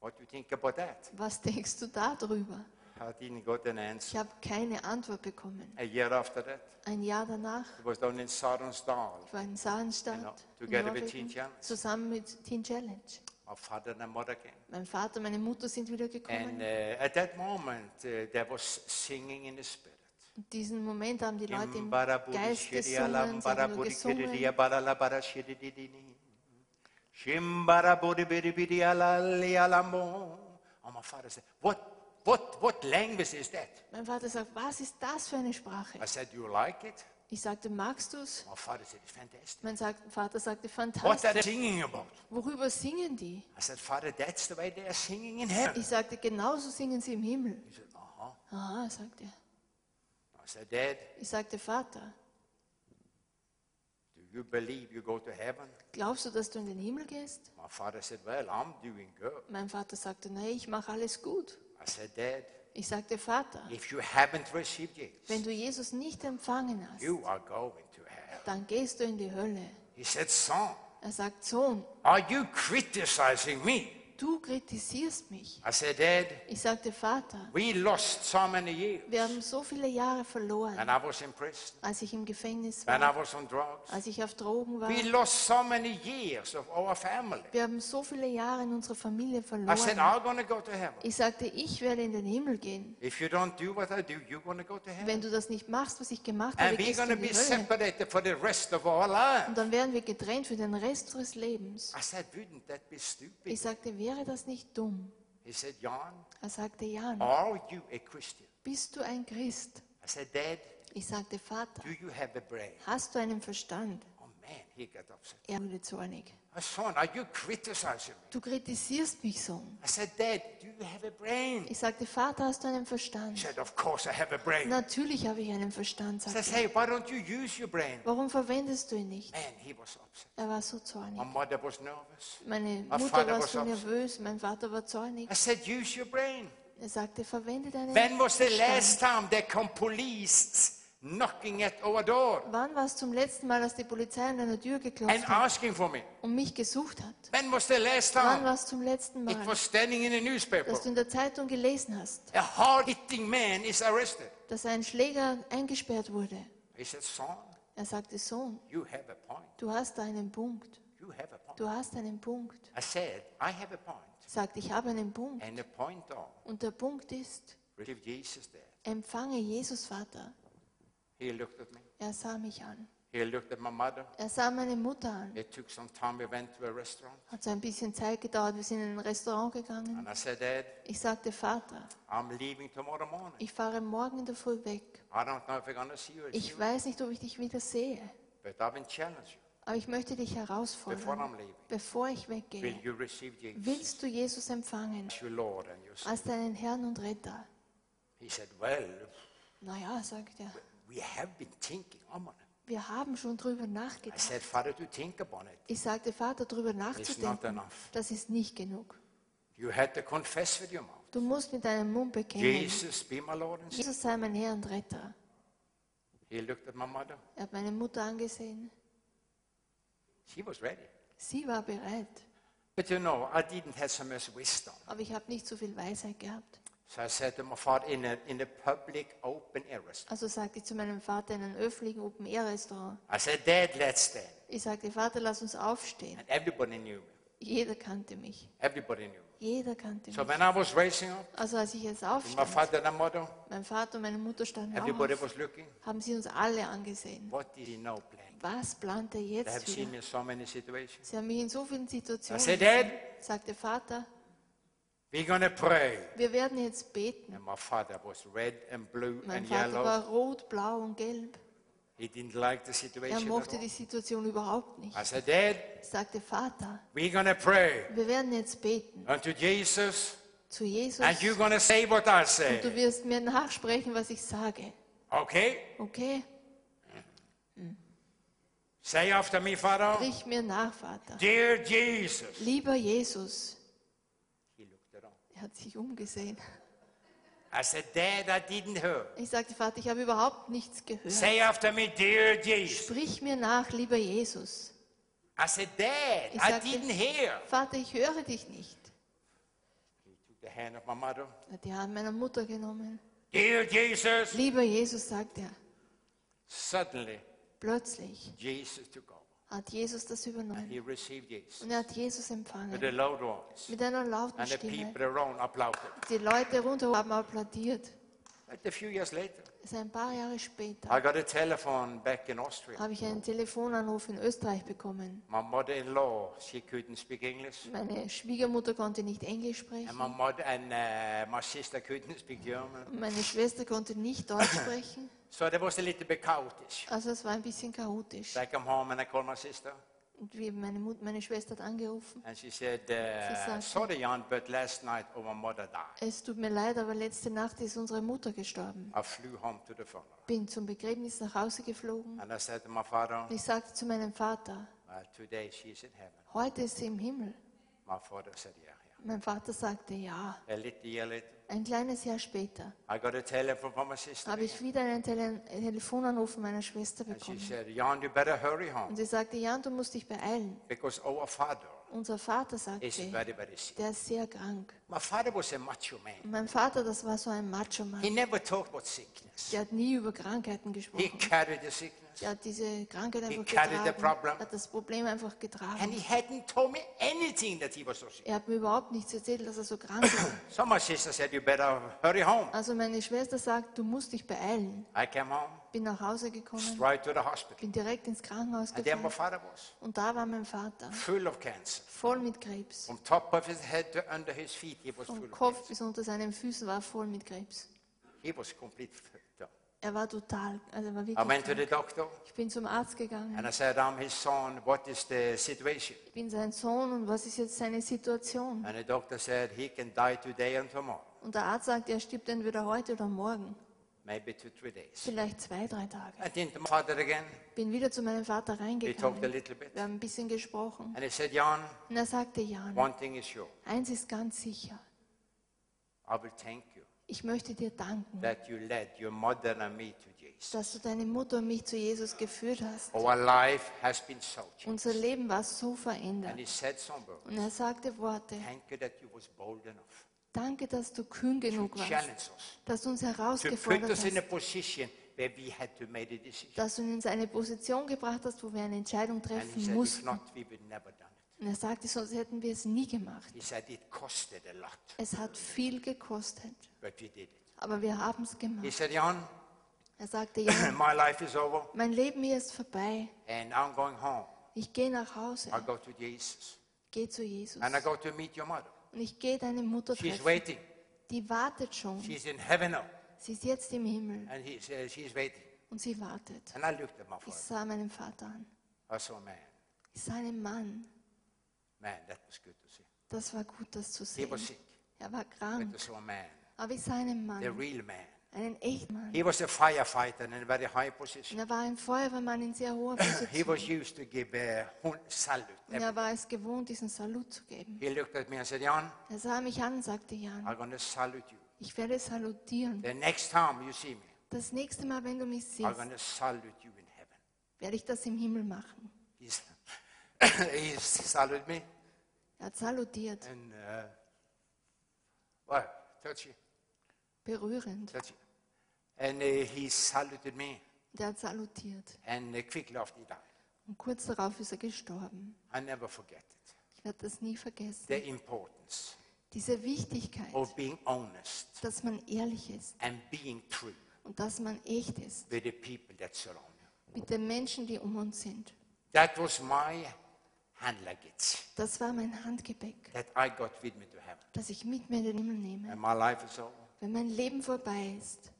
[SPEAKER 1] what do you think about that?"
[SPEAKER 2] was denkst du darüber?
[SPEAKER 1] I didn't got an
[SPEAKER 2] Ich
[SPEAKER 1] answer.
[SPEAKER 2] habe keine Antwort bekommen.
[SPEAKER 1] A year after that,
[SPEAKER 2] Ein Jahr danach
[SPEAKER 1] it was down in Saronsdal.
[SPEAKER 2] ich war in Saarenstadt,
[SPEAKER 1] Genau.
[SPEAKER 2] in
[SPEAKER 1] Together with
[SPEAKER 2] Norwegen,
[SPEAKER 1] Teen Challenge.
[SPEAKER 2] zusammen mit Teen Challenge.
[SPEAKER 1] My father and my mother came.
[SPEAKER 2] Mein Vater, meine Mutter sind wieder gekommen.
[SPEAKER 1] And uh, at that moment, uh, there was singing in the spirit.
[SPEAKER 2] Und diesen Moment haben die Leute im Geist gesungen, sie haben nur gesungen.
[SPEAKER 1] And Oh, my father said, what, what, what language is that?
[SPEAKER 2] Mein Vater sagt, was ist das für eine Sprache?
[SPEAKER 1] I said, you like it?
[SPEAKER 2] Ich sagte, magst du es?
[SPEAKER 1] My father said, it's fantastic.
[SPEAKER 2] Mein sagt, Vater sagte,
[SPEAKER 1] What are they
[SPEAKER 2] fantastisch.
[SPEAKER 1] singing about?
[SPEAKER 2] Worüber singen die?
[SPEAKER 1] I said, Father, that's the way they are singing in heaven.
[SPEAKER 2] Ich sagte, genauso singen sie im Himmel.
[SPEAKER 1] He said, uh-huh.
[SPEAKER 2] Aha, sagt er.
[SPEAKER 1] I said, Dad,
[SPEAKER 2] Ich sagte, Vater,
[SPEAKER 1] do you believe you go to heaven?
[SPEAKER 2] glaubst du, dass du in den Himmel gehst?
[SPEAKER 1] My father said, well, I'm doing good.
[SPEAKER 2] Mein Vater sagte, nein, ich mache alles gut.
[SPEAKER 1] I said, Dad,
[SPEAKER 2] Ich sagte, Vater,
[SPEAKER 1] if you haven't received
[SPEAKER 2] wenn
[SPEAKER 1] Jesus,
[SPEAKER 2] du Jesus nicht empfangen hast,
[SPEAKER 1] you are going to hell.
[SPEAKER 2] dann gehst du in die Hölle.
[SPEAKER 1] He said, Son,
[SPEAKER 2] Er sagt, Sohn,
[SPEAKER 1] are you criticizing me?
[SPEAKER 2] du kritisierst mich.
[SPEAKER 1] I said, Dad,
[SPEAKER 2] Ich sagte, Vater,
[SPEAKER 1] we lost so many years.
[SPEAKER 2] wir haben so viele Jahre verloren,
[SPEAKER 1] And I was in prison.
[SPEAKER 2] als ich im Gefängnis
[SPEAKER 1] And I
[SPEAKER 2] war,
[SPEAKER 1] was on drugs.
[SPEAKER 2] als ich auf Drogen war.
[SPEAKER 1] We lost so many years of our family.
[SPEAKER 2] Wir haben so viele Jahre in unserer Familie
[SPEAKER 1] I said,
[SPEAKER 2] verloren.
[SPEAKER 1] I'm going to go to heaven.
[SPEAKER 2] Ich sagte, ich werde in den Himmel gehen.
[SPEAKER 1] If you don't do what I do, you're going to go to heaven.
[SPEAKER 2] Wenn du das nicht machst, was ich gemacht habe,
[SPEAKER 1] And we're
[SPEAKER 2] gehst du
[SPEAKER 1] going to be
[SPEAKER 2] in die Hölle.
[SPEAKER 1] separated for the rest of our life.
[SPEAKER 2] Und dann werden wir getrennt für den Rest unseres Lebens.
[SPEAKER 1] I said, wouldn't that be stupid?
[SPEAKER 2] Ich sagte, wäre das nicht dumm?
[SPEAKER 1] He said, Jan,
[SPEAKER 2] Er sagte, Jan,
[SPEAKER 1] are you a Christian?
[SPEAKER 2] bist du ein Christ?
[SPEAKER 1] I said, Dad,
[SPEAKER 2] Ich sagte, Vater,
[SPEAKER 1] do you have a brain?
[SPEAKER 2] hast du einen Verstand?
[SPEAKER 1] Oh man, he got upset.
[SPEAKER 2] Er wurde zornig.
[SPEAKER 1] I son, are you criticizing me?
[SPEAKER 2] Du kritisierst mich, Sohn.
[SPEAKER 1] I said, Dad, do you have a brain?
[SPEAKER 2] Ich sagte, Vater, hast du einen
[SPEAKER 1] He
[SPEAKER 2] Verstand?
[SPEAKER 1] said, Of course I have a brain.
[SPEAKER 2] Natürlich habe ich einen Verstand,
[SPEAKER 1] I said,
[SPEAKER 2] sagte er.
[SPEAKER 1] Hey, why don't you use your brain?
[SPEAKER 2] Warum verwendest du ihn nicht?
[SPEAKER 1] Man, he was upset.
[SPEAKER 2] Er war so
[SPEAKER 1] My
[SPEAKER 2] zornig.
[SPEAKER 1] mother was nervous.
[SPEAKER 2] Meine
[SPEAKER 1] Mein
[SPEAKER 2] Mutter
[SPEAKER 1] Vater
[SPEAKER 2] war
[SPEAKER 1] war
[SPEAKER 2] so
[SPEAKER 1] schockiert.
[SPEAKER 2] nervös, mein Vater war zornig.
[SPEAKER 1] I said, Use your brain.
[SPEAKER 2] Er sagte, verwende deinen
[SPEAKER 1] When was the last
[SPEAKER 2] Verstand.
[SPEAKER 1] time there come police knocking at our door
[SPEAKER 2] Wann war es zum letzten Mal, dass die Polizei an deiner Tür
[SPEAKER 1] and
[SPEAKER 2] geklopft hat
[SPEAKER 1] asking for me?
[SPEAKER 2] und mich gesucht hat?
[SPEAKER 1] When was the last
[SPEAKER 2] Wann
[SPEAKER 1] time
[SPEAKER 2] war es zum letzten
[SPEAKER 1] it
[SPEAKER 2] Mal,
[SPEAKER 1] was standing in the newspaper?
[SPEAKER 2] dass du in der Zeitung gelesen hast,
[SPEAKER 1] A hard hitting man is arrested.
[SPEAKER 2] dass ein Schläger eingesperrt wurde?
[SPEAKER 1] He said, Son,
[SPEAKER 2] Er sagte, Sohn,
[SPEAKER 1] you have a point.
[SPEAKER 2] du hast da einen Punkt.
[SPEAKER 1] You have a point.
[SPEAKER 2] Du hast einen Punkt.
[SPEAKER 1] I said, I have a point.
[SPEAKER 2] Sagt, ich habe einen Punkt.
[SPEAKER 1] And the point of
[SPEAKER 2] Und der Punkt ist,
[SPEAKER 1] receive Jesus there.
[SPEAKER 2] empfange Jesus, Vater.
[SPEAKER 1] He looked at me.
[SPEAKER 2] Er sah mich an.
[SPEAKER 1] He looked at my mother.
[SPEAKER 2] Er sah meine Mutter an.
[SPEAKER 1] It took some time. We went to a restaurant.
[SPEAKER 2] Hat so ein bisschen Zeit gedauert. Wir sind in ein Restaurant gegangen.
[SPEAKER 1] And I said, Dad,
[SPEAKER 2] Ich sagte, Vater,
[SPEAKER 1] I'm leaving tomorrow morning.
[SPEAKER 2] ich fahre morgen in der Früh weg.
[SPEAKER 1] I don't know if I'm going to see you, again,
[SPEAKER 2] Ich weiß nicht, ob ich dich wieder sehe,
[SPEAKER 1] but I've been challenged you
[SPEAKER 2] aber ich möchte dich
[SPEAKER 1] before
[SPEAKER 2] herausfordern.
[SPEAKER 1] I'm leaving.
[SPEAKER 2] Bevor ich
[SPEAKER 1] Will
[SPEAKER 2] weggehe,
[SPEAKER 1] you receive Jesus
[SPEAKER 2] willst du Jesus empfangen
[SPEAKER 1] as your Lord and your Savior?
[SPEAKER 2] als deinen Herrn und Retter?
[SPEAKER 1] He said, Well,
[SPEAKER 2] Naja, sagt er,
[SPEAKER 1] we have been thinking on it.
[SPEAKER 2] wir haben schon drüber
[SPEAKER 1] I
[SPEAKER 2] nachgedacht.
[SPEAKER 1] said, Father, to think upon it.
[SPEAKER 2] Ich sagte, Vater, drüber
[SPEAKER 1] It's not
[SPEAKER 2] nachzudenken,
[SPEAKER 1] enough.
[SPEAKER 2] das ist nicht genug.
[SPEAKER 1] You had to confess with your mouth.
[SPEAKER 2] Du musst mit deinem Mund bekennen,
[SPEAKER 1] Jesus, be my Lord and Savior.
[SPEAKER 2] Jesus sei mein Herr und Retter.
[SPEAKER 1] He looked at my mother.
[SPEAKER 2] Er hat meine Mutter angesehen.
[SPEAKER 1] She was ready.
[SPEAKER 2] Sie war bereit,
[SPEAKER 1] But you know, I didn't have so much wisdom.
[SPEAKER 2] aber ich habe nicht so viel Weisheit gehabt.
[SPEAKER 1] So I said to my father in a, in a public open air restaurant,
[SPEAKER 2] Also sagte ich zu meinem Vater in einem öffentlichen Open-Air-Restaurant.
[SPEAKER 1] I said, Dad, let's stand.
[SPEAKER 2] Ich sagte, Vater, lass uns aufstehen.
[SPEAKER 1] And everybody knew me.
[SPEAKER 2] Jeder kannte mich.
[SPEAKER 1] Everybody knew me.
[SPEAKER 2] Jeder kannte
[SPEAKER 1] So
[SPEAKER 2] mich.
[SPEAKER 1] when I was raising up,
[SPEAKER 2] Also als ich jetzt
[SPEAKER 1] my
[SPEAKER 2] aufstand,
[SPEAKER 1] father and mother,
[SPEAKER 2] mein Vater und meine Mutter standen
[SPEAKER 1] everybody
[SPEAKER 2] auf,
[SPEAKER 1] was looking.
[SPEAKER 2] haben sie uns alle angesehen.
[SPEAKER 1] What did he know playing?
[SPEAKER 2] Was plant er
[SPEAKER 1] They have
[SPEAKER 2] jetzt
[SPEAKER 1] seen
[SPEAKER 2] wieder?
[SPEAKER 1] me in so many situations.
[SPEAKER 2] Sie haben mich in so vielen
[SPEAKER 1] I
[SPEAKER 2] Situationen
[SPEAKER 1] said,
[SPEAKER 2] gesehen.
[SPEAKER 1] Dad,
[SPEAKER 2] Sagte Vater,
[SPEAKER 1] we're going to pray.
[SPEAKER 2] wir werden jetzt beten.
[SPEAKER 1] And my father was red and blue
[SPEAKER 2] Mein
[SPEAKER 1] and
[SPEAKER 2] Vater
[SPEAKER 1] yellow.
[SPEAKER 2] war rot, blau und gelb.
[SPEAKER 1] He didn't like the
[SPEAKER 2] Er
[SPEAKER 1] situation at
[SPEAKER 2] mochte
[SPEAKER 1] all.
[SPEAKER 2] die Situation überhaupt nicht.
[SPEAKER 1] I said, Dad,
[SPEAKER 2] Sagte Vater,
[SPEAKER 1] we're going to pray
[SPEAKER 2] wir werden jetzt beten.
[SPEAKER 1] unto Jesus,
[SPEAKER 2] zu Jesus
[SPEAKER 1] And you're going to say what I say.
[SPEAKER 2] und du wirst mir nachsprechen, was ich sage.
[SPEAKER 1] Okay?
[SPEAKER 2] Okay?
[SPEAKER 1] Say after me, Father.
[SPEAKER 2] Sprich mir nach, Vater.
[SPEAKER 1] Dear Jesus.
[SPEAKER 2] Lieber Jesus,
[SPEAKER 1] He looked around.
[SPEAKER 2] er hat sich umgesehen.
[SPEAKER 1] I said, Dad, I didn't hear.
[SPEAKER 2] Ich sagte, Vater, ich habe überhaupt nichts gehört.
[SPEAKER 1] Say after me, dear Jesus.
[SPEAKER 2] Sprich mir nach, lieber Jesus.
[SPEAKER 1] I said, Dad,
[SPEAKER 2] Ich
[SPEAKER 1] I
[SPEAKER 2] sagte-
[SPEAKER 1] didn't hear.
[SPEAKER 2] Vater, ich höre dich nicht.
[SPEAKER 1] He took the hand of my mother.
[SPEAKER 2] Er hat die Hand meiner Mutter genommen.
[SPEAKER 1] Dear Jesus.
[SPEAKER 2] Lieber Jesus, sagt er.
[SPEAKER 1] Suddenly,
[SPEAKER 2] Plötzlich
[SPEAKER 1] Jesus took over.
[SPEAKER 2] hat Jesus das übernommen.
[SPEAKER 1] He received Jesus
[SPEAKER 2] Und er hat Jesus
[SPEAKER 1] with the
[SPEAKER 2] empfangen.
[SPEAKER 1] loud voice.
[SPEAKER 2] Mit einer lauten
[SPEAKER 1] And the
[SPEAKER 2] Stimme.
[SPEAKER 1] people around applauded.
[SPEAKER 2] Die Leute rundherum haben applaudiert.
[SPEAKER 1] But a few years later,
[SPEAKER 2] Also ein paar Jahre später
[SPEAKER 1] I got a telephone back in Austria.
[SPEAKER 2] habe ich einen Telefonanruf in Österreich bekommen.
[SPEAKER 1] My mother-in-law, she couldn't speak English.
[SPEAKER 2] Meine Schwiegermutter konnte nicht Englisch
[SPEAKER 1] And
[SPEAKER 2] sprechen.
[SPEAKER 1] my mother and uh, my sister couldn't speak German.
[SPEAKER 2] Meine Schwester konnte nicht Deutsch sprechen.
[SPEAKER 1] So there was a little bit chaotic.
[SPEAKER 2] Also es war ein bisschen chaotisch.
[SPEAKER 1] So I come home and I call my sister.
[SPEAKER 2] Und wie meine, Mut, meine Schwester hat angerufen.
[SPEAKER 1] And she said,
[SPEAKER 2] sagte-
[SPEAKER 1] uh, sorry, Jan, but last night our mother died.
[SPEAKER 2] Es tut mir leid, aber letzte Nacht ist unsere Mutter gestorben.
[SPEAKER 1] I flew home to the funeral.
[SPEAKER 2] Bin zum Begräbnis nach Hause geflogen.
[SPEAKER 1] And I said to my father,
[SPEAKER 2] Und ich sagte zu meinem Vater,
[SPEAKER 1] well, today she's in heaven.
[SPEAKER 2] heute ist sie im Himmel.
[SPEAKER 1] My father said, yeah, yeah.
[SPEAKER 2] Mein Vater sagte ja.
[SPEAKER 1] A little year later,
[SPEAKER 2] Ein kleines Jahr später
[SPEAKER 1] I got a telephone from my sister.
[SPEAKER 2] habe ich wieder einen Tele Telefonanruf meiner Schwester
[SPEAKER 1] And she
[SPEAKER 2] bekommen.
[SPEAKER 1] said, Jan, you better hurry
[SPEAKER 2] Und
[SPEAKER 1] home
[SPEAKER 2] sie sagte, Jan, du musst dich beeilen.
[SPEAKER 1] because our father
[SPEAKER 2] Unser Vater, sagte
[SPEAKER 1] is
[SPEAKER 2] sie,
[SPEAKER 1] very, very sick.
[SPEAKER 2] der ist sehr krank.
[SPEAKER 1] My father was a macho man.
[SPEAKER 2] Und mein Vater, das war so ein Macho-Mann.
[SPEAKER 1] He never talked about sickness.
[SPEAKER 2] Der hat nie über Krankheiten
[SPEAKER 1] He
[SPEAKER 2] gesprochen.
[SPEAKER 1] carried the sickness.
[SPEAKER 2] Der hat diese Krankheit einfach
[SPEAKER 1] carried the
[SPEAKER 2] getragen.
[SPEAKER 1] problem.
[SPEAKER 2] hat das Problem einfach
[SPEAKER 1] And
[SPEAKER 2] getragen.
[SPEAKER 1] he hadn't told me anything that he was so sick.
[SPEAKER 2] Er hat mir überhaupt nichts erzählt, dass er so krank war.
[SPEAKER 1] So my sister said, you better hurry home.
[SPEAKER 2] Also meine Schwester sagt, du musst dich beeilen.
[SPEAKER 1] I came home,
[SPEAKER 2] Bin nach Hause gekommen,
[SPEAKER 1] straight to the hospital.
[SPEAKER 2] bin direkt ins Krankenhaus
[SPEAKER 1] And there my
[SPEAKER 2] gefahren.
[SPEAKER 1] father was,
[SPEAKER 2] Und da war mein Vater,
[SPEAKER 1] full of cancer.
[SPEAKER 2] voll mit Krebs.
[SPEAKER 1] From top of his head to under his feet, he was full
[SPEAKER 2] Vom
[SPEAKER 1] of
[SPEAKER 2] Kopf
[SPEAKER 1] cancer.
[SPEAKER 2] bis unter seinen Füßen war er voll mit Krebs.
[SPEAKER 1] He was complete. f- done.
[SPEAKER 2] Er war total, also er war
[SPEAKER 1] I went to
[SPEAKER 2] wirklich.
[SPEAKER 1] the
[SPEAKER 2] krank.
[SPEAKER 1] doctor
[SPEAKER 2] Ich bin zum Arzt gegangen.
[SPEAKER 1] and I said, I'm his son. What is the situation?
[SPEAKER 2] Ich bin sein Sohn und was ist jetzt seine Situation?
[SPEAKER 1] And the doctor said, he can die today and tomorrow,
[SPEAKER 2] Und der Arzt sagt, er stirbt entweder heute oder morgen,
[SPEAKER 1] maybe two, three days.
[SPEAKER 2] vielleicht zwei, drei Tage.
[SPEAKER 1] I think my father again,
[SPEAKER 2] Bin wieder zu meinem Vater
[SPEAKER 1] we talked a
[SPEAKER 2] reingegangen.
[SPEAKER 1] little bit.
[SPEAKER 2] Wir haben ein bisschen gesprochen.
[SPEAKER 1] And he said, Jan,
[SPEAKER 2] Und er sagte, Jan,
[SPEAKER 1] one thing is sure.
[SPEAKER 2] eins ist ganz sicher.
[SPEAKER 1] I will thank you
[SPEAKER 2] Ich möchte dir danken,
[SPEAKER 1] that you led your mother and me to Jesus.
[SPEAKER 2] dass du deine Mutter und mich zu Jesus geführt hast.
[SPEAKER 1] Our life has been so changed.
[SPEAKER 2] Unser Leben war so
[SPEAKER 1] And
[SPEAKER 2] verändert.
[SPEAKER 1] he said some words.
[SPEAKER 2] Und er sagte Worte,
[SPEAKER 1] Thank you that you was bold enough
[SPEAKER 2] danke, dass du kühn genug
[SPEAKER 1] to challenge
[SPEAKER 2] warst,
[SPEAKER 1] us,
[SPEAKER 2] dass du uns
[SPEAKER 1] to put
[SPEAKER 2] herausgefordert
[SPEAKER 1] us in a
[SPEAKER 2] hast,
[SPEAKER 1] position where we had to make a decision.
[SPEAKER 2] dass du uns in eine Position gebracht hast, wo wir eine Entscheidung
[SPEAKER 1] And he
[SPEAKER 2] treffen
[SPEAKER 1] said, if
[SPEAKER 2] mussten.
[SPEAKER 1] not, we would never done it.
[SPEAKER 2] Und er sagte, sonst hätten wir es nie gemacht.
[SPEAKER 1] He said it costed a lot,
[SPEAKER 2] Es hat viel gekostet,
[SPEAKER 1] but we did it.
[SPEAKER 2] aber wir haben es
[SPEAKER 1] He
[SPEAKER 2] gemacht.
[SPEAKER 1] said, Jan,
[SPEAKER 2] Er sagte, ja,
[SPEAKER 1] my life is over
[SPEAKER 2] mein Leben hier ist vorbei.
[SPEAKER 1] and I'm going home.
[SPEAKER 2] Ich gehe nach Hause,
[SPEAKER 1] I go to Jesus
[SPEAKER 2] gehe zu Jesus
[SPEAKER 1] and I go to meet your mother.
[SPEAKER 2] und ich gehe deine Mutter
[SPEAKER 1] She's
[SPEAKER 2] treffen.
[SPEAKER 1] waiting.
[SPEAKER 2] Die wartet schon.
[SPEAKER 1] She's in heaven now.
[SPEAKER 2] Sie ist jetzt im Himmel
[SPEAKER 1] And he says, she's waiting.
[SPEAKER 2] und sie wartet.
[SPEAKER 1] And I looked at my
[SPEAKER 2] Ich
[SPEAKER 1] father.
[SPEAKER 2] sah meinen Vater an.
[SPEAKER 1] I saw a man.
[SPEAKER 2] Ich sah einen Mann.
[SPEAKER 1] Man, that was good to see.
[SPEAKER 2] Das war gut, das zu
[SPEAKER 1] He
[SPEAKER 2] sehen.
[SPEAKER 1] was sick,
[SPEAKER 2] Er war
[SPEAKER 1] but
[SPEAKER 2] krank,
[SPEAKER 1] I saw a man,
[SPEAKER 2] aber ich sah einen
[SPEAKER 1] the
[SPEAKER 2] Mann,
[SPEAKER 1] real man.
[SPEAKER 2] einen Echtmann.
[SPEAKER 1] He was a firefighter in a very high
[SPEAKER 2] Und
[SPEAKER 1] position.
[SPEAKER 2] er war ein Feuerwehrmann in sehr hoher
[SPEAKER 1] He
[SPEAKER 2] Position.
[SPEAKER 1] was used to give a hun- salute.
[SPEAKER 2] Und er war es gewohnt, diesen Salut zu geben.
[SPEAKER 1] He looked at me and said, Jan,
[SPEAKER 2] Er sah mich an und sagte, Jan,
[SPEAKER 1] I'm going to salute you.
[SPEAKER 2] ich werde salutieren.
[SPEAKER 1] The next time you see me,
[SPEAKER 2] Das nächste Mal, wenn du mich
[SPEAKER 1] I'm
[SPEAKER 2] siehst,
[SPEAKER 1] going to salute you in heaven.
[SPEAKER 2] werde ich das im Himmel machen.
[SPEAKER 1] He's, he saluted me
[SPEAKER 2] Er hat salutiert,
[SPEAKER 1] and, uh, well, touchy,
[SPEAKER 2] berührend.
[SPEAKER 1] touchy. And uh, he saluted me
[SPEAKER 2] Und er hat salutiert.
[SPEAKER 1] and uh, quickly after he died.
[SPEAKER 2] Und kurz darauf ist er gestorben.
[SPEAKER 1] I never forget it.
[SPEAKER 2] Ich werde das nie vergessen.
[SPEAKER 1] The importance
[SPEAKER 2] Diese Wichtigkeit,
[SPEAKER 1] of being honest
[SPEAKER 2] dass man ehrlich ist
[SPEAKER 1] and being true
[SPEAKER 2] und dass man echt ist
[SPEAKER 1] with the people that surround you.
[SPEAKER 2] mit den Menschen, die um uns sind.
[SPEAKER 1] That was my hand luggage
[SPEAKER 2] Das war mein Handgepäck,
[SPEAKER 1] that I got with me to heaven.
[SPEAKER 2] das ich mit mir in den Himmel nehme.
[SPEAKER 1] And my life is over.
[SPEAKER 2] Wenn mein Leben vorbei ist,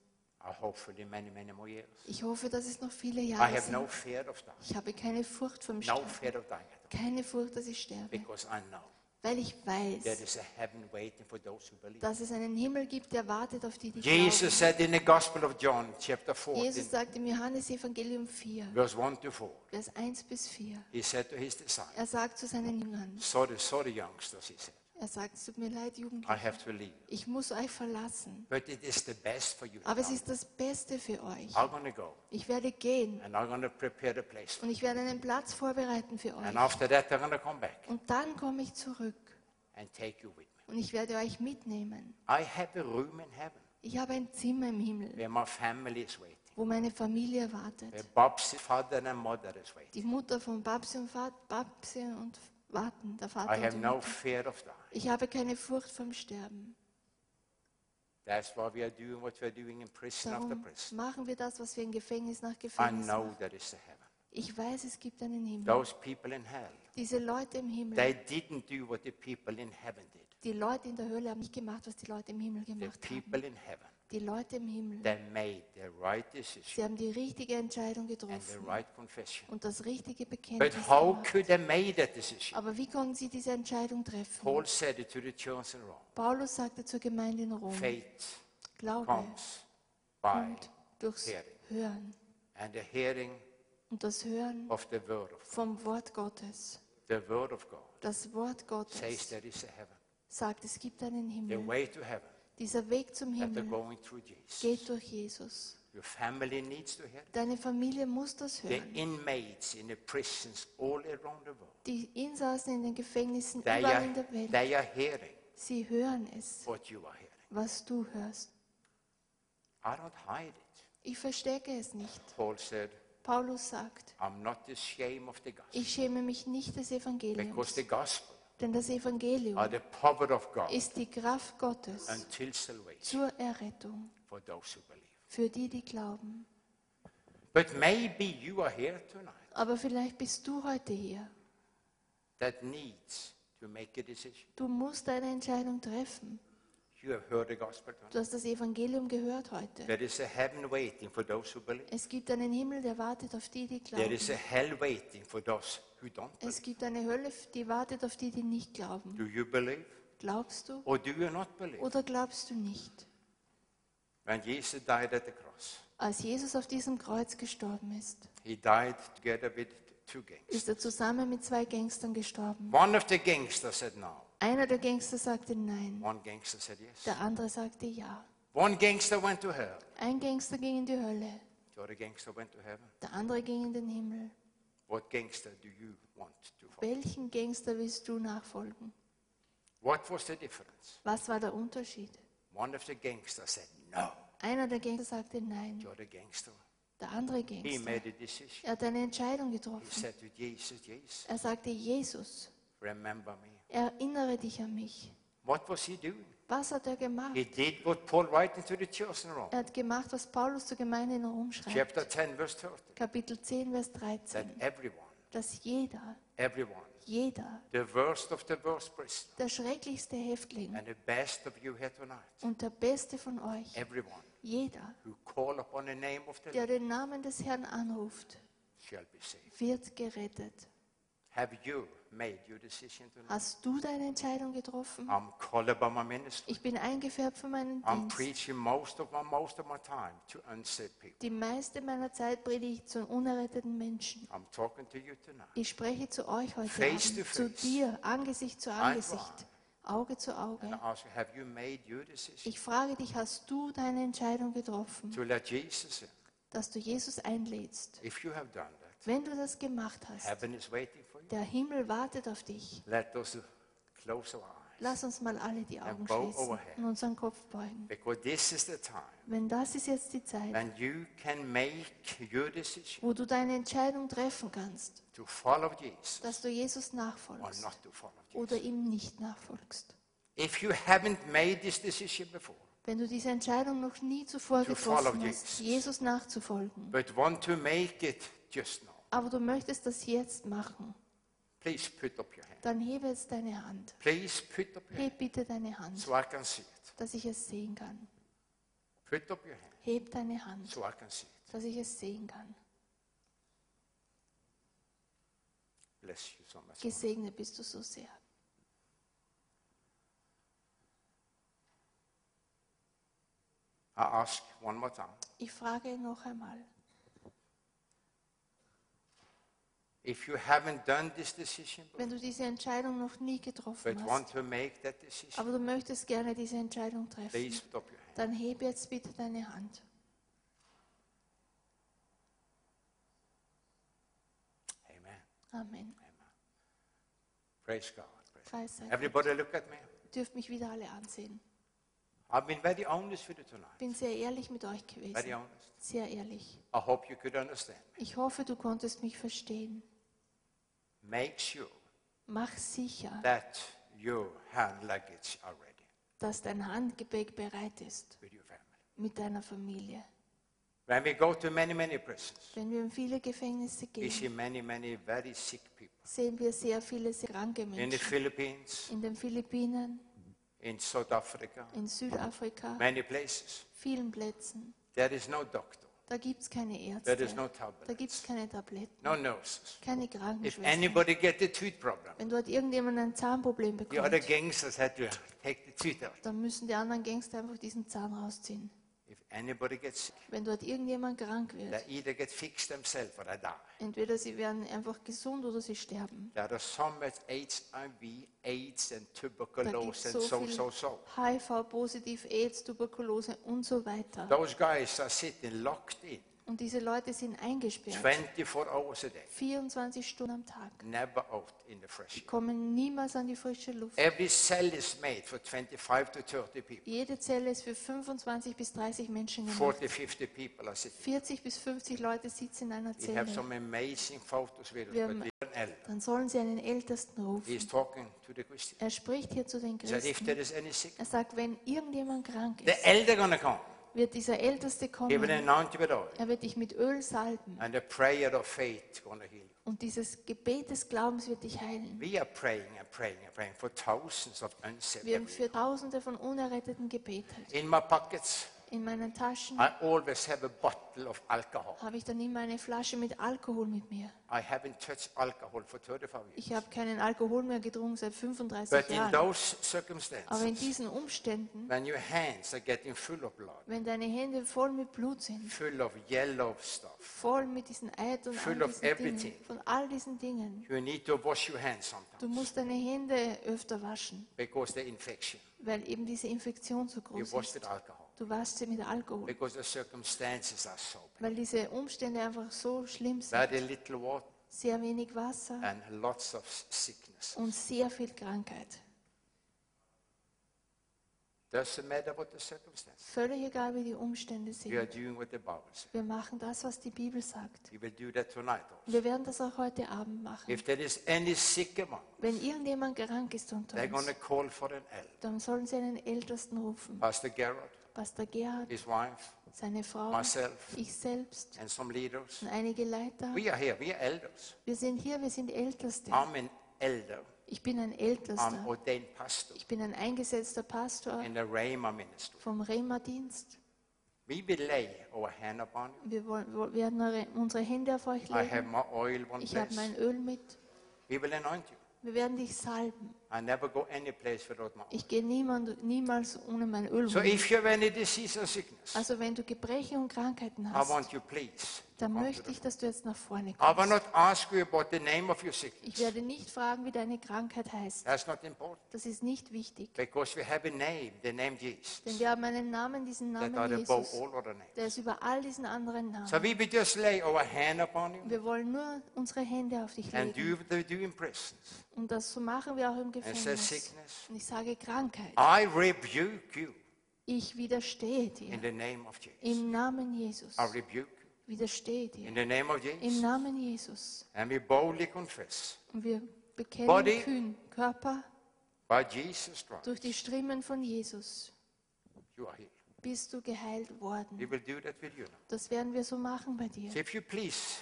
[SPEAKER 1] I hopefully many, many more years.
[SPEAKER 2] ich hoffe, dass es noch viele
[SPEAKER 1] I
[SPEAKER 2] Jahre
[SPEAKER 1] have no
[SPEAKER 2] sind.
[SPEAKER 1] fear of dying.
[SPEAKER 2] Ich habe keine Furcht vom
[SPEAKER 1] No
[SPEAKER 2] Sterben.
[SPEAKER 1] fear of dying at all.
[SPEAKER 2] Keine Furcht, dass ich sterbe.
[SPEAKER 1] Because I know
[SPEAKER 2] weil ich
[SPEAKER 1] There
[SPEAKER 2] weiß,
[SPEAKER 1] is a heaven waiting for those who believe.
[SPEAKER 2] dass es einen Himmel gibt, der wartet auf die, die
[SPEAKER 1] Jesus said in the Gospel of John, chapter
[SPEAKER 2] glauben.
[SPEAKER 1] 14,
[SPEAKER 2] Jesus sagt im Johannesevangelium 4,
[SPEAKER 1] verse 1 to 4,
[SPEAKER 2] Vers 1 bis 4,
[SPEAKER 1] he said to his disciples,
[SPEAKER 2] er sagt zu seinen Jüngern,
[SPEAKER 1] Sorry, sorry, youngsters, he said,
[SPEAKER 2] er sagt, es tut mir leid,
[SPEAKER 1] I
[SPEAKER 2] Jugendliche,
[SPEAKER 1] have to leave.
[SPEAKER 2] ich muss euch verlassen,
[SPEAKER 1] But it is the best for you.
[SPEAKER 2] aber es ist das Beste für euch.
[SPEAKER 1] I'm going to go,
[SPEAKER 2] Ich werde gehen
[SPEAKER 1] and I'm going to prepare the place for
[SPEAKER 2] und ich werde einen Platz vorbereiten für
[SPEAKER 1] you. And
[SPEAKER 2] euch.
[SPEAKER 1] after that, I'm going to come back
[SPEAKER 2] Und dann komme ich zurück
[SPEAKER 1] and take you with me.
[SPEAKER 2] und ich werde euch mitnehmen.
[SPEAKER 1] I have a room in heaven
[SPEAKER 2] Ich habe ein Zimmer im Himmel,
[SPEAKER 1] where my family is waiting,
[SPEAKER 2] wo meine Familie wartet.
[SPEAKER 1] where Bob's father and mother is waiting.
[SPEAKER 2] Die Mutter von Babsi und, Vat, Babsi und Warten, der Vater
[SPEAKER 1] I
[SPEAKER 2] und
[SPEAKER 1] have
[SPEAKER 2] die
[SPEAKER 1] no
[SPEAKER 2] Mutter.
[SPEAKER 1] fear of that.
[SPEAKER 2] Ich habe keine Furcht vom Sterben.
[SPEAKER 1] That's why we are doing what we are doing in prison after
[SPEAKER 2] Darum
[SPEAKER 1] prison.
[SPEAKER 2] machen wir das, was wir in Gefängnis nach
[SPEAKER 1] I
[SPEAKER 2] Gefängnis
[SPEAKER 1] know
[SPEAKER 2] machen.
[SPEAKER 1] there is a heaven.
[SPEAKER 2] Ich weiß, es gibt einen Himmel.
[SPEAKER 1] Those people in hell,
[SPEAKER 2] Diese Leute im Himmel,
[SPEAKER 1] they didn't do what the people in heaven did.
[SPEAKER 2] die Leute in der Höhle haben nicht gemacht, was die Leute im Himmel
[SPEAKER 1] The
[SPEAKER 2] gemacht haben.
[SPEAKER 1] people in heaven,
[SPEAKER 2] Die Leute im Himmel,
[SPEAKER 1] they made the right decision
[SPEAKER 2] sie haben die richtige Entscheidung
[SPEAKER 1] and the
[SPEAKER 2] getroffen
[SPEAKER 1] right confession.
[SPEAKER 2] und das richtige
[SPEAKER 1] But
[SPEAKER 2] Bekenntnis
[SPEAKER 1] how
[SPEAKER 2] gemacht.
[SPEAKER 1] could they make that decision?
[SPEAKER 2] Aber wie konnten sie diese Entscheidung treffen?
[SPEAKER 1] Paul said it to the church in Rome.
[SPEAKER 2] Paulus sagte zur Gemeinde in
[SPEAKER 1] Oh.
[SPEAKER 2] Rom,
[SPEAKER 1] Faith
[SPEAKER 2] Glaube
[SPEAKER 1] comes by
[SPEAKER 2] kommt durchs
[SPEAKER 1] hearing.
[SPEAKER 2] Hören.
[SPEAKER 1] and the hearing
[SPEAKER 2] Und das Hören
[SPEAKER 1] of the word of
[SPEAKER 2] vom Wort Gottes.
[SPEAKER 1] the word of God
[SPEAKER 2] Das Wort
[SPEAKER 1] says
[SPEAKER 2] Gottes
[SPEAKER 1] there is a heaven.
[SPEAKER 2] sagt, es gibt einen
[SPEAKER 1] The
[SPEAKER 2] Himmel.
[SPEAKER 1] way to heaven
[SPEAKER 2] Dieser Weg zum
[SPEAKER 1] that they're
[SPEAKER 2] Himmel
[SPEAKER 1] going through Jesus.
[SPEAKER 2] geht durch Jesus.
[SPEAKER 1] Your family needs to hear. it.
[SPEAKER 2] Deine Familie muss das
[SPEAKER 1] The
[SPEAKER 2] hören.
[SPEAKER 1] inmates in the prisons all around the world,
[SPEAKER 2] Die Insassen in den Gefängnissen
[SPEAKER 1] they
[SPEAKER 2] überall in der
[SPEAKER 1] are,
[SPEAKER 2] Welt,
[SPEAKER 1] they are hearing
[SPEAKER 2] sie hören es,
[SPEAKER 1] what you are hearing.
[SPEAKER 2] was du hörst.
[SPEAKER 1] I don't hide it.
[SPEAKER 2] Ich verstecke es nicht.
[SPEAKER 1] Paul said,
[SPEAKER 2] Paulus sagt,
[SPEAKER 1] I'm not ashamed of the gospel
[SPEAKER 2] ich schäme mich nicht des
[SPEAKER 1] because
[SPEAKER 2] Evangeliums,
[SPEAKER 1] the gospel
[SPEAKER 2] denn das Evangelium
[SPEAKER 1] are the power of God
[SPEAKER 2] ist die Kraft Gottes
[SPEAKER 1] until salvation
[SPEAKER 2] zur Errettung
[SPEAKER 1] for those who believe.
[SPEAKER 2] für die, die glauben.
[SPEAKER 1] But maybe you are here tonight
[SPEAKER 2] Aber vielleicht bist du heute hier.
[SPEAKER 1] that needs to make a decision.
[SPEAKER 2] Du musst eine Entscheidung treffen.
[SPEAKER 1] You have heard the gospel tonight.
[SPEAKER 2] Du hast das Evangelium gehört heute.
[SPEAKER 1] There is a heaven waiting for those who believe.
[SPEAKER 2] Es gibt einen Himmel, der wartet auf die, die
[SPEAKER 1] There is a
[SPEAKER 2] glauben.
[SPEAKER 1] hell waiting for those who don't believe.
[SPEAKER 2] Es gibt eine Hölle, die wartet auf die, die nicht glauben.
[SPEAKER 1] Do you believe
[SPEAKER 2] Glaubst du
[SPEAKER 1] or do you not believe?
[SPEAKER 2] oder glaubst du nicht?
[SPEAKER 1] When Jesus died at the cross,
[SPEAKER 2] Als Jesus auf diesem Kreuz gestorben ist,
[SPEAKER 1] he died together with two gangsters.
[SPEAKER 2] ist er zusammen mit zwei Gangstern gestorben.
[SPEAKER 1] One of the gangsters said no.
[SPEAKER 2] Einer der Gangster sagte nein,
[SPEAKER 1] One gangster said yes.
[SPEAKER 2] der andere sagte ja.
[SPEAKER 1] One gangster went to hell.
[SPEAKER 2] Ein Gangster ging in die Hölle,
[SPEAKER 1] The other gangster went to heaven.
[SPEAKER 2] der andere ging in den Himmel.
[SPEAKER 1] What gangster do you want to follow?
[SPEAKER 2] Welchen Gangster willst du nachfolgen?
[SPEAKER 1] What was the difference?
[SPEAKER 2] Was war der Unterschied?
[SPEAKER 1] One of the gangsters said no.
[SPEAKER 2] Einer der Gangster sagte nein,
[SPEAKER 1] The other gangster,
[SPEAKER 2] der andere
[SPEAKER 1] he
[SPEAKER 2] Gangster.
[SPEAKER 1] made a decision.
[SPEAKER 2] Er hat eine Entscheidung
[SPEAKER 1] He
[SPEAKER 2] getroffen.
[SPEAKER 1] said to Jesus, Jesus,
[SPEAKER 2] Er sagte, Jesus,
[SPEAKER 1] remember me.
[SPEAKER 2] erinnere dich an mich.
[SPEAKER 1] What was he doing?
[SPEAKER 2] Was hat er gemacht?
[SPEAKER 1] He did what Paul writes to the church in Rome,
[SPEAKER 2] Er hat gemacht, was Paulus zur Gemeinde in Rom
[SPEAKER 1] chapter
[SPEAKER 2] schreibt.
[SPEAKER 1] 10, verse 30.
[SPEAKER 2] Kapitel 10, Vers
[SPEAKER 1] That
[SPEAKER 2] 13.
[SPEAKER 1] everyone,
[SPEAKER 2] Dass jeder,
[SPEAKER 1] everyone,
[SPEAKER 2] jeder,
[SPEAKER 1] the worst of the worst prisoner
[SPEAKER 2] der schrecklichste Häftling
[SPEAKER 1] and the best of you here tonight,
[SPEAKER 2] und der Beste von euch,
[SPEAKER 1] everyone
[SPEAKER 2] jeder,
[SPEAKER 1] who call upon the name of the
[SPEAKER 2] der
[SPEAKER 1] Lord
[SPEAKER 2] den Namen des Herrn anruft,
[SPEAKER 1] shall be saved.
[SPEAKER 2] wird gerettet.
[SPEAKER 1] Have you made your decision tonight?
[SPEAKER 2] Hast du deine Entscheidung getroffen?
[SPEAKER 1] I'm called by my ministry.
[SPEAKER 2] Ich bin eingefärbt für meinen
[SPEAKER 1] I'm
[SPEAKER 2] Dienst.
[SPEAKER 1] preaching most of my most of my time to unsaved people.
[SPEAKER 2] Die meiste meiner Zeit predige ich zu unerretteten Menschen.
[SPEAKER 1] I'm talking to you tonight.
[SPEAKER 2] Ich spreche zu euch heute
[SPEAKER 1] Face to
[SPEAKER 2] Abend, zu
[SPEAKER 1] face.
[SPEAKER 2] dir, Angesicht zu
[SPEAKER 1] to
[SPEAKER 2] Angesicht, Auge zu
[SPEAKER 1] And
[SPEAKER 2] Auge.
[SPEAKER 1] I ask you, have you made your decision
[SPEAKER 2] Ich frage dich, hast du deine Entscheidung getroffen,
[SPEAKER 1] to let Jesus in?
[SPEAKER 2] dass du Jesus einlädst?
[SPEAKER 1] If you have done that,
[SPEAKER 2] Wenn du das gemacht hast,
[SPEAKER 1] heaven is waiting for you.
[SPEAKER 2] der Himmel wartet auf dich.
[SPEAKER 1] Let us close our eyes
[SPEAKER 2] Lass uns mal alle die Augen
[SPEAKER 1] bow
[SPEAKER 2] schließen
[SPEAKER 1] overhead.
[SPEAKER 2] und unseren Kopf beugen.
[SPEAKER 1] because this is the time
[SPEAKER 2] Wenn das ist jetzt die Zeit,
[SPEAKER 1] when you can make your decision
[SPEAKER 2] wo du deine Entscheidung treffen kannst,
[SPEAKER 1] to follow Jesus
[SPEAKER 2] dass du Jesus
[SPEAKER 1] or
[SPEAKER 2] nachfolgst
[SPEAKER 1] Oh, not to follow
[SPEAKER 2] oder
[SPEAKER 1] Jesus.
[SPEAKER 2] ihm nicht nachfolgst.
[SPEAKER 1] If you haven't made this decision before,
[SPEAKER 2] Wenn du diese Entscheidung noch nie zuvor
[SPEAKER 1] To follow
[SPEAKER 2] getroffen
[SPEAKER 1] Jesus.
[SPEAKER 2] hast, Jesus nachzufolgen,
[SPEAKER 1] but want to make it just now,
[SPEAKER 2] aber du möchtest das jetzt machen,
[SPEAKER 1] please put up your hand.
[SPEAKER 2] dann hebe jetzt deine Hand.
[SPEAKER 1] Please put up your hand
[SPEAKER 2] Heb bitte deine Hand,
[SPEAKER 1] so I can see it.
[SPEAKER 2] dass ich es sehen kann.
[SPEAKER 1] Put up your hand
[SPEAKER 2] Heb deine Hand,
[SPEAKER 1] so I can see it.
[SPEAKER 2] dass ich es sehen kann.
[SPEAKER 1] Bless you so much.
[SPEAKER 2] Gesegnet bist du so sehr.
[SPEAKER 1] I ask one more time.
[SPEAKER 2] Ich frage noch einmal,
[SPEAKER 1] If you haven't done this decision,
[SPEAKER 2] wenn du diese Entscheidung noch nie
[SPEAKER 1] but
[SPEAKER 2] getroffen
[SPEAKER 1] want
[SPEAKER 2] hast,
[SPEAKER 1] to make that decision,
[SPEAKER 2] aber du möchtest gerne diese Entscheidung
[SPEAKER 1] please
[SPEAKER 2] treffen,
[SPEAKER 1] stop your hand.
[SPEAKER 2] dann hebe jetzt bitte deine Hand.
[SPEAKER 1] Amen.
[SPEAKER 2] Amen.
[SPEAKER 1] Praise God. Praise
[SPEAKER 2] Preis sei
[SPEAKER 1] God.
[SPEAKER 2] Gott.
[SPEAKER 1] Everybody, look at me.
[SPEAKER 2] Ihr dürft mich wieder alle ansehen.
[SPEAKER 1] I've been very honest with you tonight.
[SPEAKER 2] Bin sehr ehrlich mit euch
[SPEAKER 1] Very
[SPEAKER 2] gewesen.
[SPEAKER 1] honest.
[SPEAKER 2] Sehr ehrlich.
[SPEAKER 1] I hope you could understand.
[SPEAKER 2] Ich hoffe, du konntest mich verstehen.
[SPEAKER 1] Make sure
[SPEAKER 2] Mach sicher,
[SPEAKER 1] that your hand luggage are ready
[SPEAKER 2] dass dein Handgepäck bereit ist
[SPEAKER 1] with your family.
[SPEAKER 2] mit deiner Familie.
[SPEAKER 1] When we go to many, many prisons,
[SPEAKER 2] Wenn wir in viele Gefängnisse
[SPEAKER 1] we
[SPEAKER 2] gehen,
[SPEAKER 1] see many, many very sick people
[SPEAKER 2] sehen wir sehr viele sehr kranke
[SPEAKER 1] in the
[SPEAKER 2] Menschen.
[SPEAKER 1] Philippines,
[SPEAKER 2] In den Philippinen,
[SPEAKER 1] in South Africa,
[SPEAKER 2] in Südafrika,
[SPEAKER 1] many places.
[SPEAKER 2] vielen Plätzen.
[SPEAKER 1] There is no doctor,
[SPEAKER 2] Da gibt es keine
[SPEAKER 1] there is no
[SPEAKER 2] Ärzte, da
[SPEAKER 1] tablet,
[SPEAKER 2] gibt es keine Tabletten,
[SPEAKER 1] no nurses.
[SPEAKER 2] keine
[SPEAKER 1] If
[SPEAKER 2] Krankenschwestern.
[SPEAKER 1] anybody get the tooth problem,
[SPEAKER 2] Wenn dort irgendjemand ein Zahnproblem
[SPEAKER 1] the other
[SPEAKER 2] bekommt,
[SPEAKER 1] gangsters had to take the tooth out.
[SPEAKER 2] dann müssen die anderen Gangster einfach diesen Zahn rausziehen.
[SPEAKER 1] If anybody gets sick,
[SPEAKER 2] Wenn dort irgendjemand krank
[SPEAKER 1] they
[SPEAKER 2] wird,
[SPEAKER 1] either get fixed themselves or they die.
[SPEAKER 2] entweder sie werden einfach gesund oder sie sterben.
[SPEAKER 1] There are so much HIV, AIDS, and
[SPEAKER 2] Da gibt
[SPEAKER 1] tuberculosis,
[SPEAKER 2] es
[SPEAKER 1] and
[SPEAKER 2] so
[SPEAKER 1] so, so,
[SPEAKER 2] viel
[SPEAKER 1] so.
[SPEAKER 2] HIV, positiv, AIDS, Tuberkulose und so weiter.
[SPEAKER 1] Those guys are sitting locked in
[SPEAKER 2] Und diese Leute sind eingesperrt,
[SPEAKER 1] 24 hours a day,
[SPEAKER 2] 24 Stunden am Tag,
[SPEAKER 1] never out in the fresh air.
[SPEAKER 2] kommen niemals an die frische Luft.
[SPEAKER 1] Every cell is made for 25 to 30 people.
[SPEAKER 2] Jede Zelle ist für 25 bis 30 Menschen gemacht.
[SPEAKER 1] 40, 50 people are sitting.
[SPEAKER 2] 40 bis 50 Leute sitzen in einer
[SPEAKER 1] We have
[SPEAKER 2] Zelle.
[SPEAKER 1] some amazing photos with us,
[SPEAKER 2] Wir
[SPEAKER 1] but
[SPEAKER 2] haben-
[SPEAKER 1] we an elder.
[SPEAKER 2] Dann sollen sie einen Ältesten
[SPEAKER 1] He's
[SPEAKER 2] rufen.
[SPEAKER 1] talking to the Christian.
[SPEAKER 2] Er spricht hier zu den
[SPEAKER 1] He said, if
[SPEAKER 2] Christen.
[SPEAKER 1] there is any sick,
[SPEAKER 2] Er sagt, wenn irgendjemand krank ist,
[SPEAKER 1] the elder gonna come.
[SPEAKER 2] wird dieser Älteste
[SPEAKER 1] He will
[SPEAKER 2] kommen.
[SPEAKER 1] anoint you with oil,
[SPEAKER 2] Er wird dich mit Öl salben
[SPEAKER 1] and the prayer of faith gonna heal you.
[SPEAKER 2] und dieses Gebet des Glaubens wird dich heilen.
[SPEAKER 1] We are praying and praying and praying for thousands of unsaved.
[SPEAKER 2] Wir haben
[SPEAKER 1] people.
[SPEAKER 2] für Tausende von Unerretteten gebetet.
[SPEAKER 1] In my pockets,
[SPEAKER 2] In meinen Taschen
[SPEAKER 1] I always have a bottle of alcohol.
[SPEAKER 2] habe ich dann immer eine Flasche mit Alkohol mit mir.
[SPEAKER 1] I haven't touched alcohol for 35
[SPEAKER 2] Ich
[SPEAKER 1] years.
[SPEAKER 2] habe keinen Alkohol mehr getrunken seit 35
[SPEAKER 1] But in
[SPEAKER 2] Jahren.
[SPEAKER 1] those
[SPEAKER 2] Aber in
[SPEAKER 1] circumstances,
[SPEAKER 2] diesen Umständen,
[SPEAKER 1] when your hands are getting full of blood,
[SPEAKER 2] wenn deine Hände voll mit Blut sind,
[SPEAKER 1] full of yellow stuff,
[SPEAKER 2] voll mit diesen Eid und all
[SPEAKER 1] Full of
[SPEAKER 2] diesen Dingen,
[SPEAKER 1] everything.
[SPEAKER 2] von all diesen Dingen,
[SPEAKER 1] you need to wash your hands
[SPEAKER 2] du
[SPEAKER 1] sometimes
[SPEAKER 2] musst deine Hände öfter waschen,
[SPEAKER 1] because the infection.
[SPEAKER 2] weil eben diese Infektion Oh, so
[SPEAKER 1] You
[SPEAKER 2] groß
[SPEAKER 1] wash
[SPEAKER 2] ist.
[SPEAKER 1] with alcohol
[SPEAKER 2] Du waschst sie mit Alkohol,
[SPEAKER 1] because the circumstances are so bad.
[SPEAKER 2] weil diese Umstände einfach so schlimm sind.
[SPEAKER 1] Very little water
[SPEAKER 2] Sehr wenig Wasser
[SPEAKER 1] and lots of sickness.
[SPEAKER 2] und sehr viel Krankheit.
[SPEAKER 1] Doesn't matter what the circumstances.
[SPEAKER 2] Völlig egal, wie die Umstände
[SPEAKER 1] We are
[SPEAKER 2] sind.
[SPEAKER 1] doing what the Bible says.
[SPEAKER 2] Wir machen das, was die Bibel sagt.
[SPEAKER 1] We will do that tonight also.
[SPEAKER 2] Wir werden das auch heute Abend machen.
[SPEAKER 1] If there is any sick among,
[SPEAKER 2] Wenn irgendjemand krank ist unter
[SPEAKER 1] they're going
[SPEAKER 2] uns,
[SPEAKER 1] to call for an elder.
[SPEAKER 2] dann sollen sie einen Ältesten rufen.
[SPEAKER 1] Pastor Gerard,
[SPEAKER 2] Pastor Gerhard,
[SPEAKER 1] his wife,
[SPEAKER 2] seine
[SPEAKER 1] Oh.
[SPEAKER 2] Frau,
[SPEAKER 1] myself,
[SPEAKER 2] ich selbst
[SPEAKER 1] and some leaders.
[SPEAKER 2] und einige Leiter.
[SPEAKER 1] We are here. We are elders.
[SPEAKER 2] Wir sind hier, wir sind Älteste.
[SPEAKER 1] I'm an elder.
[SPEAKER 2] Ich bin ein
[SPEAKER 1] I'm
[SPEAKER 2] Ältester.
[SPEAKER 1] ordained pastor
[SPEAKER 2] Ich bin ein eingesetzter Pastor
[SPEAKER 1] Oh. in the Rhema ministry.
[SPEAKER 2] vom Rema-Dienst.
[SPEAKER 1] We will lay our hand upon you.
[SPEAKER 2] Wir wollen, wir werden eure- unsere Hände auf euch
[SPEAKER 1] I have
[SPEAKER 2] legen.
[SPEAKER 1] my oil one
[SPEAKER 2] Ich habe
[SPEAKER 1] place.
[SPEAKER 2] mein Öl mit.
[SPEAKER 1] We will anoint you.
[SPEAKER 2] Wir werden dich salben.
[SPEAKER 1] I never go any place without my oil.
[SPEAKER 2] Ich gehe niemand, niemals ohne mein Öl.
[SPEAKER 1] So
[SPEAKER 2] rum.
[SPEAKER 1] if you have any disease or sickness,
[SPEAKER 2] Also wenn du Gebrechen und Krankheiten
[SPEAKER 1] I
[SPEAKER 2] hast,
[SPEAKER 1] want you please. to
[SPEAKER 2] dann
[SPEAKER 1] come to
[SPEAKER 2] möchte
[SPEAKER 1] the-
[SPEAKER 2] ich, dass du jetzt nach vorne
[SPEAKER 1] I will
[SPEAKER 2] kommst.
[SPEAKER 1] not ask you about the name of your
[SPEAKER 2] Ich
[SPEAKER 1] sickness.
[SPEAKER 2] werde nicht fragen, wie deine Krankheit heißt.
[SPEAKER 1] That's not important
[SPEAKER 2] Das ist nicht wichtig.
[SPEAKER 1] because we have a name, the name
[SPEAKER 2] Denn
[SPEAKER 1] Jesus,
[SPEAKER 2] wir haben einen Namen, diesen
[SPEAKER 1] that are
[SPEAKER 2] Namen
[SPEAKER 1] above
[SPEAKER 2] Jesus.
[SPEAKER 1] all other names.
[SPEAKER 2] Der ist über all diesen anderen
[SPEAKER 1] So
[SPEAKER 2] Namen.
[SPEAKER 1] we will just lay our hand upon you
[SPEAKER 2] Wir wollen nur unsere Hände auf dich
[SPEAKER 1] and do
[SPEAKER 2] legen.
[SPEAKER 1] what they do in prisons
[SPEAKER 2] Und das so machen wir auch im
[SPEAKER 1] and say,
[SPEAKER 2] Gefängnis.
[SPEAKER 1] sickness, Ah.
[SPEAKER 2] Und ich sage Krankheit.
[SPEAKER 1] I rebuke you
[SPEAKER 2] Ich widerstehe
[SPEAKER 1] in
[SPEAKER 2] dir.
[SPEAKER 1] the name of Jesus.
[SPEAKER 2] Im Namen Jesus.
[SPEAKER 1] I rebuke you
[SPEAKER 2] Widerstehe
[SPEAKER 1] in
[SPEAKER 2] dir.
[SPEAKER 1] the name of
[SPEAKER 2] Im
[SPEAKER 1] Jesus.
[SPEAKER 2] Namen Jesus.
[SPEAKER 1] And we boldly confess
[SPEAKER 2] Und wir bekennen
[SPEAKER 1] Body.
[SPEAKER 2] kühn Körper
[SPEAKER 1] by Jesus Christ,
[SPEAKER 2] durch die Striemen von Jesus.
[SPEAKER 1] you are healed.
[SPEAKER 2] Bist du geheilt
[SPEAKER 1] We
[SPEAKER 2] worden.
[SPEAKER 1] will do that with you now.
[SPEAKER 2] Das werden wir so machen bei dir.
[SPEAKER 1] So if you please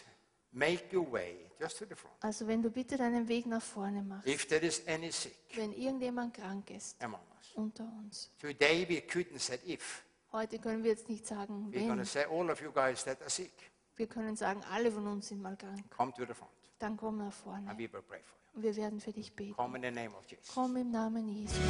[SPEAKER 1] make your way just to the front.
[SPEAKER 2] Also wenn du bitte deinen Weg nach vorne machst,
[SPEAKER 1] If there is any sick
[SPEAKER 2] wenn irgendjemand krank ist
[SPEAKER 1] among us,
[SPEAKER 2] unter uns.
[SPEAKER 1] today we couldn't say if.
[SPEAKER 2] Heute können wir jetzt nicht sagen,
[SPEAKER 1] We're going to
[SPEAKER 2] wenn.
[SPEAKER 1] say all of you guys that are sick,
[SPEAKER 2] Wir können sagen, alle von uns sind mal krank.
[SPEAKER 1] come to the front
[SPEAKER 2] Dann komm nach
[SPEAKER 1] and
[SPEAKER 2] vorne
[SPEAKER 1] we will pray for you.
[SPEAKER 2] und wir werden für dich beten.
[SPEAKER 1] Come in the name of Jesus.
[SPEAKER 2] Komm im Namen Jesu.